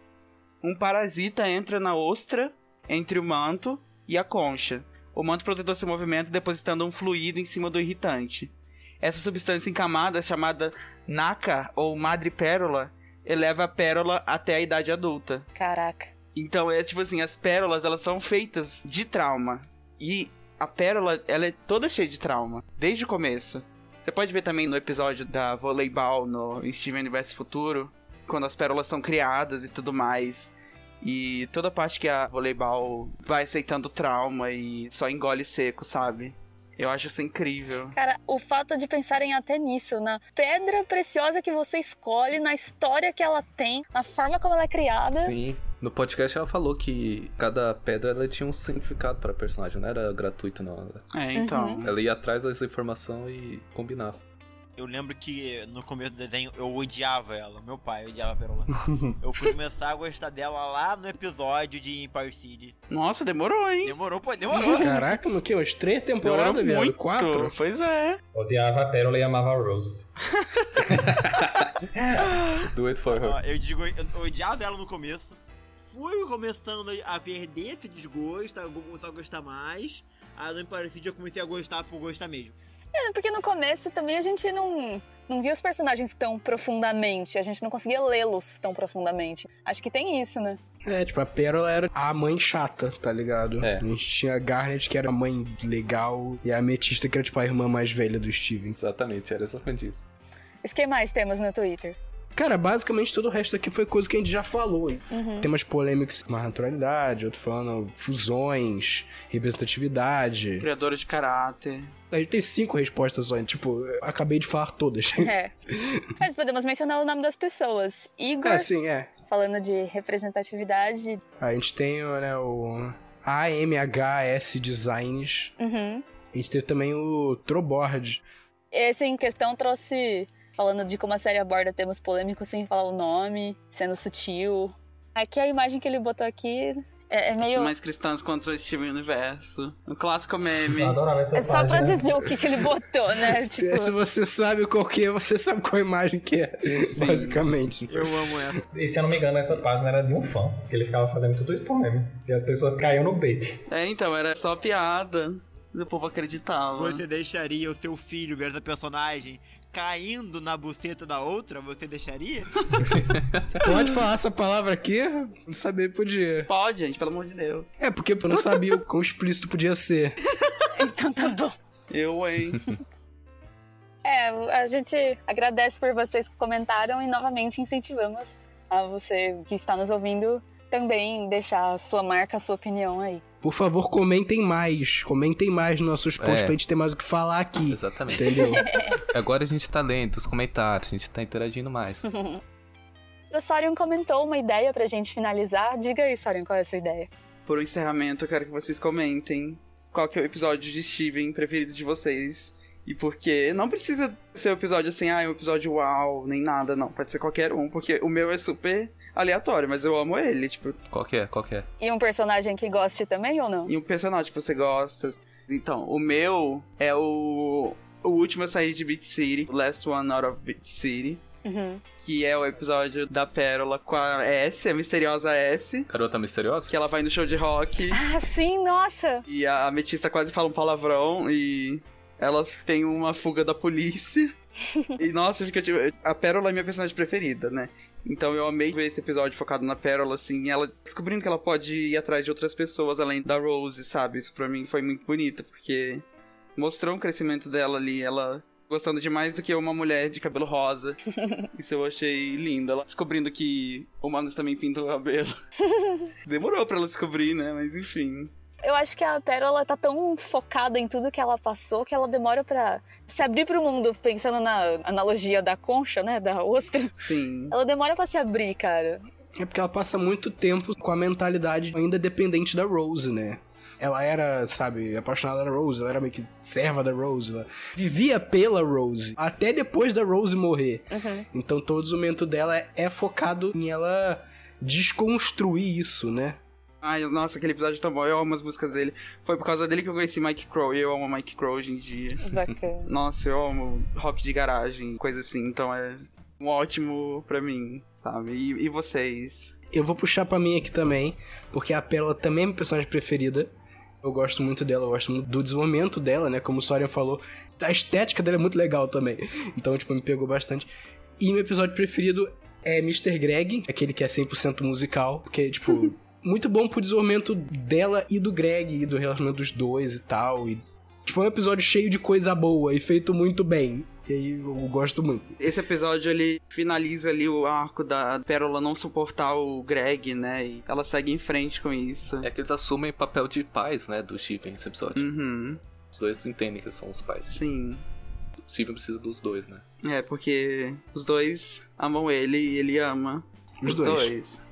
[SPEAKER 2] Um parasita entra na ostra, entre o manto e a concha. O manto protetor se movimenta depositando um fluido em cima do irritante. Essa substância em camadas, chamada naca ou madrepérola, eleva a pérola até a idade adulta.
[SPEAKER 1] Caraca.
[SPEAKER 2] Então é tipo assim, as pérolas elas são feitas de trauma. E a pérola, ela é toda cheia de trauma, desde o começo. Você pode ver também no episódio da voleibol no Steven Universo Futuro, quando as pérolas são criadas e tudo mais. E toda a parte que a voleibol vai aceitando trauma e só engole seco, sabe? Eu acho isso incrível.
[SPEAKER 1] Cara, o fato de pensarem até nisso, na pedra preciosa que você escolhe, na história que ela tem, na forma como ela é criada.
[SPEAKER 5] Sim. No podcast ela falou que cada pedra ela tinha um significado pra personagem, não era gratuito não.
[SPEAKER 2] É, então.
[SPEAKER 5] Ela ia atrás dessa informação e combinava.
[SPEAKER 4] Eu lembro que no começo do desenho eu odiava ela. Meu pai odiava a Perola. eu fui começar a gostar dela lá no episódio de Empire City.
[SPEAKER 2] Nossa, demorou, hein?
[SPEAKER 4] Demorou, pô, demorou.
[SPEAKER 3] Caraca, no que? Umas três temporadas,
[SPEAKER 2] demorou
[SPEAKER 3] velho?
[SPEAKER 2] muito.
[SPEAKER 3] Quatro?
[SPEAKER 2] Pois é.
[SPEAKER 6] Odiava a Pérola e amava a Rose.
[SPEAKER 5] Do it for
[SPEAKER 4] Ó,
[SPEAKER 5] her.
[SPEAKER 4] eu digo, eu eu odiava ela no começo. Fui começando a perder esse desgosto, a começar a gostar mais. Aí no Empire City eu comecei a gostar por gostar mesmo.
[SPEAKER 1] É, porque no começo também a gente não, não via os personagens tão profundamente, a gente não conseguia lê-los tão profundamente. Acho que tem isso, né?
[SPEAKER 3] É, tipo, a Pérola era a mãe chata, tá ligado?
[SPEAKER 5] É.
[SPEAKER 3] A gente tinha a Garnet, que era a mãe legal, e a Ametista, que era, tipo, a irmã mais velha do Steven.
[SPEAKER 5] Exatamente, era exatamente isso.
[SPEAKER 1] Mas que é mais temos no Twitter?
[SPEAKER 3] Cara, basicamente todo o resto aqui foi coisa que a gente já falou. hein?
[SPEAKER 1] Uhum.
[SPEAKER 3] Temas polêmicos, mais naturalidade, outro falando fusões, representatividade.
[SPEAKER 2] Criadora de caráter.
[SPEAKER 3] A gente tem cinco respostas só, hein? tipo, eu acabei de falar todas.
[SPEAKER 1] É. Mas podemos mencionar o nome das pessoas. Igor,
[SPEAKER 3] É, sim, é.
[SPEAKER 1] falando de representatividade.
[SPEAKER 3] A gente tem, né, o AMHS Designs.
[SPEAKER 1] Uhum.
[SPEAKER 3] A gente teve também o Troboard.
[SPEAKER 1] Esse em questão trouxe. Falando de como a série aborda temas polêmicos sem falar o nome, sendo sutil. Aqui a imagem que ele botou aqui é, é meio.
[SPEAKER 2] Mais cristãs contra o Steven Universo. Um clássico meme.
[SPEAKER 6] Eu adorava essa
[SPEAKER 1] É só pra
[SPEAKER 6] página.
[SPEAKER 1] dizer o que, que ele botou, né? Tipo,
[SPEAKER 3] É, Se você sabe qual que é, você sabe qual imagem que é, basicamente.
[SPEAKER 4] Eu amo ela.
[SPEAKER 6] E se eu não me engano, essa página era de um fã, que ele ficava fazendo tudo isso por meme. E as pessoas caíam no bait.
[SPEAKER 2] É, então, era só piada. O povo acreditava.
[SPEAKER 4] Você deixaria o seu filho ver essa personagem caindo na buceta da outra? Você deixaria?
[SPEAKER 3] Pode falar essa palavra aqui? Não sabia, podia.
[SPEAKER 2] Pode, gente, pelo amor de Deus.
[SPEAKER 3] É, porque eu não sabia o quão explícito podia ser.
[SPEAKER 1] então tá bom.
[SPEAKER 2] Eu, hein?
[SPEAKER 1] É, a gente agradece por vocês que comentaram e novamente incentivamos a você que está nos ouvindo também deixar a sua marca, a sua opinião aí.
[SPEAKER 3] Por favor, comentem mais. Comentem mais nos nossos posts
[SPEAKER 5] É.
[SPEAKER 3] pra gente ter mais o que falar aqui.
[SPEAKER 5] Exatamente.
[SPEAKER 3] Entendeu?
[SPEAKER 5] Agora a gente tá lendo os comentários, a gente tá interagindo mais.
[SPEAKER 1] O Sorion comentou uma ideia pra gente finalizar. Diga aí, Sorion, qual é essa ideia?
[SPEAKER 2] Por um encerramento, eu quero que vocês comentem qual que é o episódio de Steven preferido de vocês. E por quê? Não precisa ser um episódio assim, ah, é um episódio uau, nem nada, não. Pode ser qualquer um, porque o meu é super aleatório, mas eu amo ele, tipo,
[SPEAKER 5] Qual que é? Qual que é?
[SPEAKER 1] E um personagem que goste também ou não?
[SPEAKER 2] e um personagem que você gosta. Então, o meu é o, o último a sair de Beat City, Last One Out of Beat City.
[SPEAKER 1] Uhum.
[SPEAKER 2] que é o episódio da Pérola com a S, a misteriosa S,
[SPEAKER 5] Garota misteriosa?
[SPEAKER 2] que ela vai no show de rock
[SPEAKER 1] Ah, sim, nossa!
[SPEAKER 2] e a ametista quase fala um palavrão e elas têm uma fuga da polícia. e nossa, fica tipo, a Pérola é minha personagem preferida, né? Então eu amei ver esse episódio focado na Pérola, assim, ela descobrindo que ela pode ir atrás de outras pessoas além da Rose, sabe? Isso pra mim foi muito bonito, porque mostrou um crescimento dela ali, ela gostando de mais do que uma mulher de cabelo rosa. Isso eu achei lindo, ela descobrindo que humanos também pintam o cabelo. Demorou pra ela descobrir, né? Mas enfim.
[SPEAKER 1] Eu acho que a Pérola tá tão focada em tudo que ela passou que ela demora pra se abrir pro mundo, pensando na analogia da concha, né, da ostra.
[SPEAKER 2] Sim.
[SPEAKER 1] Ela demora pra se abrir, cara.
[SPEAKER 3] É porque ela passa muito tempo com a mentalidade ainda dependente da Rose, né? Ela era, sabe, apaixonada da Rose, ela era meio que serva da Rose, ela vivia pela Rose, até depois da Rose morrer.
[SPEAKER 1] Uhum.
[SPEAKER 3] Então todo o momento dela é- é focado em ela desconstruir isso, né?
[SPEAKER 2] Ai, nossa, aquele episódio é tão bom. Eu amo as músicas dele. Foi por causa dele que eu conheci Mike Crow. E eu amo Mike Crow hoje em dia.
[SPEAKER 1] Bacana.
[SPEAKER 2] Nossa, eu amo rock de garagem, coisa assim. Então é um ótimo pra mim, sabe? E, e vocês?
[SPEAKER 3] Eu vou puxar pra mim aqui também, porque a Pérola também é minha personagem preferida. Eu gosto muito dela, eu gosto muito do desenvolvimento dela, né? Como o Soren falou, a estética dela é muito legal também. Então, tipo, me pegou bastante. E meu episódio preferido é Mr. Greg, aquele que é 100% musical, porque, tipo, muito bom pro desenvolvimento dela e do Greg, e do relacionamento dos dois e tal. E, tipo, é um episódio cheio de coisa boa e feito muito bem. E aí eu gosto muito.
[SPEAKER 2] Esse episódio ele finaliza ali o arco da Pérola não suportar o Greg, né? E ela segue em frente com isso.
[SPEAKER 5] É que eles assumem o papel de pais, né, do Steven nesse episódio.
[SPEAKER 2] Uhum.
[SPEAKER 5] Os dois entendem que eles são os pais.
[SPEAKER 2] Sim.
[SPEAKER 5] O Steven precisa dos dois, né?
[SPEAKER 2] É, porque os dois amam ele e ele ama os,
[SPEAKER 3] Os dois.
[SPEAKER 2] dois.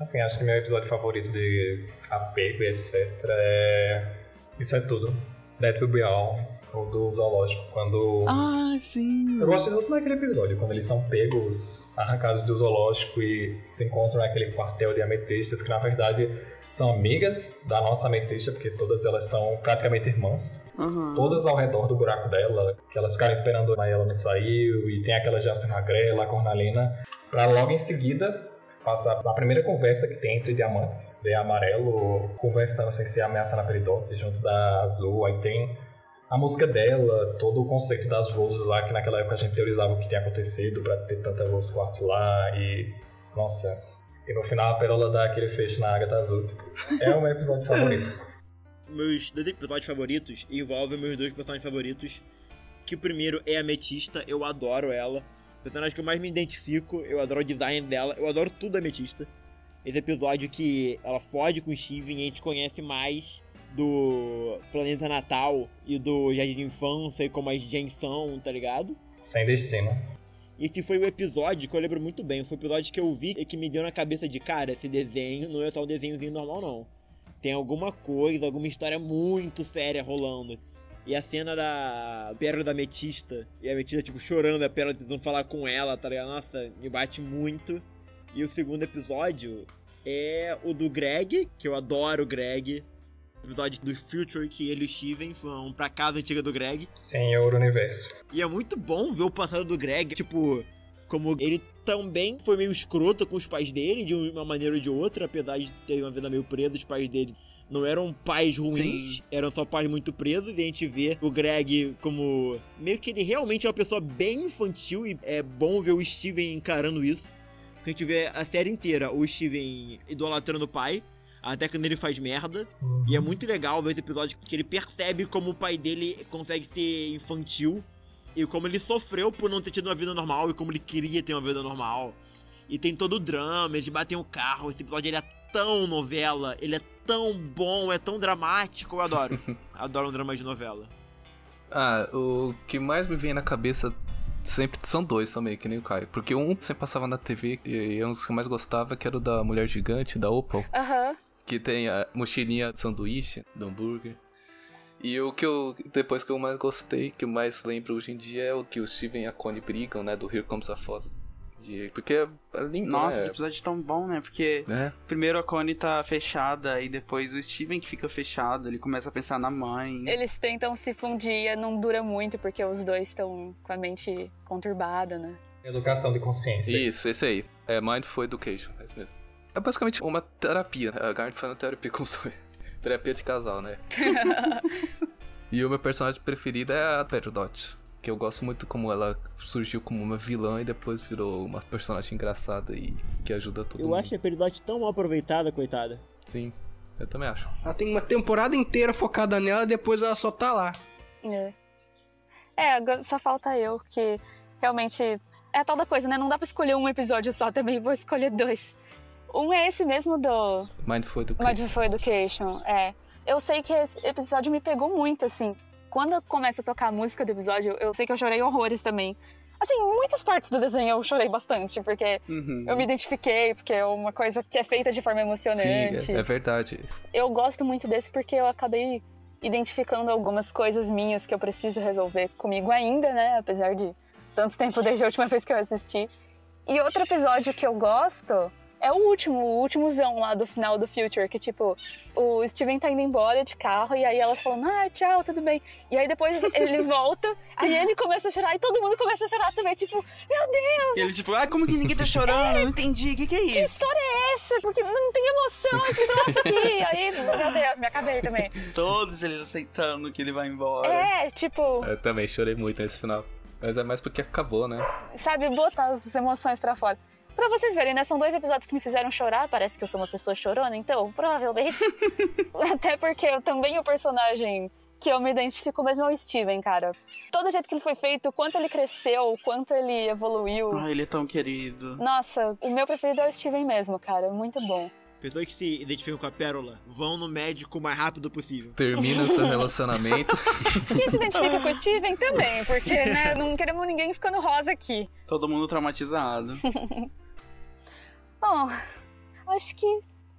[SPEAKER 6] Assim, acho que meu episódio favorito de apego e etc. é. Isso é tudo. That Will Be All, ou do Zoológico. Quando.
[SPEAKER 2] Ah, sim.
[SPEAKER 6] Eu gosto de tudo naquele episódio, quando eles são pegos, arrancados do zoológico e se encontram naquele quartel de ametistas, que na verdade são amigas da nossa ametista, porque todas elas são praticamente irmãs.
[SPEAKER 2] Aham.
[SPEAKER 6] Todas ao redor do buraco dela, que elas ficaram esperando, mas ela não saiu, e tem aquela Jasper Magrela, a Cornalina, pra logo em seguida passar na primeira conversa que tem entre diamantes, de amarelo, conversando sem ser ameaça na peridote, junto da azul, aí tem a música dela, todo o conceito das roses lá, que naquela época a gente teorizava o que tinha acontecido pra ter tanta rose quartz lá, e. Nossa. E no final a perola dá aquele fecho na Agatha Azul. Tipo, é o meu episódio favorito.
[SPEAKER 4] Meus dois episódios favoritos envolvem meus dois personagens favoritos. Que o primeiro é a Ametista, eu adoro ela. Personagem que eu mais me identifico, eu adoro o design dela, eu adoro tudo da Ametista. Esse episódio que ela fode com o Steven e a gente conhece mais do planeta natal e do jardim de infância e como as gens são, tá ligado?
[SPEAKER 6] Sem destino.
[SPEAKER 4] Esse foi o episódio que eu lembro muito bem. Foi o episódio que eu vi e que me deu na cabeça de cara, esse desenho não é só um desenhozinho normal, não. Tem alguma coisa, alguma história muito séria rolando. E a cena da Pérola da Metista, e a Metista, tipo, chorando, a Pérola tentando falar com ela, tá ligado? Nossa, me bate muito. E o segundo episódio é o do Greg, que eu adoro o Greg. O episódio do Future, que ele e o Steven vão um pra casa antiga do Greg.
[SPEAKER 6] Senhor Universo.
[SPEAKER 4] E é muito bom ver o passado do Greg, tipo, como ele também foi meio escroto com os pais dele, de uma maneira ou de outra, apesar de ter uma vida meio presa, os pais dele não eram pais ruins, eram só pais muito presos, e a gente vê o Greg como. meio que ele realmente é uma pessoa bem infantil, e é bom ver o Steven encarando isso. Porque a gente vê a série inteira o Steven idolatrando o pai, até quando ele faz merda. E é muito legal ver esse episódio que ele percebe como o pai dele consegue ser infantil e como ele sofreu por não ter tido uma vida normal e como ele queria ter uma vida normal. E tem todo o drama, eles batem o carro, esse episódio ele é tão novela, ele é tão bom, é tão dramático, eu adoro. adoro um drama de novela.
[SPEAKER 5] Ah, o que mais me vem na cabeça sempre são dois também, que nem o Caio. Porque um que sempre passava na TV e é um dos que eu mais gostava, que era o da Mulher Gigante, da Opal.
[SPEAKER 1] Aham.
[SPEAKER 5] Que tem a mochilinha de sanduíche, do hambúrguer. E o que eu, depois que eu mais gostei, que eu mais lembro hoje em dia, é o que o Steven e a Connie brigam, né, do Here Comes a Foto. E- Porque é, é lindo,
[SPEAKER 2] Nossa, esse
[SPEAKER 5] né?
[SPEAKER 2] episódio é tão bom, né? Porque
[SPEAKER 5] né?
[SPEAKER 2] primeiro a Connie tá fechada e depois o Steven que fica fechado, ele começa a pensar na mãe.
[SPEAKER 1] Eles tentam se fundir, não dura muito, porque os dois estão com a mente conturbada, né?
[SPEAKER 6] Educação de consciência.
[SPEAKER 5] Isso, esse aí. É Mindful Education, é isso mesmo. É basicamente uma terapia. né? A Garnet faz uma terapia como se fosse terapia de casal, né? e o meu personagem preferido é a Peridot. Que eu gosto muito como ela surgiu como uma vilã e depois virou uma personagem engraçada e que ajuda todo
[SPEAKER 4] Eu
[SPEAKER 5] mundo.
[SPEAKER 4] acho a Peridote tão mal aproveitada, coitada.
[SPEAKER 5] Sim, eu também acho.
[SPEAKER 3] Ela tem uma temporada inteira focada nela, depois ela só tá lá.
[SPEAKER 1] É. É, agora só falta eu, que realmente é a tal da coisa, né? Não dá pra escolher um episódio só, também vou escolher dois. Um é esse mesmo do
[SPEAKER 5] Mindful Education.
[SPEAKER 1] Modern Education, é. Eu sei que esse episódio me pegou muito, assim. Quando começa a tocar a música do episódio, eu sei que eu chorei horrores também. Assim, em muitas partes do desenho eu chorei bastante, porque
[SPEAKER 2] Uhum.
[SPEAKER 1] eu me identifiquei, porque é uma coisa que é feita de forma emocionante.
[SPEAKER 5] Sim, é, é verdade.
[SPEAKER 1] Eu gosto muito desse porque eu acabei identificando algumas coisas minhas que eu preciso resolver comigo ainda, né? Apesar de tanto tempo desde a última vez que eu assisti. E outro episódio que eu gosto é o último, o últimozão lá do final do Future, que tipo, o Steven tá indo embora de carro e aí elas falam, ah, tchau, tudo bem. E aí depois ele volta, aí ele começa a chorar e todo mundo começa a chorar também, tipo, meu Deus,
[SPEAKER 2] E ele, tipo, ah, como que ninguém tá chorando? Eu Não entendi, o que, que
[SPEAKER 1] que
[SPEAKER 2] é isso?
[SPEAKER 1] história é essa? Porque não tem emoção assim, esse troço aqui. Aí, meu Deus, me acabei também.
[SPEAKER 2] Todos eles aceitando que ele vai embora.
[SPEAKER 1] É, tipo,
[SPEAKER 5] Eu também chorei muito nesse final. Mas é mais porque acabou, né?
[SPEAKER 1] sabe, botar as emoções pra fora. Pra vocês verem, né? São dois episódios que me fizeram chorar. Parece que eu sou uma pessoa chorona, então, provavelmente. Até porque eu também o personagem que eu me identifico mesmo é o Steven, cara. Todo jeito que ele foi feito, o quanto ele cresceu, o quanto ele evoluiu.
[SPEAKER 2] Ah, ele é tão querido.
[SPEAKER 1] Nossa, o meu preferido é o Steven mesmo, cara. É Muito bom.
[SPEAKER 4] Pessoas que se identificam com a pérola vão no médico o mais rápido possível.
[SPEAKER 5] Termina o seu relacionamento.
[SPEAKER 1] Quem se identifica com o Steven também, porque, né? Não queremos ninguém ficando rosa aqui.
[SPEAKER 2] Todo mundo traumatizado.
[SPEAKER 1] Bom, acho que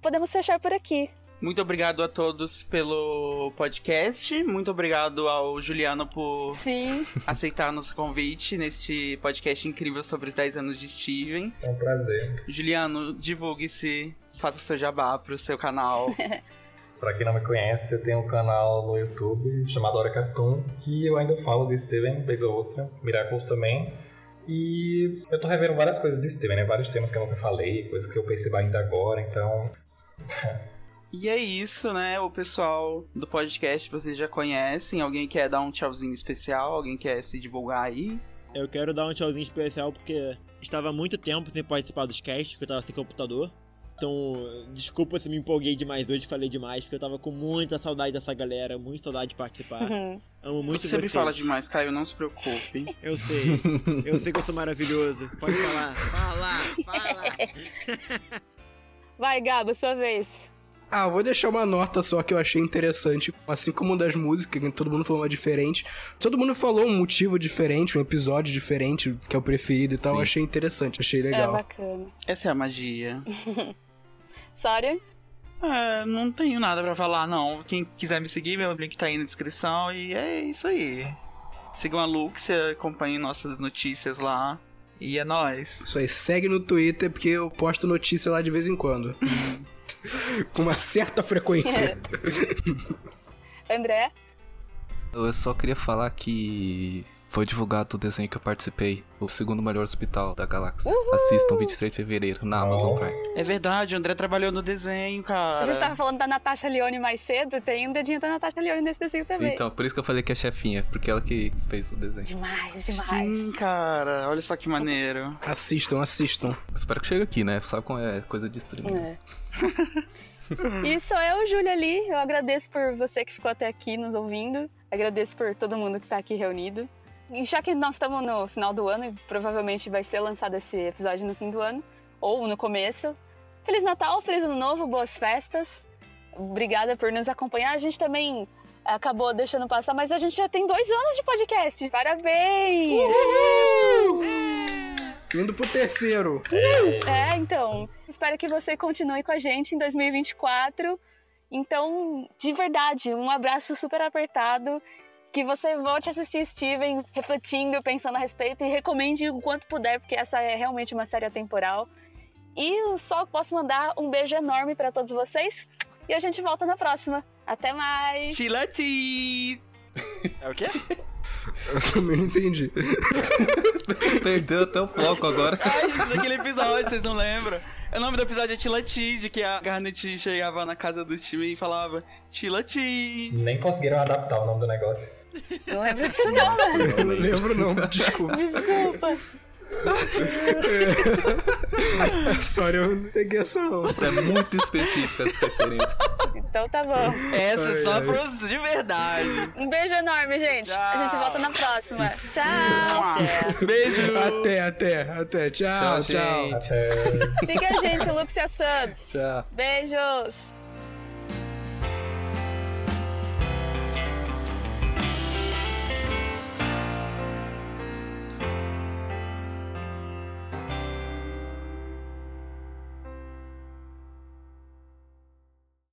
[SPEAKER 1] podemos fechar por aqui.
[SPEAKER 2] Muito obrigado a todos pelo podcast. Muito obrigado ao Juliano por
[SPEAKER 1] Sim.
[SPEAKER 2] aceitar nosso convite neste podcast incrível sobre os 10 anos de Steven.
[SPEAKER 6] É um prazer.
[SPEAKER 2] Juliano, divulgue-se, faça seu jabá pro seu canal.
[SPEAKER 6] Pra quem não me conhece, eu tenho um canal no YouTube chamado Hora Cartoon, que eu ainda falo de Steven, vez ou outra, Miracles também. E eu tô revendo várias coisas de Steven, né? Vários temas que eu nunca falei, coisas que eu percebo ainda agora, então.
[SPEAKER 2] e é isso, né? O pessoal do podcast vocês já conhecem. Alguém quer dar um tchauzinho especial? Alguém quer se divulgar aí?
[SPEAKER 4] Eu quero dar um tchauzinho especial porque estava há muito tempo sem participar dos casts, porque eu tava sem computador. Então, desculpa se me empolguei demais hoje, falei demais, porque eu tava com muita saudade dessa galera, muita saudade de participar. Amo muito
[SPEAKER 2] Você sempre
[SPEAKER 4] vocês.
[SPEAKER 2] fala demais, Caio, não se preocupe.
[SPEAKER 4] Eu sei, eu sei que eu sou maravilhoso. Pode falar, fala, fala.
[SPEAKER 1] Vai, Gabo, sua vez.
[SPEAKER 3] Ah, vou deixar uma nota só que eu achei interessante. Assim como das músicas, que todo mundo falou uma diferente. Todo mundo falou um motivo diferente, um episódio diferente, que é o preferido e tal.
[SPEAKER 5] Sim.
[SPEAKER 3] Eu achei interessante, achei
[SPEAKER 1] É
[SPEAKER 3] legal.
[SPEAKER 1] bacana.
[SPEAKER 2] Essa é a magia.
[SPEAKER 1] Sória?
[SPEAKER 2] É, não tenho nada pra falar, não. Quem quiser me seguir, meu link tá aí na descrição. E é isso aí. Sigam a Luxia, acompanhem nossas notícias lá. E é nóis.
[SPEAKER 3] Isso aí, segue no Twitter, porque eu posto notícia lá de vez em quando. Com uma certa
[SPEAKER 1] É.
[SPEAKER 3] frequência.
[SPEAKER 1] André?
[SPEAKER 5] Eu só queria falar que foi divulgado o desenho que eu participei, o segundo melhor hospital da galáxia. Assistam 23 de fevereiro na Amazon Prime.
[SPEAKER 2] É verdade, o André trabalhou no desenho, cara.
[SPEAKER 1] A gente tava falando da Natasha Leone mais cedo, tem um dedinho da Natasha Leone nesse desenho também.
[SPEAKER 5] Então, por isso que eu falei que é chefinha, porque ela que fez o desenho.
[SPEAKER 1] Demais, demais.
[SPEAKER 2] Sim, cara. Olha só que maneiro.
[SPEAKER 3] assistam, assistam.
[SPEAKER 5] Espero que chegue aqui, né? Sabe como é coisa de streaming.
[SPEAKER 1] É. e sou eu, Júlia Lee. Eu agradeço por você que ficou até aqui nos ouvindo. Agradeço por todo mundo que tá aqui reunido. E já que nós estamos no final do ano e provavelmente vai ser lançado esse episódio no fim do ano, ou no começo, Feliz Natal, Feliz Ano Novo, boas festas. Obrigada por nos acompanhar. A gente também acabou deixando passar, mas a gente já tem dois anos de podcast. Parabéns!
[SPEAKER 3] Indo pro terceiro.
[SPEAKER 1] É, então. Espero que você continue com a gente em 2024. Então, de verdade, um abraço super apertado. Que você volte a assistir Steven, refletindo, pensando a respeito e recomende o quanto puder, porque essa é realmente uma série atemporal. E eu só posso mandar um beijo enorme para todos vocês. E a gente volta na próxima. Até mais!
[SPEAKER 2] Chilete!
[SPEAKER 4] É o quê?
[SPEAKER 3] Eu também não entendi.
[SPEAKER 5] Perdeu até o foco agora.
[SPEAKER 2] Ai, gente, daquele episódio, vocês não lembram? O nome do episódio é Tilati, de que a Garnet chegava na casa do time e falava Tilati.
[SPEAKER 6] Nem conseguiram adaptar o nome do negócio.
[SPEAKER 1] Não lembro disso não,
[SPEAKER 3] Eu não lembro não, desculpa.
[SPEAKER 1] desculpa.
[SPEAKER 3] Sorry, eu não peguei essa não.
[SPEAKER 5] É muito específica essa referência.
[SPEAKER 1] Então tá bom.
[SPEAKER 2] Essa é só
[SPEAKER 3] Ai, ai.
[SPEAKER 2] pros de verdade.
[SPEAKER 1] Um beijo enorme, gente. A gente
[SPEAKER 2] Tchau.
[SPEAKER 1] volta na próxima. Tchau!
[SPEAKER 2] Beijo!
[SPEAKER 3] Até, até, até. Tchau,
[SPEAKER 5] Tchau,
[SPEAKER 6] é
[SPEAKER 3] tchau.
[SPEAKER 5] gente.
[SPEAKER 6] Até.
[SPEAKER 1] Siga a gente, Luxia Subs.
[SPEAKER 5] Tchau.
[SPEAKER 1] Beijos!